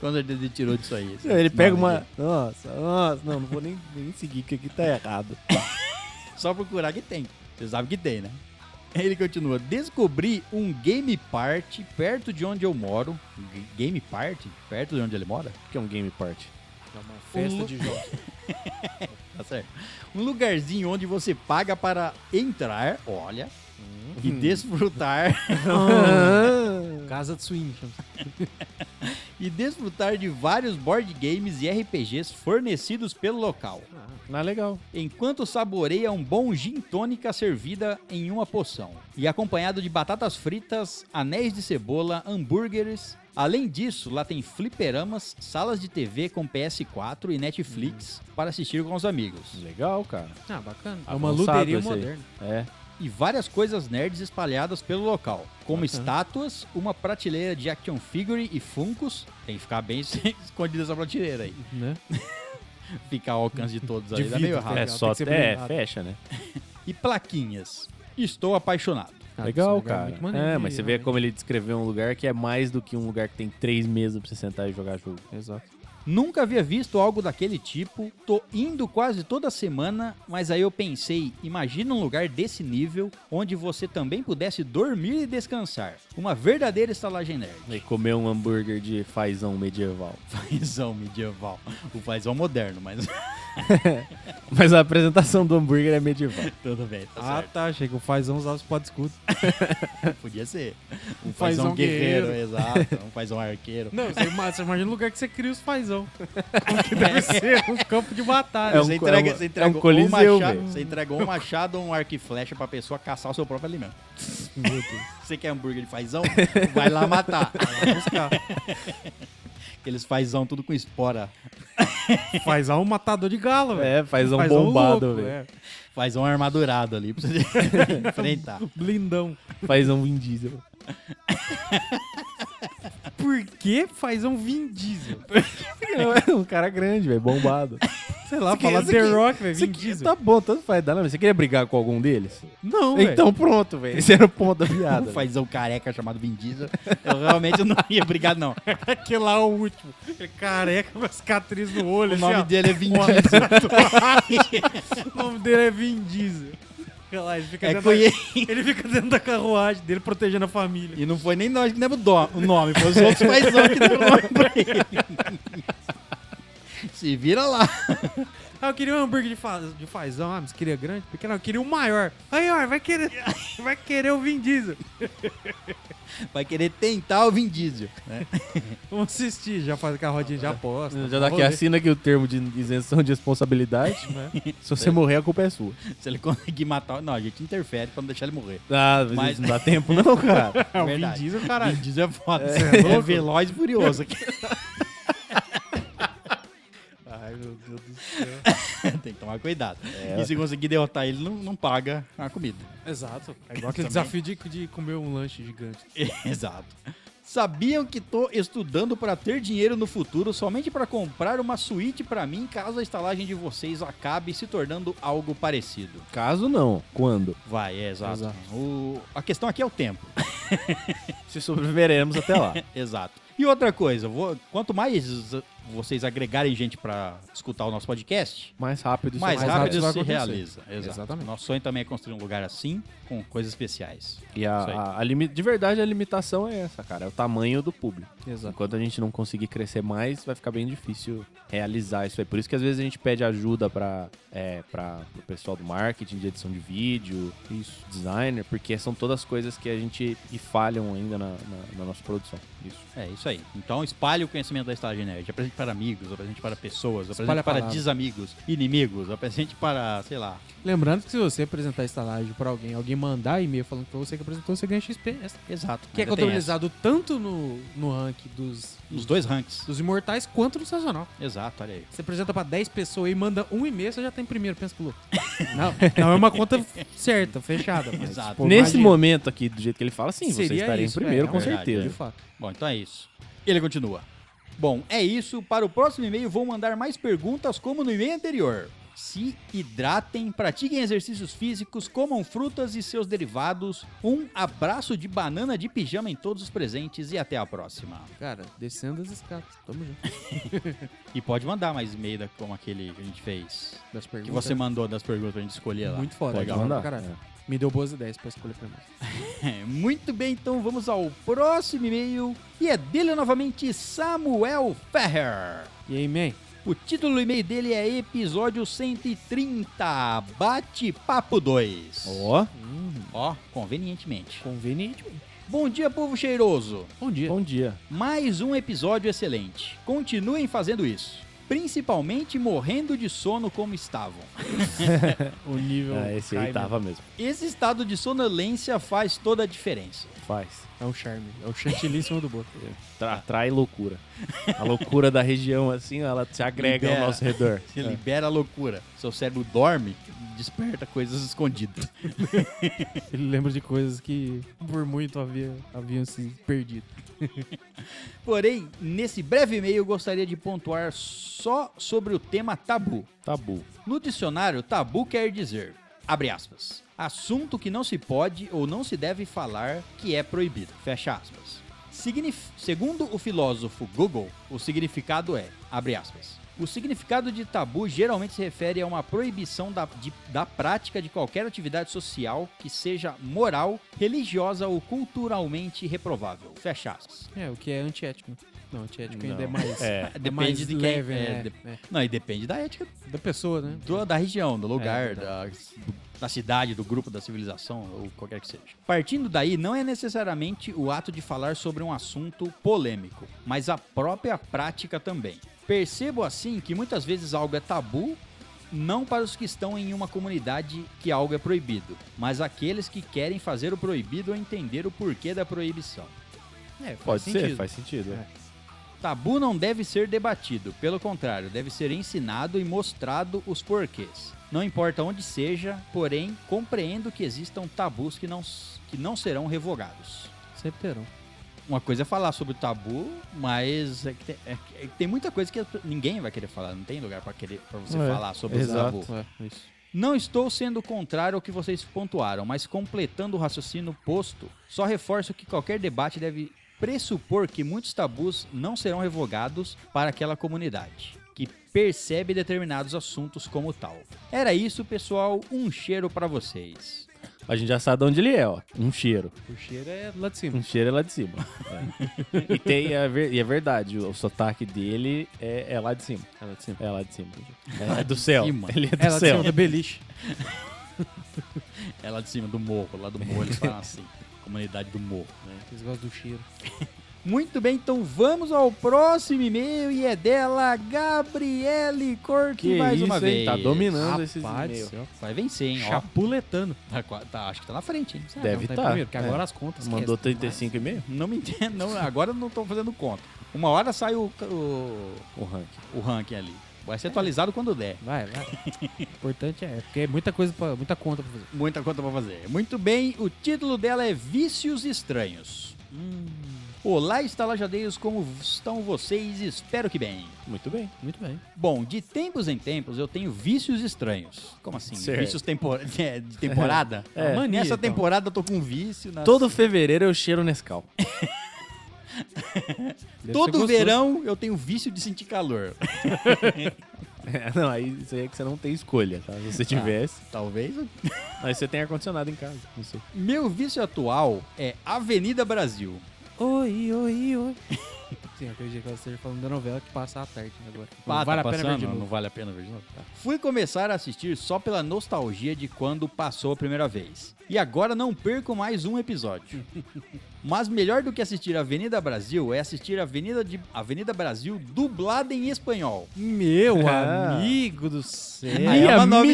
Speaker 3: Quando ele tirou disso aí. esse-
Speaker 1: Ele pega
Speaker 3: Não,
Speaker 1: uma. Nossa, nossa, não, não vou nem, nem seguir, que aqui tá errado.
Speaker 3: Só procurar que tem. Você sabe que tem, né? Ele continua. Descobri um game party perto de onde eu moro. G- Game party? Perto de onde ele mora?
Speaker 1: O que é um game party?
Speaker 2: É uma festa de jogos.
Speaker 3: Tá certo. Um lugarzinho onde você paga para entrar, olha, e
Speaker 1: Hum.
Speaker 3: desfrutar
Speaker 2: Casa de swing. então. chama.
Speaker 3: e desfrutar de vários board games e RPGs fornecidos pelo local.
Speaker 1: Não é legal.
Speaker 3: enquanto saboreia um bom gin tônica servida em uma poção e acompanhado de batatas fritas, anéis de cebola, hambúrgueres. Além disso, lá tem fliperamas, salas de TV com PS4 e Netflix para assistir com os amigos.
Speaker 1: Legal, cara.
Speaker 2: Ah, bacana. É
Speaker 1: Avançado
Speaker 2: uma luderia
Speaker 1: esse aí.
Speaker 2: moderna.
Speaker 1: É.
Speaker 3: E várias coisas nerds espalhadas pelo local, como estátuas, uma prateleira de action figure e funcos. Tem que ficar bem escondida essa prateleira aí.
Speaker 2: Né?
Speaker 3: Ficar ao alcance de todos aí,
Speaker 2: De
Speaker 3: dá meio
Speaker 2: vidro,
Speaker 3: errado.
Speaker 2: tem.
Speaker 1: É
Speaker 2: Legal, tem
Speaker 1: só
Speaker 2: que ser
Speaker 1: até
Speaker 2: blindado.
Speaker 1: fecha, né?
Speaker 3: E plaquinhas. Estou apaixonado.
Speaker 2: Ah,
Speaker 1: legal,
Speaker 2: isso é
Speaker 1: cara.
Speaker 2: muito maneiro
Speaker 1: é,
Speaker 2: de-
Speaker 1: mas você vê como ele descreveu um lugar que é mais do que um lugar que tem três mesas pra você sentar e jogar jogo.
Speaker 2: Exato.
Speaker 3: Nunca havia visto algo daquele tipo, tô indo quase toda semana, mas aí eu pensei, imagina um lugar desse nível, onde você também pudesse dormir e descansar. Uma verdadeira estalagem nerd.
Speaker 1: E comer um hambúrguer de fazão medieval.
Speaker 3: Fazão medieval. O fazão moderno, mas
Speaker 1: Mas a apresentação do hambúrguer é medieval.
Speaker 3: tudo bem, tá
Speaker 2: Ah,
Speaker 3: certo.
Speaker 2: tá. Achei que o fazão usava espada de escudo.
Speaker 3: Podia ser. Um
Speaker 2: fazão
Speaker 3: fazão guerreiro,
Speaker 2: guerreiro.
Speaker 3: exato. Um fazão arqueiro.
Speaker 2: Não, você ima- você imagina o lugar que você cria os fazão. Como que deve ser um campo de batalha.
Speaker 1: É um-
Speaker 3: você entrega,
Speaker 1: é um-
Speaker 3: você
Speaker 1: é um
Speaker 3: entrega ou machado,
Speaker 1: coliseu, velho.
Speaker 3: você entregou um machado ou um arco e flecha pra pessoa caçar o seu próprio alimento.
Speaker 1: um-
Speaker 3: Você quer hambúrguer de fazão? Vai lá matar.
Speaker 2: Vai buscar.
Speaker 3: Aqueles fazão tudo com espora.
Speaker 2: Fazão é um matador de galo, velho.
Speaker 1: É, fazão
Speaker 2: Fazão
Speaker 1: bombado,
Speaker 2: louco, é.
Speaker 1: velho.
Speaker 3: Fazão armadurado ali pra você enfrentar.
Speaker 2: é. Blindão.
Speaker 1: Fazão Vin Diesel.
Speaker 2: Por que fazão Vin Diesel?
Speaker 1: É um cara grande, velho, bombado.
Speaker 2: Sei lá,
Speaker 1: Você
Speaker 2: falar The
Speaker 1: quer- você quer-
Speaker 2: Rock, velho.
Speaker 1: Você
Speaker 2: Vin
Speaker 1: que-
Speaker 2: Diesel.
Speaker 1: tá bom, tanto faz. Dá, não, mas você queria brigar com algum deles?
Speaker 2: Não, velho.
Speaker 1: então pronto, velho. Esse era o ponto da piada.
Speaker 3: Um fazão careca chamado Vin Diesel. Eu realmente não ia brigar, não.
Speaker 2: Aquele lá é o último. Ele careca com a cicatriz no olho.
Speaker 3: O
Speaker 2: assim,
Speaker 3: nome
Speaker 2: ó.
Speaker 3: dele é Vin Diesel.
Speaker 2: O nome dele é Vin Diesel. Relaxa, ele fica,
Speaker 3: É
Speaker 2: dentro da...
Speaker 3: conhe-
Speaker 2: ele fica dentro da carruagem dele, protegendo a família.
Speaker 3: E não foi nem nós que demos o dom- o nome, foi os outros fazão que deram o nome pra ele. Se vira lá.
Speaker 2: Ah, eu queria um hambúrguer de, faz... de fazão. Ah, mas queria grande, pequeno. Eu queria o maior. Aí, ó, vai querer, vai querer o Vin Diesel.
Speaker 3: Vai querer tentar o Vin Diesel. né?
Speaker 2: Vamos assistir. Já faz aquela rodinha de aposta.
Speaker 1: Já dá que
Speaker 2: Rolê. né? É
Speaker 1: assina aqui o termo de isenção de responsabilidade. Se você morrer, a culpa é sua.
Speaker 3: Se ele conseguir matar. Não, a gente interfere pra não deixar ele morrer.
Speaker 1: Ah,
Speaker 3: Mas-
Speaker 1: mas não dá tempo não, cara.
Speaker 2: É, o Vin
Speaker 3: Verdade.
Speaker 2: Diesel, caralho.
Speaker 3: Vin Diesel é foda.
Speaker 2: É.
Speaker 3: É, veloz e furioso aqui.
Speaker 2: Ai, meu Deus do céu.
Speaker 3: Tem que tomar cuidado. E se conseguir derrotar ele, não, não paga a comida.
Speaker 2: Exato. É igual aquele desafio de, de comer um lanche gigante.
Speaker 3: Exato. Sabiam que tô estudando para ter dinheiro no futuro somente para comprar uma suíte para mim caso a estalagem de vocês acabe se tornando algo parecido.
Speaker 1: Caso não, quando?
Speaker 3: Vai, é, exato.
Speaker 2: Exato.
Speaker 3: O- A questão aqui é o tempo.
Speaker 1: Se sobreviveremos até lá.
Speaker 3: exato. E outra coisa, vou- quanto mais vocês agregarem gente para escutar o nosso podcast,
Speaker 1: Mais rápido isso
Speaker 3: mais,
Speaker 1: é
Speaker 3: rápido
Speaker 2: rápido
Speaker 3: isso
Speaker 2: vai
Speaker 3: se
Speaker 2: acontecer.
Speaker 3: realiza. Exato.
Speaker 2: Exatamente.
Speaker 3: Nosso sonho também é construir um lugar assim, com coisas especiais.
Speaker 1: E a,
Speaker 3: Isso aí.
Speaker 1: a- a limi- de verdade a limitação é essa, cara. É o tamanho do público.
Speaker 2: Exato.
Speaker 1: Enquanto a gente não conseguir crescer mais, vai ficar bem difícil realizar isso aí. Por isso que às vezes a gente pede ajuda para é, para o pessoal do marketing, de edição de vídeo, isso, designer, porque são todas coisas que a gente e falham ainda na, na- na nossa produção. Isso.
Speaker 3: É isso aí. Então espalhe o conhecimento da Estalagem Nerd. Apre- para amigos, ou presente para pessoas, ou
Speaker 2: Espalha
Speaker 3: presente
Speaker 2: a
Speaker 3: para
Speaker 2: palavra.
Speaker 3: desamigos, inimigos, ou presente para, sei lá.
Speaker 2: Lembrando que se você apresentar a estalagem pra alguém, alguém mandar e-mail falando que foi você que apresentou, você ganha XP extra.
Speaker 3: Exato.
Speaker 2: Que é contabilizado tanto no, no ranking dos,
Speaker 3: Nos dois ranks.
Speaker 2: dos imortais quanto no sazonal.
Speaker 3: Exato, olha aí.
Speaker 2: Você apresenta pra 10 pessoas e manda um e-mail, você já tá em primeiro, pensa que louco. Não, não é uma conta certa, fechada. mas,
Speaker 3: Exato.
Speaker 2: pô,
Speaker 1: Nesse
Speaker 2: imagina.
Speaker 1: momento aqui, do jeito que ele fala, sim, você
Speaker 2: Seria
Speaker 1: estaria
Speaker 2: isso,
Speaker 1: em primeiro,
Speaker 2: é,
Speaker 1: com
Speaker 2: é verdade,
Speaker 1: certeza.
Speaker 2: De fato.
Speaker 3: Bom, então é isso. Ele continua. Bom, é isso. Para o próximo e-mail, vou mandar mais perguntas como no e-mail anterior. Se hidratem, pratiquem exercícios físicos, comam frutas e seus derivados. Um abraço de banana de pijama em todos os presentes e até a próxima.
Speaker 2: Cara, descendo as escadas. Tamo junto.
Speaker 3: E pode mandar mais e-mail da- como aquele que a gente fez.
Speaker 2: Das
Speaker 3: Que
Speaker 2: perguntas.
Speaker 3: você mandou das perguntas pra gente escolher lá.
Speaker 2: Muito foda.
Speaker 3: Legal.
Speaker 2: Legal.
Speaker 1: mandar,
Speaker 2: Caralho.
Speaker 1: é.
Speaker 2: Me deu boas ideias pra escolher pra nós.
Speaker 3: É, Muito bem, então vamos ao próximo e-mail. E é dele novamente, Samuel Ferrer.
Speaker 2: E aí, man?
Speaker 3: O título do e-mail dele é Episódio 130, Bate-Papo 2.
Speaker 2: é.
Speaker 1: Ó,
Speaker 3: Ó, convenientemente.
Speaker 2: Conveniente.
Speaker 3: Bom dia, povo cheiroso.
Speaker 2: Bom dia.
Speaker 1: bom dia.
Speaker 3: Mais um episódio excelente. Continuem fazendo isso. Principalmente morrendo de sono como estavam.
Speaker 2: O nível.
Speaker 1: Ah, esse aí
Speaker 2: cai,
Speaker 1: tava mesmo.
Speaker 3: Esse estado de sonolência faz toda a diferença.
Speaker 1: Faz.
Speaker 2: mano. É um charme. É o chantilly em cima do boto.
Speaker 1: Tra- Atrai loucura. A loucura da região, assim, ela se agrega
Speaker 3: Libera.
Speaker 1: ao nosso redor. É.
Speaker 3: Você libera a loucura. Seu cérebro dorme, desperta coisas escondidas.
Speaker 2: Ele lembra de coisas que por muito havia, haviam se perdido.
Speaker 3: Porém, nesse breve e-mail, eu gostaria de pontuar só sobre o tema tabu.
Speaker 1: Tabu.
Speaker 3: No dicionário, tabu quer dizer, abre aspas, assunto que não se pode ou não se deve falar que é proibido, fecha aspas. Signif- Segundo o filósofo Google, o significado é, abre aspas, o significado de tabu geralmente se refere a uma proibição da, de- da prática de qualquer atividade social que seja moral, religiosa ou culturalmente reprovável. Fecha aspas.
Speaker 2: É, o que é antiético. né? Não, antiético ainda é
Speaker 1: Não.
Speaker 2: mais.
Speaker 1: É.
Speaker 3: Depende
Speaker 2: mais
Speaker 3: de quem.
Speaker 2: leve,
Speaker 3: é,
Speaker 2: né?
Speaker 3: de-
Speaker 2: É.
Speaker 3: Não, e depende da ética
Speaker 2: Da pessoa, né?
Speaker 3: do- da região, do lugar,
Speaker 2: É,
Speaker 3: da, da cidade, do grupo, da civilização, ou qualquer que seja. Partindo daí, não é necessariamente o ato de falar sobre um assunto polêmico, mas a própria prática também. Percebo assim que muitas vezes algo é tabu, não para os que estão em uma comunidade que algo é proibido, mas aqueles que querem fazer o proibido ou entender o porquê da proibição.
Speaker 2: É, faz
Speaker 1: Pode ser,
Speaker 2: sentido.
Speaker 1: faz sentido. é.
Speaker 3: Tabu não deve ser debatido, pelo contrário, deve ser ensinado e mostrado os porquês. Não importa onde seja, porém, compreendo que existam tabus que não, s- que não serão revogados.
Speaker 2: Sempre terão.
Speaker 3: Uma coisa é falar sobre o tabu, mas é que tem, é que- é que tem muita coisa que as pe- ninguém vai querer falar, não tem lugar para querer pra você
Speaker 1: É,
Speaker 3: falar sobre o
Speaker 1: exato.
Speaker 3: tabu.
Speaker 2: É, isso.
Speaker 3: Não estou sendo contrário ao que vocês pontuaram, mas completando o raciocínio posto, só reforço que qualquer debate deve pressupor que muitos tabus não serão revogados para aquela comunidade, que percebe determinados assuntos como tal. Era isso, pessoal. Um cheiro pra vocês.
Speaker 1: A gente já sabe de onde ele é, ó. Um cheiro.
Speaker 2: O cheiro é lá de cima.
Speaker 1: Um cheiro é lá de cima. É. E, tem, é ver- e é verdade, o, o sotaque dele é, é lá de cima.
Speaker 2: É lá de cima.
Speaker 1: É lá de cima. É lá do céu.
Speaker 3: cima.
Speaker 1: Ele é do
Speaker 2: É lá de
Speaker 1: céu.
Speaker 2: cima da beliche.
Speaker 3: É lá de cima do morro, lá do morro eles falam assim. Comunidade do morro, né?
Speaker 2: Eles gostam do cheiro.
Speaker 3: Muito bem, então vamos ao próximo e-mail e é dela, Gabriele Corte,
Speaker 1: Que
Speaker 3: mais
Speaker 1: isso,
Speaker 3: uma
Speaker 1: hein?
Speaker 3: vez.
Speaker 1: Tá dominando esses
Speaker 2: Rapaz, do
Speaker 1: e-mails.
Speaker 2: céu.
Speaker 3: Vai vencer, hein? Ó,
Speaker 2: chapuletando.
Speaker 3: Tá qua- tá- acho que tá na frente, hein?
Speaker 2: Será
Speaker 1: Deve
Speaker 2: que não
Speaker 1: tá.
Speaker 2: em primeiro? Porque
Speaker 1: É.
Speaker 2: agora as contas.
Speaker 1: Mandou
Speaker 2: que restam
Speaker 1: 35 e meio?
Speaker 3: Não me entendo, não, agora eu não tô fazendo conta. Uma hora sai o, o,
Speaker 1: O ranking.
Speaker 3: o ranking ali. Vai ser atualizado quando der.
Speaker 2: mais. Vai, vai. O importante é, porque é muita coisa, pra, muita conta pra fazer.
Speaker 3: Muita conta pra fazer. Muito bem, o título dela é Vícios Estranhos. Olá, estalajadeiros, como estão vocês? Espero que bem.
Speaker 1: Muito bem.
Speaker 2: Muito bem.
Speaker 3: Bom, de tempos em tempos eu tenho vícios estranhos. Como assim?
Speaker 1: Certo.
Speaker 3: Vícios tempo... é, de temporada?
Speaker 1: É.
Speaker 2: Mania,
Speaker 3: Nessa
Speaker 2: então.
Speaker 3: temporada eu tô com um vício. nas-
Speaker 1: Todo fevereiro eu cheiro Nescau.
Speaker 2: Deve ser
Speaker 3: Todo
Speaker 2: gostoso.
Speaker 3: verão eu tenho vício de sentir calor.
Speaker 1: É, não, aí isso aí é que você não tem escolha, tá? Se você tivesse,
Speaker 3: Talvez eu
Speaker 1: aí você tem ar-condicionado em casa. Não sei.
Speaker 3: Meu vício atual é Avenida Brasil.
Speaker 2: Oi, oi, oi. Sim, eu acredito que ela esteja falando da novela que passa à tarde né, agora.
Speaker 3: Ah,
Speaker 2: não vale
Speaker 3: tá
Speaker 2: a pena ver
Speaker 3: passando?
Speaker 2: de novo.
Speaker 3: Não vale a pena ver de novo? Tá. Fui começar a assistir só pela nostalgia de quando passou a primeira vez. E agora não perco mais um episódio. Mas melhor do que assistir Avenida Brasil é assistir Avenida, de, Avenida Brasil dublada em espanhol.
Speaker 2: Meu amigo do céu.
Speaker 3: Aí é uma nova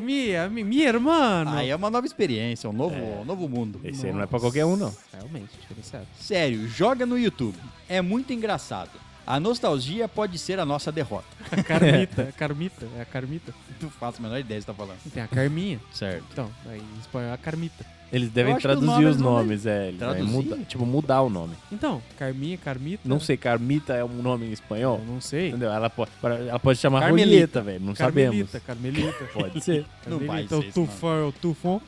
Speaker 2: Minha, mi- minha irmã.
Speaker 3: Aí é uma nova experiência, um novo, um novo mundo.
Speaker 1: Esse aí não é pra qualquer um, não.
Speaker 2: Realmente, diferenciado.
Speaker 3: Sério, joga no YouTube. É muito engraçado. A nostalgia pode ser a nossa derrota.
Speaker 2: A Carmita, a Carmita, é a Carmita.
Speaker 3: Não faço a menor ideia do que você tá falando.
Speaker 2: Tem a Carminha.
Speaker 3: Certo.
Speaker 2: Então, aí em espanhol é a Carmita.
Speaker 1: Eles devem
Speaker 3: acho que os
Speaker 1: traduzir
Speaker 3: nomes
Speaker 1: os
Speaker 3: não
Speaker 1: nomes, é. Eles devem
Speaker 3: Traduzir?
Speaker 1: muda- tipo, mudar o nome.
Speaker 2: Então, Carminha, Carmita.
Speaker 1: Não sei, Carmita é um nome em espanhol?
Speaker 2: Eu não sei.
Speaker 1: Entendeu? Ela pode, pra- ela pode chamar
Speaker 3: Carmelita.
Speaker 1: Carmelita, velho. Não sabemos.
Speaker 2: Carmelita, Carmelita.
Speaker 1: Pode ser.
Speaker 3: Não vai
Speaker 2: Carmelita,
Speaker 3: ser
Speaker 2: o
Speaker 3: isso, não.
Speaker 2: Tufão, é o Tufão.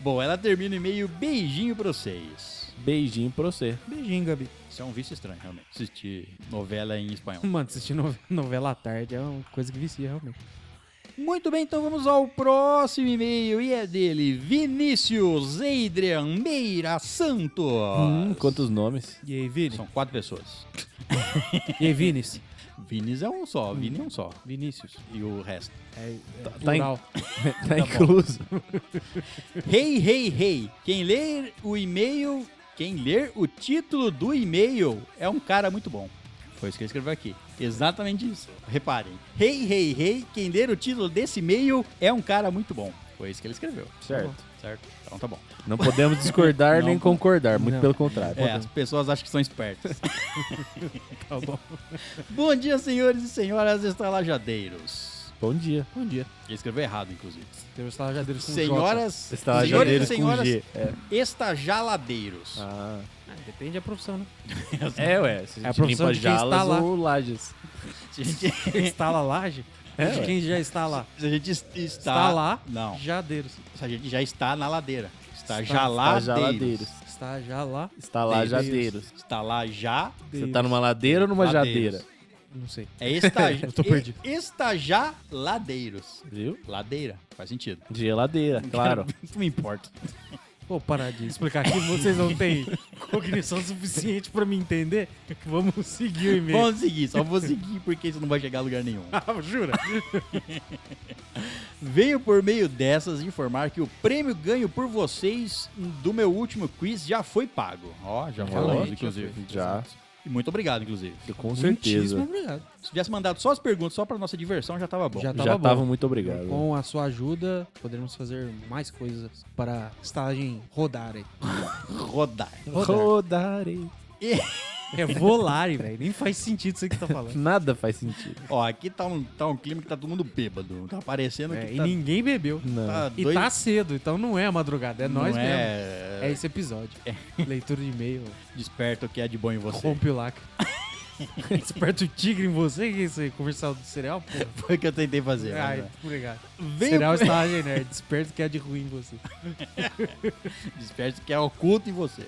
Speaker 3: Bom, ela termina e meio beijinho pra vocês.
Speaker 1: Beijinho pra você.
Speaker 2: Beijinho, Gabi.
Speaker 3: Isso é um vício estranho, realmente. Assistir novela em espanhol.
Speaker 2: Mano, assistir nove- novela à tarde é uma coisa que vicia, realmente.
Speaker 3: Muito bem, então vamos ao próximo e-mail. E é dele, Vinícius Adrian Meira Santos.
Speaker 1: Hum, quantos nomes?
Speaker 2: E aí, Vini?
Speaker 3: São quatro pessoas.
Speaker 2: E aí, Vinícius?
Speaker 3: Vinícius é um só, Vini é um só.
Speaker 2: Vinícius.
Speaker 3: E o resto.
Speaker 2: É, é
Speaker 1: Tá- tá
Speaker 2: plural.
Speaker 1: Tá incluso.
Speaker 3: Hey, hey, hey. Quem ler o e-mail, quem ler o título do e-mail é um cara muito bom. Foi isso que ele escreveu aqui. Exatamente isso. Reparem. Hey, hey, hey. Quem ler o título desse e-mail é um cara muito bom. Foi isso que ele escreveu.
Speaker 1: Certo.
Speaker 3: Certo? Então tá bom.
Speaker 1: Não podemos discordar nem
Speaker 3: Não.
Speaker 1: concordar, muito
Speaker 2: Não.
Speaker 1: pelo contrário.
Speaker 3: É, as pessoas acham que são espertas.
Speaker 2: Tá bom.
Speaker 3: bom dia, senhores e senhoras estalajadeiros.
Speaker 1: Bom dia.
Speaker 2: Bom dia.
Speaker 3: Ele escreveu errado, inclusive.
Speaker 2: Teve os talajadeiros com
Speaker 3: Senhoras,
Speaker 1: Estalajadeiros
Speaker 3: senhores e senhoras
Speaker 1: com G. É,
Speaker 3: estajaladeiros.
Speaker 1: ah.
Speaker 2: J. Ah, depende da profissão, né?
Speaker 1: é ué. Se
Speaker 2: É
Speaker 1: a
Speaker 2: a
Speaker 1: gente
Speaker 2: profissão
Speaker 1: limpa
Speaker 2: de quem está
Speaker 1: jalas
Speaker 2: lá.
Speaker 1: ou lajes.
Speaker 3: Gente,
Speaker 2: Quem instala a laje,
Speaker 1: É,
Speaker 2: de
Speaker 1: ué.
Speaker 2: quem já está lá.
Speaker 3: a gente es- está...
Speaker 2: Está lá,
Speaker 3: Não.
Speaker 2: jadeiros.
Speaker 3: A gente já está na ladeira. Está,
Speaker 2: Está-
Speaker 3: jaladeiros.
Speaker 1: Jaladeiros.
Speaker 2: Está já lá,
Speaker 1: Está lajadeiros.
Speaker 3: Está lá já.
Speaker 1: Você tá numa ladeira ou numa
Speaker 3: Ladeiros.
Speaker 1: jadeira?
Speaker 2: não sei.
Speaker 3: É esta...
Speaker 2: Eu tô perdido.
Speaker 3: e- Estajaladeiros.
Speaker 1: Viu?
Speaker 3: Ladeira. Faz sentido.
Speaker 1: Geladeira, claro.
Speaker 3: Não importa.
Speaker 2: Vou parar de explicar aqui, vocês não têm cognição suficiente pra me entender. Vamos seguir o e-mail.
Speaker 3: Vamos seguir. Só vou seguir porque isso não vai chegar a lugar nenhum.
Speaker 2: Ah, Jura?
Speaker 3: Veio por meio dessas informar que o prêmio ganho por vocês do meu último quiz já foi pago. Ó, já falamos,
Speaker 1: já
Speaker 3: inclusive.
Speaker 1: Já.
Speaker 3: E muito obrigado, inclusive.
Speaker 1: Com
Speaker 2: Muitíssimo
Speaker 1: certeza.
Speaker 2: obrigado.
Speaker 3: Se tivesse mandado só as perguntas só pra nossa diversão, já tava bom.
Speaker 2: Já tá-
Speaker 1: Já
Speaker 2: bom.
Speaker 1: tava muito obrigado.
Speaker 2: Com a sua ajuda, poderemos fazer mais coisas para a estalagem rodar. aí.
Speaker 3: Rodar.
Speaker 1: Rodarei.
Speaker 2: É volar, velho. Nem faz sentido isso aí que você tá falando.
Speaker 1: Nada faz sentido.
Speaker 3: Ó, aqui tá um, tá um clima que tá todo mundo bêbado. Tá parecendo
Speaker 2: É,
Speaker 3: que
Speaker 2: e
Speaker 3: tá,
Speaker 2: ninguém bebeu.
Speaker 1: Não.
Speaker 3: tá
Speaker 2: E
Speaker 3: dois-
Speaker 2: tá cedo, então não é a madrugada, é
Speaker 3: não
Speaker 2: nós mesmo.
Speaker 3: é,
Speaker 2: É esse episódio. Leitura de e-mail.
Speaker 3: desperto o que é de bom em você.
Speaker 2: Rompe o lacre. Desperta o tigre em você, que é isso aí? Conversar do cereal? Pô.
Speaker 3: Foi o que eu tentei fazer. mas,
Speaker 2: Ai,
Speaker 3: né?
Speaker 2: obrigado.
Speaker 3: Veio
Speaker 2: Cereal está nerd. Desperta o que é de ruim em você.
Speaker 3: Desperto que é oculto em você.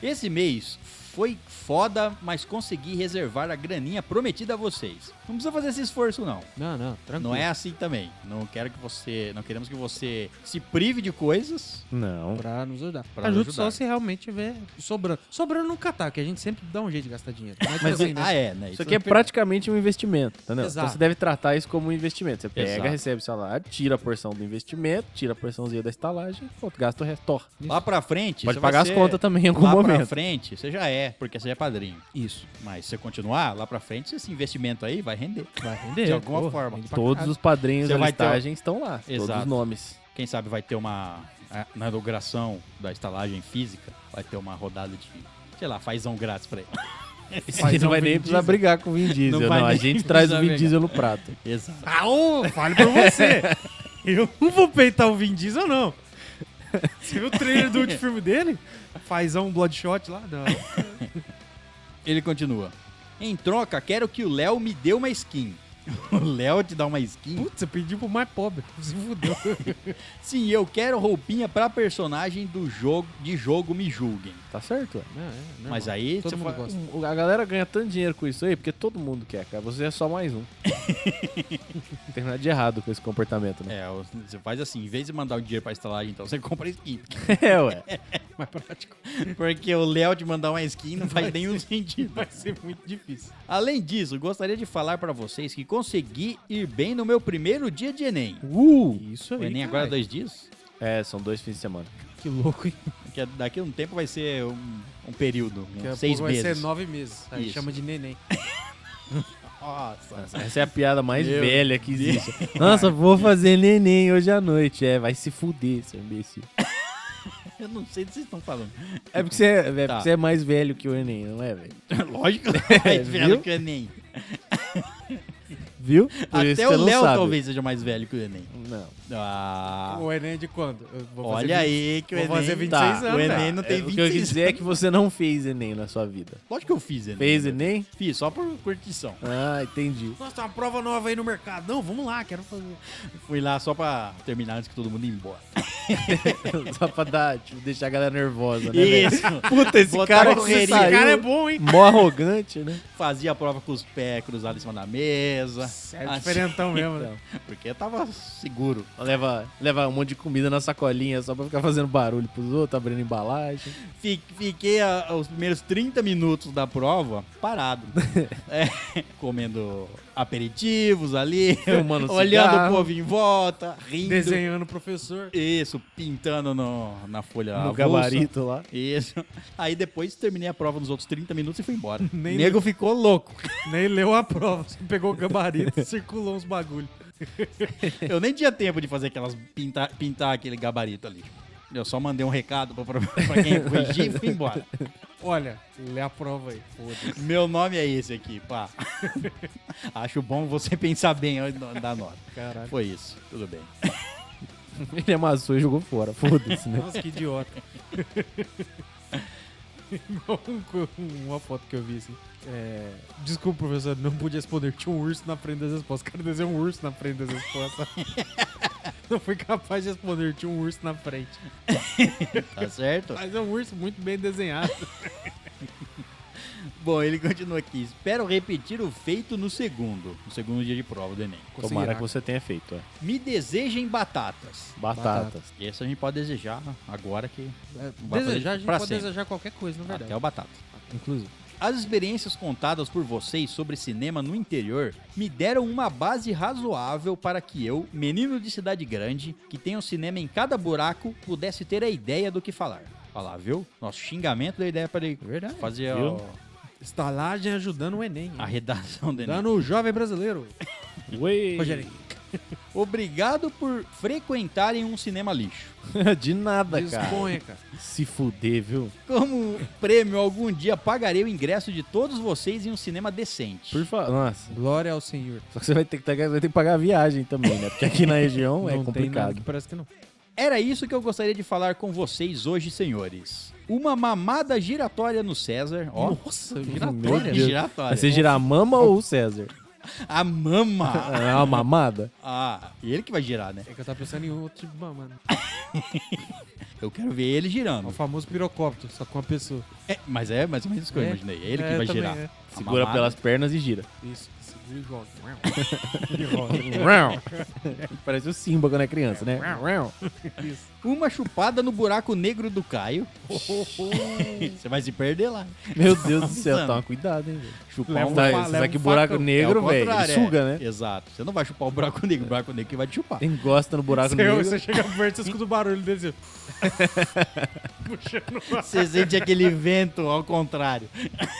Speaker 3: Esse mês foi foda, mas consegui reservar a graninha prometida a vocês. Não precisa fazer esse esforço, não.
Speaker 2: Não, não, tranquilo.
Speaker 3: Não é assim também. Não quero que você. Não queremos que você se prive de coisas.
Speaker 1: Não.
Speaker 2: Pra nos ajudar.
Speaker 3: Pra
Speaker 2: Ajuda
Speaker 3: ajudar.
Speaker 2: só se realmente tiver sobrando. Sobrando nunca tá, que a gente sempre dá um jeito de gastar dinheiro. Mas,
Speaker 1: Mas
Speaker 2: assim, né?
Speaker 3: Ah, é, né?
Speaker 1: Isso aqui é
Speaker 3: não
Speaker 1: praticamente um investimento, entendeu?
Speaker 2: Exato.
Speaker 1: Então você deve tratar isso como um investimento. Você pega,
Speaker 3: Exato.
Speaker 1: recebe o salário, tira a porção do investimento, tira a porçãozinha da estalagem, pronto, gasta o resto. torra.
Speaker 3: Lá pra frente.
Speaker 1: Pode
Speaker 3: você
Speaker 1: pagar
Speaker 3: vai
Speaker 1: as
Speaker 3: ser-
Speaker 1: contas também em algum
Speaker 3: Lá pra
Speaker 1: momento.
Speaker 3: frente, você já é, porque você já é padrinho.
Speaker 2: Isso.
Speaker 3: Mas se você continuar, lá pra frente, esse investimento aí vai render.
Speaker 2: Vai render.
Speaker 3: De alguma forma.
Speaker 2: rende pra
Speaker 1: Todos
Speaker 2: caralho.
Speaker 1: os padrinhos
Speaker 3: Você
Speaker 1: da
Speaker 3: vai ter-
Speaker 1: listagem estão lá. Todos
Speaker 3: Exato.
Speaker 1: os nomes.
Speaker 3: Quem sabe vai ter uma. a- Na inauguração da estalagem física, vai ter uma rodada de. Sei lá, fazão grátis pra ele.
Speaker 1: Você
Speaker 3: é
Speaker 1: não vai nem precisar brigar com o Vin Diesel.
Speaker 3: um Não
Speaker 1: Não,
Speaker 3: vai
Speaker 1: a
Speaker 3: nem
Speaker 1: gente traz o
Speaker 3: precisar
Speaker 1: Vin
Speaker 3: brigar.
Speaker 1: Diesel no prato.
Speaker 3: Exato.
Speaker 2: Ah, ô, fale pra você. Eu não vou peitar o Vin Diesel, não. Você viu o trailer do último filme dele? Faz um bloodshot lá? Não.
Speaker 3: Ele continua. Em troca, quero que o Léo me dê uma skin. O Léo te dá uma skin?
Speaker 2: Putz, você pediu pro mais pobre. Se fudeu.
Speaker 3: Sim, eu quero roupinha pra personagem do jogo de jogo me julguem.
Speaker 1: Tá certo, ué.
Speaker 3: Mas aí
Speaker 2: Todo
Speaker 3: você
Speaker 2: mundo
Speaker 3: fala-
Speaker 2: gosta.
Speaker 1: Um- A galera ganha tanto dinheiro com isso aí porque todo mundo quer, cara. Você é só mais um. Não tem nada de errado com esse comportamento, né?
Speaker 3: É, você faz assim, em vez de mandar o dinheiro pra estalagem, então você compra skin.
Speaker 1: É, ué.
Speaker 2: mais prático.
Speaker 3: Porque o Léo te mandar uma skin não faz nenhum sentido.
Speaker 2: Vai ser muito difícil.
Speaker 3: Além disso, gostaria de falar pra vocês que consegui ir bem no meu primeiro dia de Enem.
Speaker 2: Uh! Isso aí.
Speaker 3: O Enem agora é
Speaker 2: caralho.
Speaker 3: dois dias?
Speaker 1: É, são dois fins de semana.
Speaker 2: Que louco, hein?
Speaker 3: que daqui a um tempo vai ser um, um período, um
Speaker 2: Daqui a
Speaker 3: seis
Speaker 2: pouco vai
Speaker 3: meses.
Speaker 2: ser nove meses. Aí
Speaker 3: Isso.
Speaker 2: chama de neném.
Speaker 3: Nossa.
Speaker 1: Essa é a piada mais
Speaker 3: Meu
Speaker 1: velha que existe. Nossa, vou fazer neném hoje à noite. É, vai se fuder, seu imbecil.
Speaker 3: Eu não sei do que vocês estão falando.
Speaker 1: É porque você é, é,
Speaker 3: Tá.
Speaker 1: porque você é mais velho que o Enem, não é, velho?
Speaker 3: Lógico,
Speaker 1: É,
Speaker 3: mais velho
Speaker 1: viu?
Speaker 3: que o Enem.
Speaker 1: Viu? Por isso
Speaker 3: Até
Speaker 1: que você
Speaker 3: o
Speaker 1: não
Speaker 3: Léo
Speaker 1: sabe.
Speaker 3: talvez seja mais velho que o Enem.
Speaker 1: Não.
Speaker 3: Ah,
Speaker 2: O Enem é de quando? Eu vou fazer
Speaker 3: olha
Speaker 2: 20.
Speaker 3: aí que o
Speaker 2: vou
Speaker 3: Enem...
Speaker 2: fazer 26
Speaker 1: Tá,
Speaker 2: anos.
Speaker 3: o
Speaker 2: cara.
Speaker 3: Enem não tem
Speaker 1: É,
Speaker 3: 20
Speaker 1: O que eu quis dizer é que você não fez Enem na sua vida.
Speaker 3: Lógico que eu fiz Enem.
Speaker 1: Fez Enem?
Speaker 3: Fiz, só por curtição.
Speaker 1: Ah, entendi.
Speaker 2: Nossa, tem uma prova nova aí no mercado. Não, vamos lá, quero fazer.
Speaker 3: Fui lá só pra terminar antes que todo mundo ir embora.
Speaker 1: Só pra dar, tipo, deixar a galera nervosa, né, velho?
Speaker 3: Isso. Puta,
Speaker 1: esse cara que
Speaker 2: Esse
Speaker 1: Saiu.
Speaker 2: cara é bom, hein?
Speaker 1: Mó arrogante, né?
Speaker 3: Fazia a prova com os pés cruzados em cima da mesa.
Speaker 2: É
Speaker 3: Assim,
Speaker 2: diferentão mesmo, né?
Speaker 3: Porque eu tava seguro.
Speaker 1: Leva, leva um monte de comida na sacolinha só pra ficar fazendo barulho pros outros, abrindo embalagem.
Speaker 3: Fi- Fiquei ah, os primeiros 30 minutos da prova parado. É, comendo aperitivos ali,
Speaker 1: Fumando
Speaker 3: olhando
Speaker 1: cigarro.
Speaker 3: o povo em volta, rindo.
Speaker 2: Desenhando o professor.
Speaker 3: Isso, pintando no, na folha
Speaker 1: no
Speaker 3: avulsa.
Speaker 1: gabarito lá.
Speaker 3: Isso. Aí depois terminei a prova nos outros 30 minutos e fui embora. O
Speaker 2: Nem-
Speaker 3: nego ficou louco.
Speaker 2: Nem leu a prova. Só pegou o gabarito, circulou uns bagulho.
Speaker 3: Eu nem tinha tempo de fazer aquelas pintar, pintar aquele gabarito ali. Eu só mandei um recado pra, pra- pra quem corrigir e fui embora.
Speaker 2: Olha, lê a prova aí. Foda-se.
Speaker 3: Meu nome é esse aqui, pá. Acho bom você pensar bem antes de dar nota.
Speaker 2: Caralho.
Speaker 3: Foi isso, tudo bem.
Speaker 1: Ele amassou e jogou fora. Foda-se, né?
Speaker 2: Nossa, que idiota. Igual um co- Uma foto que eu vi assim. É... Desculpa, professor, não pude responder. Tinha um urso na frente das respostas. O cara desenhou um urso na frente das respostas. não fui capaz de responder. Tinha um urso na frente.
Speaker 3: Tá certo?
Speaker 2: Mas é um urso muito bem desenhado.
Speaker 3: Bom, ele continua aqui. Espero repetir o feito no segundo, no segundo dia de prova do Enem.
Speaker 1: Tomara que você tenha feito, é.
Speaker 3: Me desejem batatas.
Speaker 1: Batatas.
Speaker 3: Esse a gente pode desejar agora que
Speaker 2: É,
Speaker 3: Vai
Speaker 2: desejar, a
Speaker 3: fazer
Speaker 2: gente
Speaker 3: pra
Speaker 2: pode
Speaker 3: sempre.
Speaker 2: desejar qualquer coisa, na verdade.
Speaker 3: até o batata.
Speaker 2: Inclusive.
Speaker 3: As experiências contadas por vocês sobre cinema no interior me deram uma base razoável para que eu, menino de cidade grande, que tem um cinema em cada buraco, pudesse ter a ideia do que falar. Falar, viu? Nosso xingamento da ideia para ele
Speaker 2: Verdade,
Speaker 3: fazer
Speaker 1: viu?
Speaker 3: a-
Speaker 2: Estalagem ajudando o Enem. hein?
Speaker 3: a redação do Enem.
Speaker 2: Dando o jovem brasileiro.
Speaker 1: Ué!
Speaker 2: Rogério.
Speaker 3: Obrigado por frequentarem um cinema lixo.
Speaker 1: De nada, cara.
Speaker 2: Disponha, cara.
Speaker 1: Se fuder, viu?
Speaker 3: Como prêmio, algum dia pagarei o ingresso de todos vocês em um cinema decente.
Speaker 1: Por favor. Nossa.
Speaker 2: Glória ao Senhor.
Speaker 1: Só que você vai ter que, tá- vai ter que pagar a viagem também, né? Porque aqui na região é
Speaker 2: não tem nada
Speaker 1: complicado.
Speaker 2: que parece que não.
Speaker 3: Era isso que eu gostaria de falar com vocês hoje, senhores. Uma mamada giratória no César. Ó,
Speaker 2: Nossa,
Speaker 1: Meu
Speaker 2: giratória.
Speaker 1: Deus.
Speaker 3: giratória.
Speaker 1: Vai ser girar a mama ou o César?
Speaker 3: A mama.
Speaker 1: É uma mamada?
Speaker 3: Ah, ele que vai girar, né?
Speaker 2: É que eu tava pensando em outro tipo de mamada.
Speaker 3: Eu quero ver ele
Speaker 2: É o
Speaker 3: girando.
Speaker 2: famoso pirocóptero, só com uma pessoa.
Speaker 3: É, mas é mais ou menos isso que eu
Speaker 2: É.
Speaker 3: imaginei. É ele
Speaker 2: É,
Speaker 3: que vai
Speaker 2: também
Speaker 3: girar.
Speaker 2: é.
Speaker 3: A
Speaker 1: Segura
Speaker 3: mamada.
Speaker 1: pelas pernas e gira.
Speaker 2: Isso, segura e joga. E roda.
Speaker 1: Parece o Simba quando é criança, né?
Speaker 3: Uma chupada no buraco negro do Caio. Você vai se perder lá.
Speaker 1: Meu Deus do céu,
Speaker 3: Mano.
Speaker 1: toma cuidado, hein, velho.
Speaker 3: Chupar um
Speaker 1: Tá,
Speaker 2: fa-
Speaker 1: você
Speaker 2: leva
Speaker 1: sabe que
Speaker 2: um
Speaker 1: buraco
Speaker 2: facão.
Speaker 3: É o
Speaker 1: negro, velho,
Speaker 3: contrário,
Speaker 1: ele
Speaker 3: é.
Speaker 1: suga, né?
Speaker 3: Exato. Você não vai chupar o buraco negro. O buraco negro que vai te chupar.
Speaker 1: Engosta no buraco
Speaker 2: Você,
Speaker 1: negro.
Speaker 2: você chega perto, você escuta o barulho dele. assim, Puxando o ar.
Speaker 3: Você sente aquele vento ao contrário.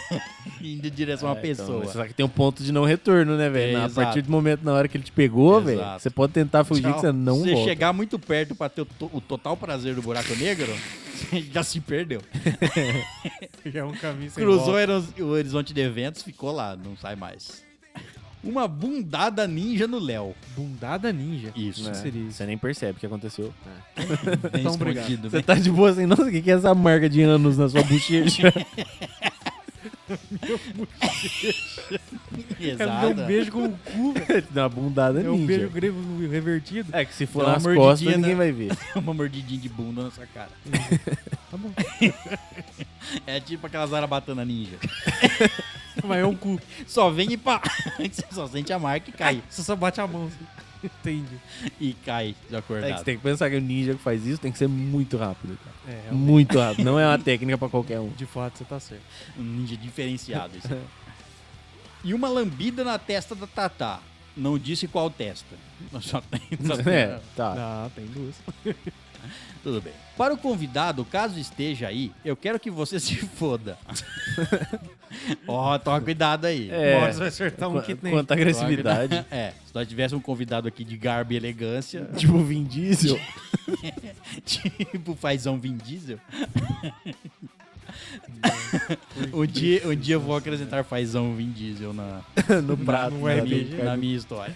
Speaker 3: Indo em direção a uma
Speaker 1: É, então,
Speaker 3: pessoa.
Speaker 1: você sabe que tem um ponto de não retorno, né, velho?
Speaker 3: É,
Speaker 1: Na- a
Speaker 3: exato.
Speaker 1: partir do momento, na hora que ele te pegou,
Speaker 3: Exato.
Speaker 1: velho, você pode tentar fugir
Speaker 3: Tchau.
Speaker 1: que você não
Speaker 3: Se
Speaker 1: volta.
Speaker 3: chegar muito perto pra ter o, to- o total prazer do buraco negro, você já se perdeu.
Speaker 2: Já é um caminho sem
Speaker 3: Cruzou
Speaker 2: volta.
Speaker 3: o horizonte de eventos, ficou lá, não sai mais. Uma bundada ninja no Léo.
Speaker 2: Bundada ninja.
Speaker 3: Isso.
Speaker 2: Né? seria isso?
Speaker 1: É. Você nem percebe o que aconteceu.
Speaker 3: Bem
Speaker 2: Então,
Speaker 3: escondido,
Speaker 1: Você
Speaker 3: bem-
Speaker 1: tá de boa assim, nossa, o que, que é essa marca de anos na sua bochecha?
Speaker 2: O cara me deu um
Speaker 3: Exato.
Speaker 2: beijo com o cu, velho.
Speaker 1: Dá uma bundada
Speaker 2: É um
Speaker 1: ninja.
Speaker 2: beijo grego revertido.
Speaker 1: É que se for
Speaker 3: Dá uma
Speaker 1: nas
Speaker 3: mordidinha,
Speaker 1: costas,
Speaker 3: né?
Speaker 1: ninguém vai ver. É
Speaker 3: Uma mordidinha de bunda na sua cara.
Speaker 2: Tá bom.
Speaker 3: É tipo aquela zarabatana ninja.
Speaker 2: Mas é um cu.
Speaker 3: Só vem e pá. Você só sente a marca e cai.
Speaker 2: Você Ah, só bate a mão. assim. Entendi.
Speaker 3: E cai de
Speaker 1: É que você
Speaker 3: acordado.
Speaker 1: tem que pensar que o ninja que faz isso tem que ser muito rápido, cara.
Speaker 2: É, realmente.
Speaker 1: Muito rápido. Não é uma técnica pra qualquer um.
Speaker 2: De fato, você tá certo.
Speaker 3: Um ninja diferenciado. Isso. E uma lambida na testa da Tatá. Não disse qual testa. Só tem, só tem
Speaker 1: É, tá.
Speaker 2: Ah, tem Ah, duas.
Speaker 3: Tudo bem. Para o convidado, caso esteja aí, eu quero que você se foda. Ó, toma cuidado aí.
Speaker 1: É.
Speaker 2: Boris vai acertar um
Speaker 1: Qu-
Speaker 2: kit nem.
Speaker 1: Quanta agressividade.
Speaker 3: É, se nós tivéssemos um convidado aqui de garbo e elegância,
Speaker 1: tipo Vin Diesel. É.
Speaker 3: tipo fazão Vin Diesel. um, dia, um dia eu vou acrescentar fazão Vin Diesel na,
Speaker 1: no prato.
Speaker 2: no
Speaker 1: né,
Speaker 3: na,
Speaker 2: RPG.
Speaker 1: do
Speaker 3: minha,
Speaker 1: cara.
Speaker 3: na minha história.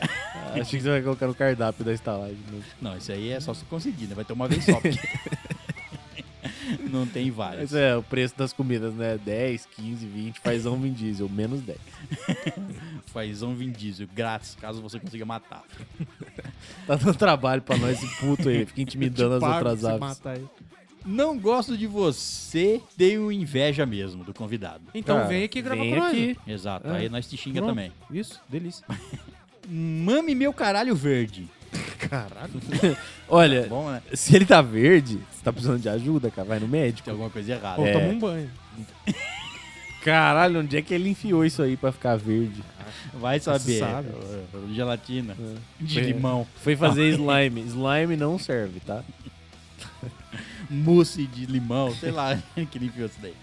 Speaker 1: Achei que você vai colocar no cardápio da estalagem. né?
Speaker 3: Não, isso aí é só se conseguir, né? Vai ter uma vez só. porque Não tem várias.
Speaker 1: Mas é o preço das comidas, né? 10, 15, 20, faz um Vin Diesel, menos 10.
Speaker 3: Fazão Vin Diesel, grátis, caso você consiga matar.
Speaker 1: Tá dando trabalho pra nós, esse puto aí. Fica intimidando as
Speaker 2: Pago
Speaker 1: outras
Speaker 2: se
Speaker 1: aves.
Speaker 2: mata aí.
Speaker 3: Não gosto de você, tenho inveja mesmo do convidado.
Speaker 2: Então
Speaker 1: Cara,
Speaker 2: vem aqui gravar
Speaker 1: Ah, vem
Speaker 2: com nós.
Speaker 1: aqui.
Speaker 3: Exato,
Speaker 2: É.
Speaker 3: aí nós te xinga
Speaker 2: Pronto.
Speaker 3: também.
Speaker 2: Isso, delícia.
Speaker 3: Mame meu caralho verde.
Speaker 2: Caralho.
Speaker 1: Olha,
Speaker 3: Bom, né?
Speaker 1: se ele tá verde, você tá precisando de ajuda, cara. Vai no médico.
Speaker 3: Tem alguma coisa errada.
Speaker 2: Ou
Speaker 1: É.
Speaker 2: toma um banho.
Speaker 1: Caralho, onde é que ele enfiou isso aí pra ficar verde? É.
Speaker 3: Vai saber.
Speaker 2: sabe.
Speaker 3: Uh, Gelatina de
Speaker 1: Foi-
Speaker 3: limão,
Speaker 1: Foi fazer slime. Slime não serve, tá?
Speaker 3: mousse de limão, sei lá que ele enfiou isso daí.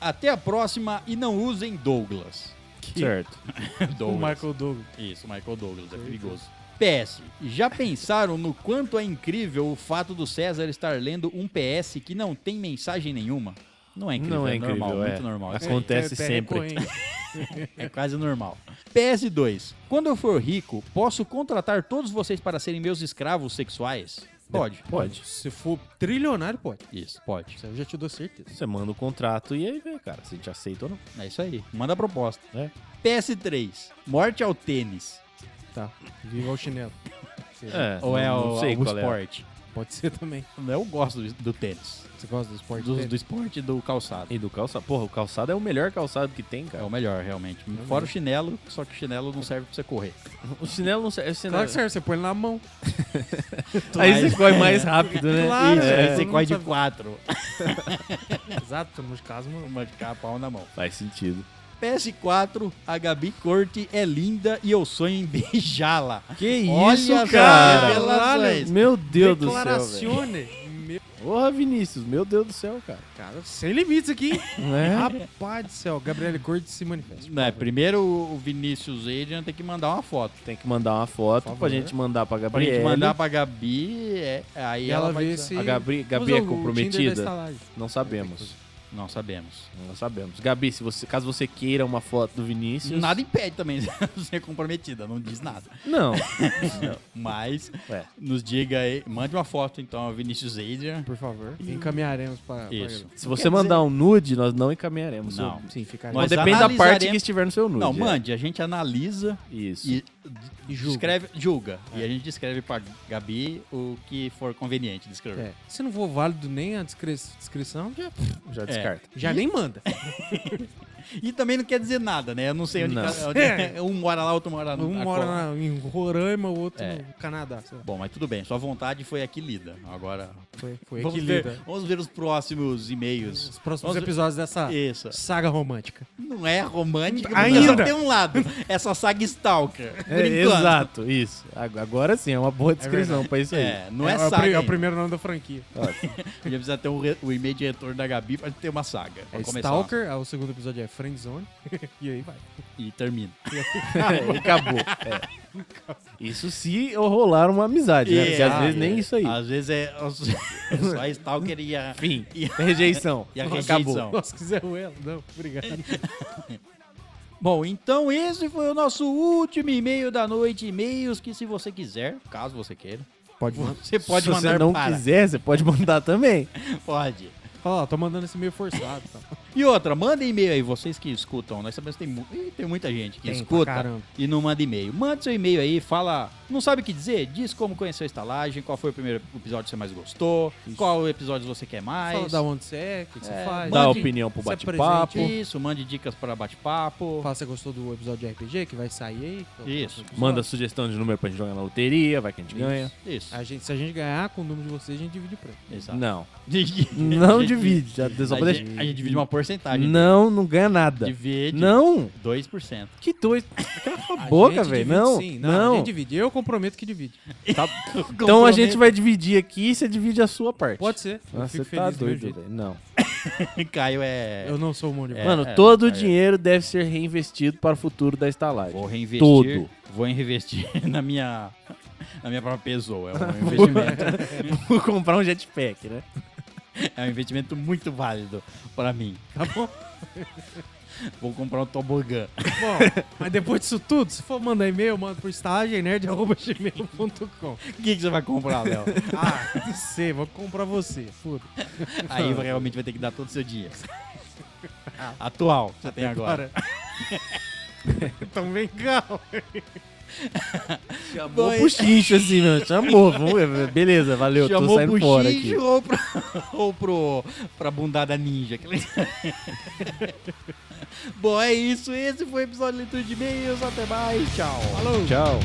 Speaker 3: Até a próxima e não usem Douglas.
Speaker 1: Certo.
Speaker 2: O
Speaker 3: Douglas.
Speaker 2: Michael Douglas.
Speaker 3: Isso, Michael Douglas, é perigoso. PS, já pensaram no quanto é incrível o fato do César estar lendo um PS que não tem mensagem nenhuma? Não é incrível,
Speaker 1: Não é
Speaker 3: é normal,
Speaker 1: incrível, é.
Speaker 3: muito normal. Isso
Speaker 1: Acontece
Speaker 2: Até- até
Speaker 1: sempre.
Speaker 2: é recorrente.
Speaker 3: É quase normal. PS2. Quando eu for rico, posso contratar todos vocês para serem meus escravos sexuais? Pode.
Speaker 1: Pode.
Speaker 2: Se for trilionário, pode.
Speaker 3: Isso, pode.
Speaker 2: Isso aí eu já te dou certeza.
Speaker 1: Você manda o contrato e aí vê, cara, se a gente aceita ou não.
Speaker 3: É isso aí. Manda a proposta.
Speaker 1: É.
Speaker 3: PS3. Morte ao tênis.
Speaker 2: Tá. Viva o chinelo.
Speaker 3: Ou é
Speaker 1: não- não
Speaker 3: o,
Speaker 1: sei
Speaker 3: o
Speaker 1: qual é.
Speaker 3: esporte?
Speaker 2: Pode ser também.
Speaker 3: Eu gosto do, do tênis.
Speaker 2: Você gosta do esporte?
Speaker 3: Do,
Speaker 2: dele?
Speaker 3: do esporte e do calçado.
Speaker 1: E do calçado? Porra, o calçado é o melhor calçado que tem,
Speaker 3: É
Speaker 1: cara.
Speaker 3: o melhor, realmente. Fora o chinelo, só que o chinelo não serve pra você correr.
Speaker 1: O chinelo não serve. o chinelo-
Speaker 2: Claro que serve, você põe ele na mão.
Speaker 1: Aí você corre mais rápido, né?
Speaker 2: Claro,
Speaker 1: É.
Speaker 3: Aí você corre de quatro.
Speaker 2: Exato, no caso, mano.
Speaker 3: Uma de cada pau na mão.
Speaker 1: é. Faz sentido.
Speaker 3: PS4, a Gabi Corte é linda e eu sonho em beijá-la.
Speaker 1: Que
Speaker 3: Olha
Speaker 1: isso,
Speaker 3: as
Speaker 1: cara?
Speaker 3: revelações.
Speaker 1: Meu Deus do céu, velho.
Speaker 2: Declaracione. Meu...
Speaker 1: Porra, Vinícius, meu Deus do céu, cara.
Speaker 2: Cara, sem limites aqui, hein?
Speaker 1: É?
Speaker 2: Rapaz do céu, Gabriele Corte se manifesta.
Speaker 3: Não, é, primeiro o Vinícius Adrian tem que mandar uma foto.
Speaker 1: Tem que mandar uma foto pra
Speaker 2: favor.
Speaker 1: gente mandar pra
Speaker 3: Pra
Speaker 1: Gabriela.
Speaker 3: gente mandar pra Gabi, é, aí
Speaker 2: E
Speaker 3: ela,
Speaker 2: ela
Speaker 3: vai...
Speaker 2: vê
Speaker 3: dizer-
Speaker 2: se.
Speaker 1: A Gabri, Gabi
Speaker 2: usa
Speaker 1: é
Speaker 2: o Tinder da
Speaker 1: comprometida?
Speaker 2: estalagem.
Speaker 1: Não sabemos.
Speaker 3: Não sabemos.
Speaker 1: Não sabemos. Gabi, se você, caso você queira uma foto do Vinícius...
Speaker 3: Nada impede também de ser comprometida, não diz nada.
Speaker 1: Não.
Speaker 3: Mas
Speaker 1: Ué.
Speaker 3: nos diga aí, mande uma foto então ao Vinícius Adrian.
Speaker 2: Por favor, encaminharemos para.
Speaker 3: Isso.
Speaker 1: Se você mandar um nude, nós não encaminharemos.
Speaker 3: Não.
Speaker 2: Sim, assim. fica
Speaker 1: Mas
Speaker 3: Nós
Speaker 1: depende da parte
Speaker 3: analisaremos-
Speaker 1: que estiver no seu nude.
Speaker 3: Não,
Speaker 1: é.
Speaker 3: mande, a gente analisa
Speaker 1: Isso.
Speaker 3: e
Speaker 2: E julga. É.
Speaker 3: escreve, julga. E a gente descreve pra Gabi o que for conveniente descrever.
Speaker 2: É. Se não for válido nem a descri- descrição, já,
Speaker 3: é.
Speaker 1: Já descarta.
Speaker 2: já nem manda.
Speaker 3: E também não quer dizer nada, né? Eu não sei onde,
Speaker 1: Não.
Speaker 3: cada- onde- um mora lá, outro mora
Speaker 2: Um
Speaker 3: na-
Speaker 2: mora na- em Roraima, o outro
Speaker 3: É.
Speaker 2: no Canadá. sei lá.
Speaker 3: Bom, mas tudo bem, sua vontade foi aqui lida. Agora
Speaker 2: Foi, foi
Speaker 3: vamos
Speaker 2: equilíbrio.
Speaker 3: ver, vamos ver os próximos e-mails.
Speaker 2: Os próximos
Speaker 3: Vamos ver-
Speaker 2: episódios dessa
Speaker 3: Isso.
Speaker 2: saga romântica.
Speaker 3: Não é romântica, mas
Speaker 2: Ainda.
Speaker 3: só tem um lado. É só saga stalker. por
Speaker 1: É,
Speaker 3: enquanto.
Speaker 1: exato, isso. Ag- Agora sim, é uma boa descrição pra isso aí.
Speaker 3: É, não é,
Speaker 2: o
Speaker 3: saga.
Speaker 2: pri- é o
Speaker 3: ainda.
Speaker 2: primeiro nome da franquia.
Speaker 3: A gente precisa ter um re- o e-mail de retorno da Gabi pra ter uma saga. pra
Speaker 2: É
Speaker 3: começar.
Speaker 2: Stalker, aí o segundo episódio é Friendzone. e aí vai.
Speaker 3: E termina.
Speaker 1: É, e acabou. É. Isso se rolar uma amizade, né? Porque às
Speaker 3: ah,
Speaker 1: vezes nem isso aí.
Speaker 3: Às vezes é, é só stalker e a...
Speaker 1: Fim.
Speaker 3: E a-
Speaker 1: Rejeição.
Speaker 3: e a
Speaker 1: Acabou.
Speaker 3: rejeição.
Speaker 2: Nossa, quiser o ela. Não, obrigado.
Speaker 3: Bom, então esse foi o nosso último e-mail da noite. E-mails que se você quiser, caso você queira,
Speaker 2: Pode mandar.
Speaker 3: você pode
Speaker 1: Se
Speaker 3: mandar
Speaker 1: você não
Speaker 3: para.
Speaker 1: quiser, você pode mandar também.
Speaker 3: Pode.
Speaker 2: Fala, ó, tô mandando esse meio forçado. Tá.
Speaker 3: E outra, manda e-mail aí, vocês que escutam. Nós sabemos que tem, mu- Ih, tem muita gente que
Speaker 2: Tem pra
Speaker 3: escuta
Speaker 2: caramba.
Speaker 3: e não manda e-mail. Manda seu e-mail aí, fala. Não sabe o que dizer? Diz como conheceu a estalagem, qual foi o primeiro episódio que você mais gostou, qual episódio você quer
Speaker 2: Fala
Speaker 3: mais.
Speaker 2: da onde você é, o que, que você faz.
Speaker 1: Dá
Speaker 3: Mande-
Speaker 1: opinião pro
Speaker 2: se
Speaker 1: bate-papo.
Speaker 2: apresente
Speaker 3: Isso, mande dicas para bate-papo.
Speaker 2: Fala se você gostou do episódio de RPG que vai sair aí. que é o
Speaker 3: Isso.
Speaker 2: próximo episódio.
Speaker 1: Manda sugestão de número pra gente jogar na loteria, vai que a gente ganha.
Speaker 3: Isso.
Speaker 2: A gente, se a gente ganhar com o número de vocês, a gente divide o preço.
Speaker 3: Exato.
Speaker 1: Não.
Speaker 3: Tá. A gente-
Speaker 1: Não
Speaker 3: a gente-
Speaker 1: divide. Já, só
Speaker 3: a
Speaker 1: pra
Speaker 3: gente-
Speaker 1: deixar-
Speaker 3: a gente divide uma porcentagem.
Speaker 1: Não, não ganha nada.
Speaker 3: Divide.
Speaker 1: Não!
Speaker 3: 2%.
Speaker 1: Que dois. Cala a
Speaker 2: A
Speaker 1: boca,
Speaker 2: gente
Speaker 1: velho.
Speaker 2: divide
Speaker 1: Não,
Speaker 2: sim.
Speaker 1: não.
Speaker 2: A gente divide. Eu comprometo que divide.
Speaker 1: Então a gente vai dividir aqui e você divide a sua parte.
Speaker 2: Pode ser. Eu
Speaker 1: Nossa,
Speaker 2: fico
Speaker 1: você tá
Speaker 2: feliz do meu
Speaker 1: doido,
Speaker 2: jeito.
Speaker 1: velho. Não.
Speaker 3: Caio é.
Speaker 2: Eu não sou mão de
Speaker 3: É,
Speaker 1: Mano,
Speaker 3: é,
Speaker 1: todo
Speaker 3: é.
Speaker 1: o dinheiro deve ser reinvestido para o futuro da estalagem.
Speaker 3: Vou reinvestir.
Speaker 1: Todo.
Speaker 3: Vou reinvestir na minha. Na minha própria pessoa. É um investimento.
Speaker 1: Vou comprar um jetpack, né?
Speaker 3: é um investimento muito válido pra mim.
Speaker 2: Tá bom?
Speaker 3: Vou comprar um tobogã.
Speaker 2: Bom, mas depois disso tudo, se for mandar e-mail, manda pro estagiainerd.gmail.com.
Speaker 3: O que, que você vai comprar, Léo?
Speaker 2: Ah, não sei, vou comprar você. Foda.
Speaker 3: Aí vai- realmente vai ter que dar todo o seu dinheiro. Atual, que você tem agora.
Speaker 2: Para. então vem cá.
Speaker 1: Chamou o buchicho assim, meu. Chamou. Vamos ver. Beleza, valeu. tô
Speaker 3: Chamou
Speaker 1: saindo
Speaker 3: pro
Speaker 1: fora
Speaker 3: Shinji
Speaker 1: aqui.
Speaker 3: ou, pra, ou pro, pra bundada ninja. aquele- Bom, é isso. Esse foi o episódio de Leitura de E-mails. Até mais. Tchau.
Speaker 1: Tchau.